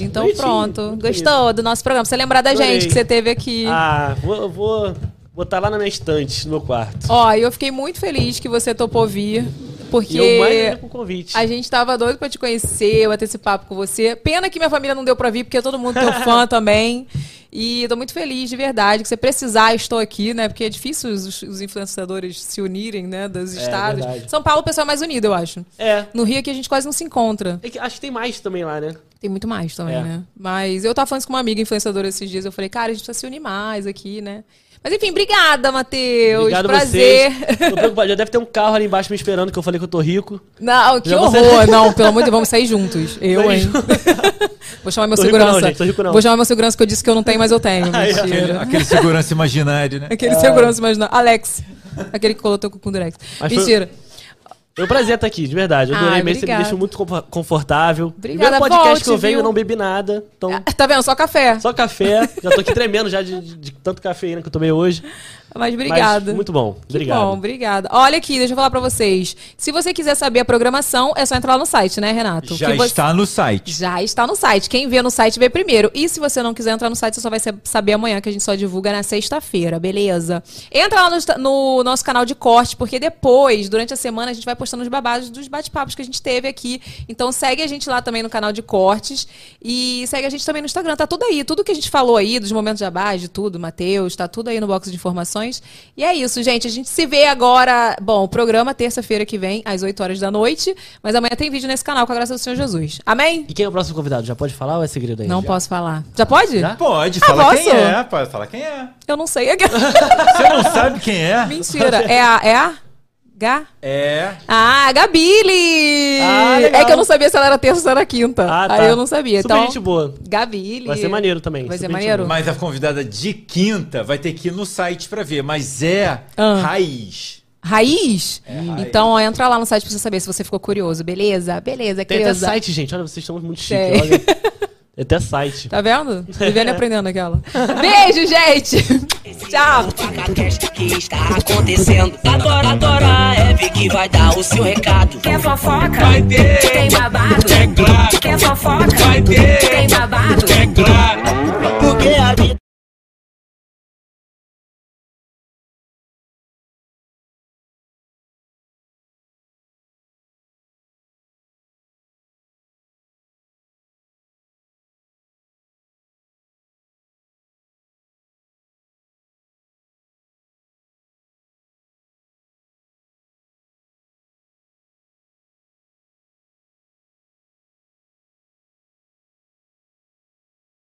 S1: <laughs> Então
S6: Bonitinho,
S1: pronto,
S6: muito
S1: gostou do nosso programa? Você lembrar da
S6: Adorei.
S1: gente que você teve aqui.
S6: bonito. Ah, vou, vou botar lá na minha estante, no meu quarto.
S1: Ó, e eu fiquei muito feliz que você topou vir, porque
S6: E eu mais ainda com o convite.
S1: a gente tava doido pra te conhecer, bater esse papo com você. Pena que minha família não deu pra vir, porque é todo mundo
S6: <laughs>
S1: teu fã também. E eu tô muito feliz, de verdade, que você precisar, estou aqui, né? Porque é difícil os, os influenciadores se unirem, né? Dos estados.
S6: É, verdade.
S1: São Paulo o pessoal é mais unido, eu acho.
S6: É.
S1: No Rio aqui a gente quase não se encontra.
S6: É que Acho que tem mais também lá, né?
S1: Tem muito mais também,
S6: É.
S1: né? Mas eu tava falando isso com uma amiga influenciadora esses dias. Eu falei, cara, a gente precisa se unir mais aqui, né? Mas enfim, obrigada, Matheus.
S6: Obrigado a
S1: Prazer. <laughs>
S6: vocês. Tô preocupado. Já deve ter um carro ali embaixo me esperando, que eu falei que eu tô rico.
S1: Não, que
S6: Já
S1: horror.
S6: você-
S1: Não, pelo amor de Deus, vamos sair juntos. Eu,
S6: Sair
S1: hein? <laughs> Vou chamar meu
S6: Tô rico não,
S1: segurança.
S6: gente, tô rico não.
S1: Vou chamar meu segurança que eu disse que eu não tenho, mas eu tenho.
S6: <laughs> Ai,
S7: Aquele,
S1: Mentira.
S7: aquele segurança imaginário,
S6: É
S7: né?
S1: Aquele segurança, mas não. Alex. Aquele que colou teu cu com o Drex.
S6: Mas foi-
S1: Mentira.
S6: Foi um prazer estar aqui, de verdade. Eu adorei
S1: Ai,
S6: mesmo, você me
S1: Ah, obrigada.
S6: deixou muito confo- confortável.
S1: Obrigada,
S6: Primeiro podcast
S1: volte,
S6: que eu venho,
S1: viu?
S6: eu não bebi nada. Então,
S1: Tá vendo? Só café.
S6: só café. Já tô aqui tremendo já de, de- de tanto cafeína que eu tomei hoje.
S1: Mas
S6: Mas
S1: obrigada.
S6: muito bom.
S1: Que
S6: Obrigado.
S1: Bom, obrigada. Olha aqui, deixa eu falar pra vocês. Se você quiser saber a programação, é só entrar lá no site, né, Renato?
S7: Já
S1: Que você-
S7: está no site.
S1: Já está no site. Quem vê no site vê primeiro. E se você não quiser entrar no site, você só vai sa- saber amanhã, que a gente só divulga na sexta-feira, beleza? Entra lá no, sta- no nosso canal de corte, porque depois, durante a semana, a gente vai postando os babados dos bate-papos que a gente teve aqui. Então segue a gente lá também no canal de cortes. E segue a gente também no Instagram. Tá tudo aí. Tudo que a gente falou aí, dos momentos de abaixo, de tudo, Matheus, tá tudo aí no box de informações. E é isso, gente. A gente se vê agora. Bom, o programa terça-feira que vem, às 8 horas da noite. Mas amanhã tem vídeo nesse canal, com a graça do Senhor Jesus. Amém?
S6: E quem é o próximo convidado? Já pode falar ou é segredo ainda?
S1: Não posso falar. Já pode?
S7: Pode, fala
S1: Ah, posso?
S7: quem é, pode falar quem é.
S1: Eu não sei. <laughs>
S7: Você não sabe quem é?
S1: Mentira. É a. É a? Gá?
S7: É.
S1: Ah, a Gabile!
S6: Ah, legal.
S1: é que eu não sabia se ela era terça ou se era quinta.
S6: Ah, tá.
S1: Aí eu não sabia.
S6: Super
S1: então,
S6: gente boa.
S1: Gabile.
S6: Vai ser maneiro também.
S1: Vai ser
S6: Super
S1: maneiro?
S7: Mas a convidada de quinta vai ter que ir no site pra ver. Mas é
S1: Ah.
S7: raiz.
S1: Raiz?
S6: É,
S1: Então ó, entra lá no site pra você saber se você ficou curioso. Beleza? Beleza,
S6: Tem até
S1: querida.
S6: site, gente. Olha, vocês estão muito chique.
S1: Tem. <laughs>
S6: Olha. Tem até site.
S1: Tá vendo? Vivendo e aprendendo aquela. <laughs> Beijo, gente! Tchau!
S12: que está acontecendo. Adora, adora, é Vi que vai dar o seu recado. Quer fofoca? Vai ter. Tem babado? É claro. Quer fofoca? Vai ter. Tem babado? É claro.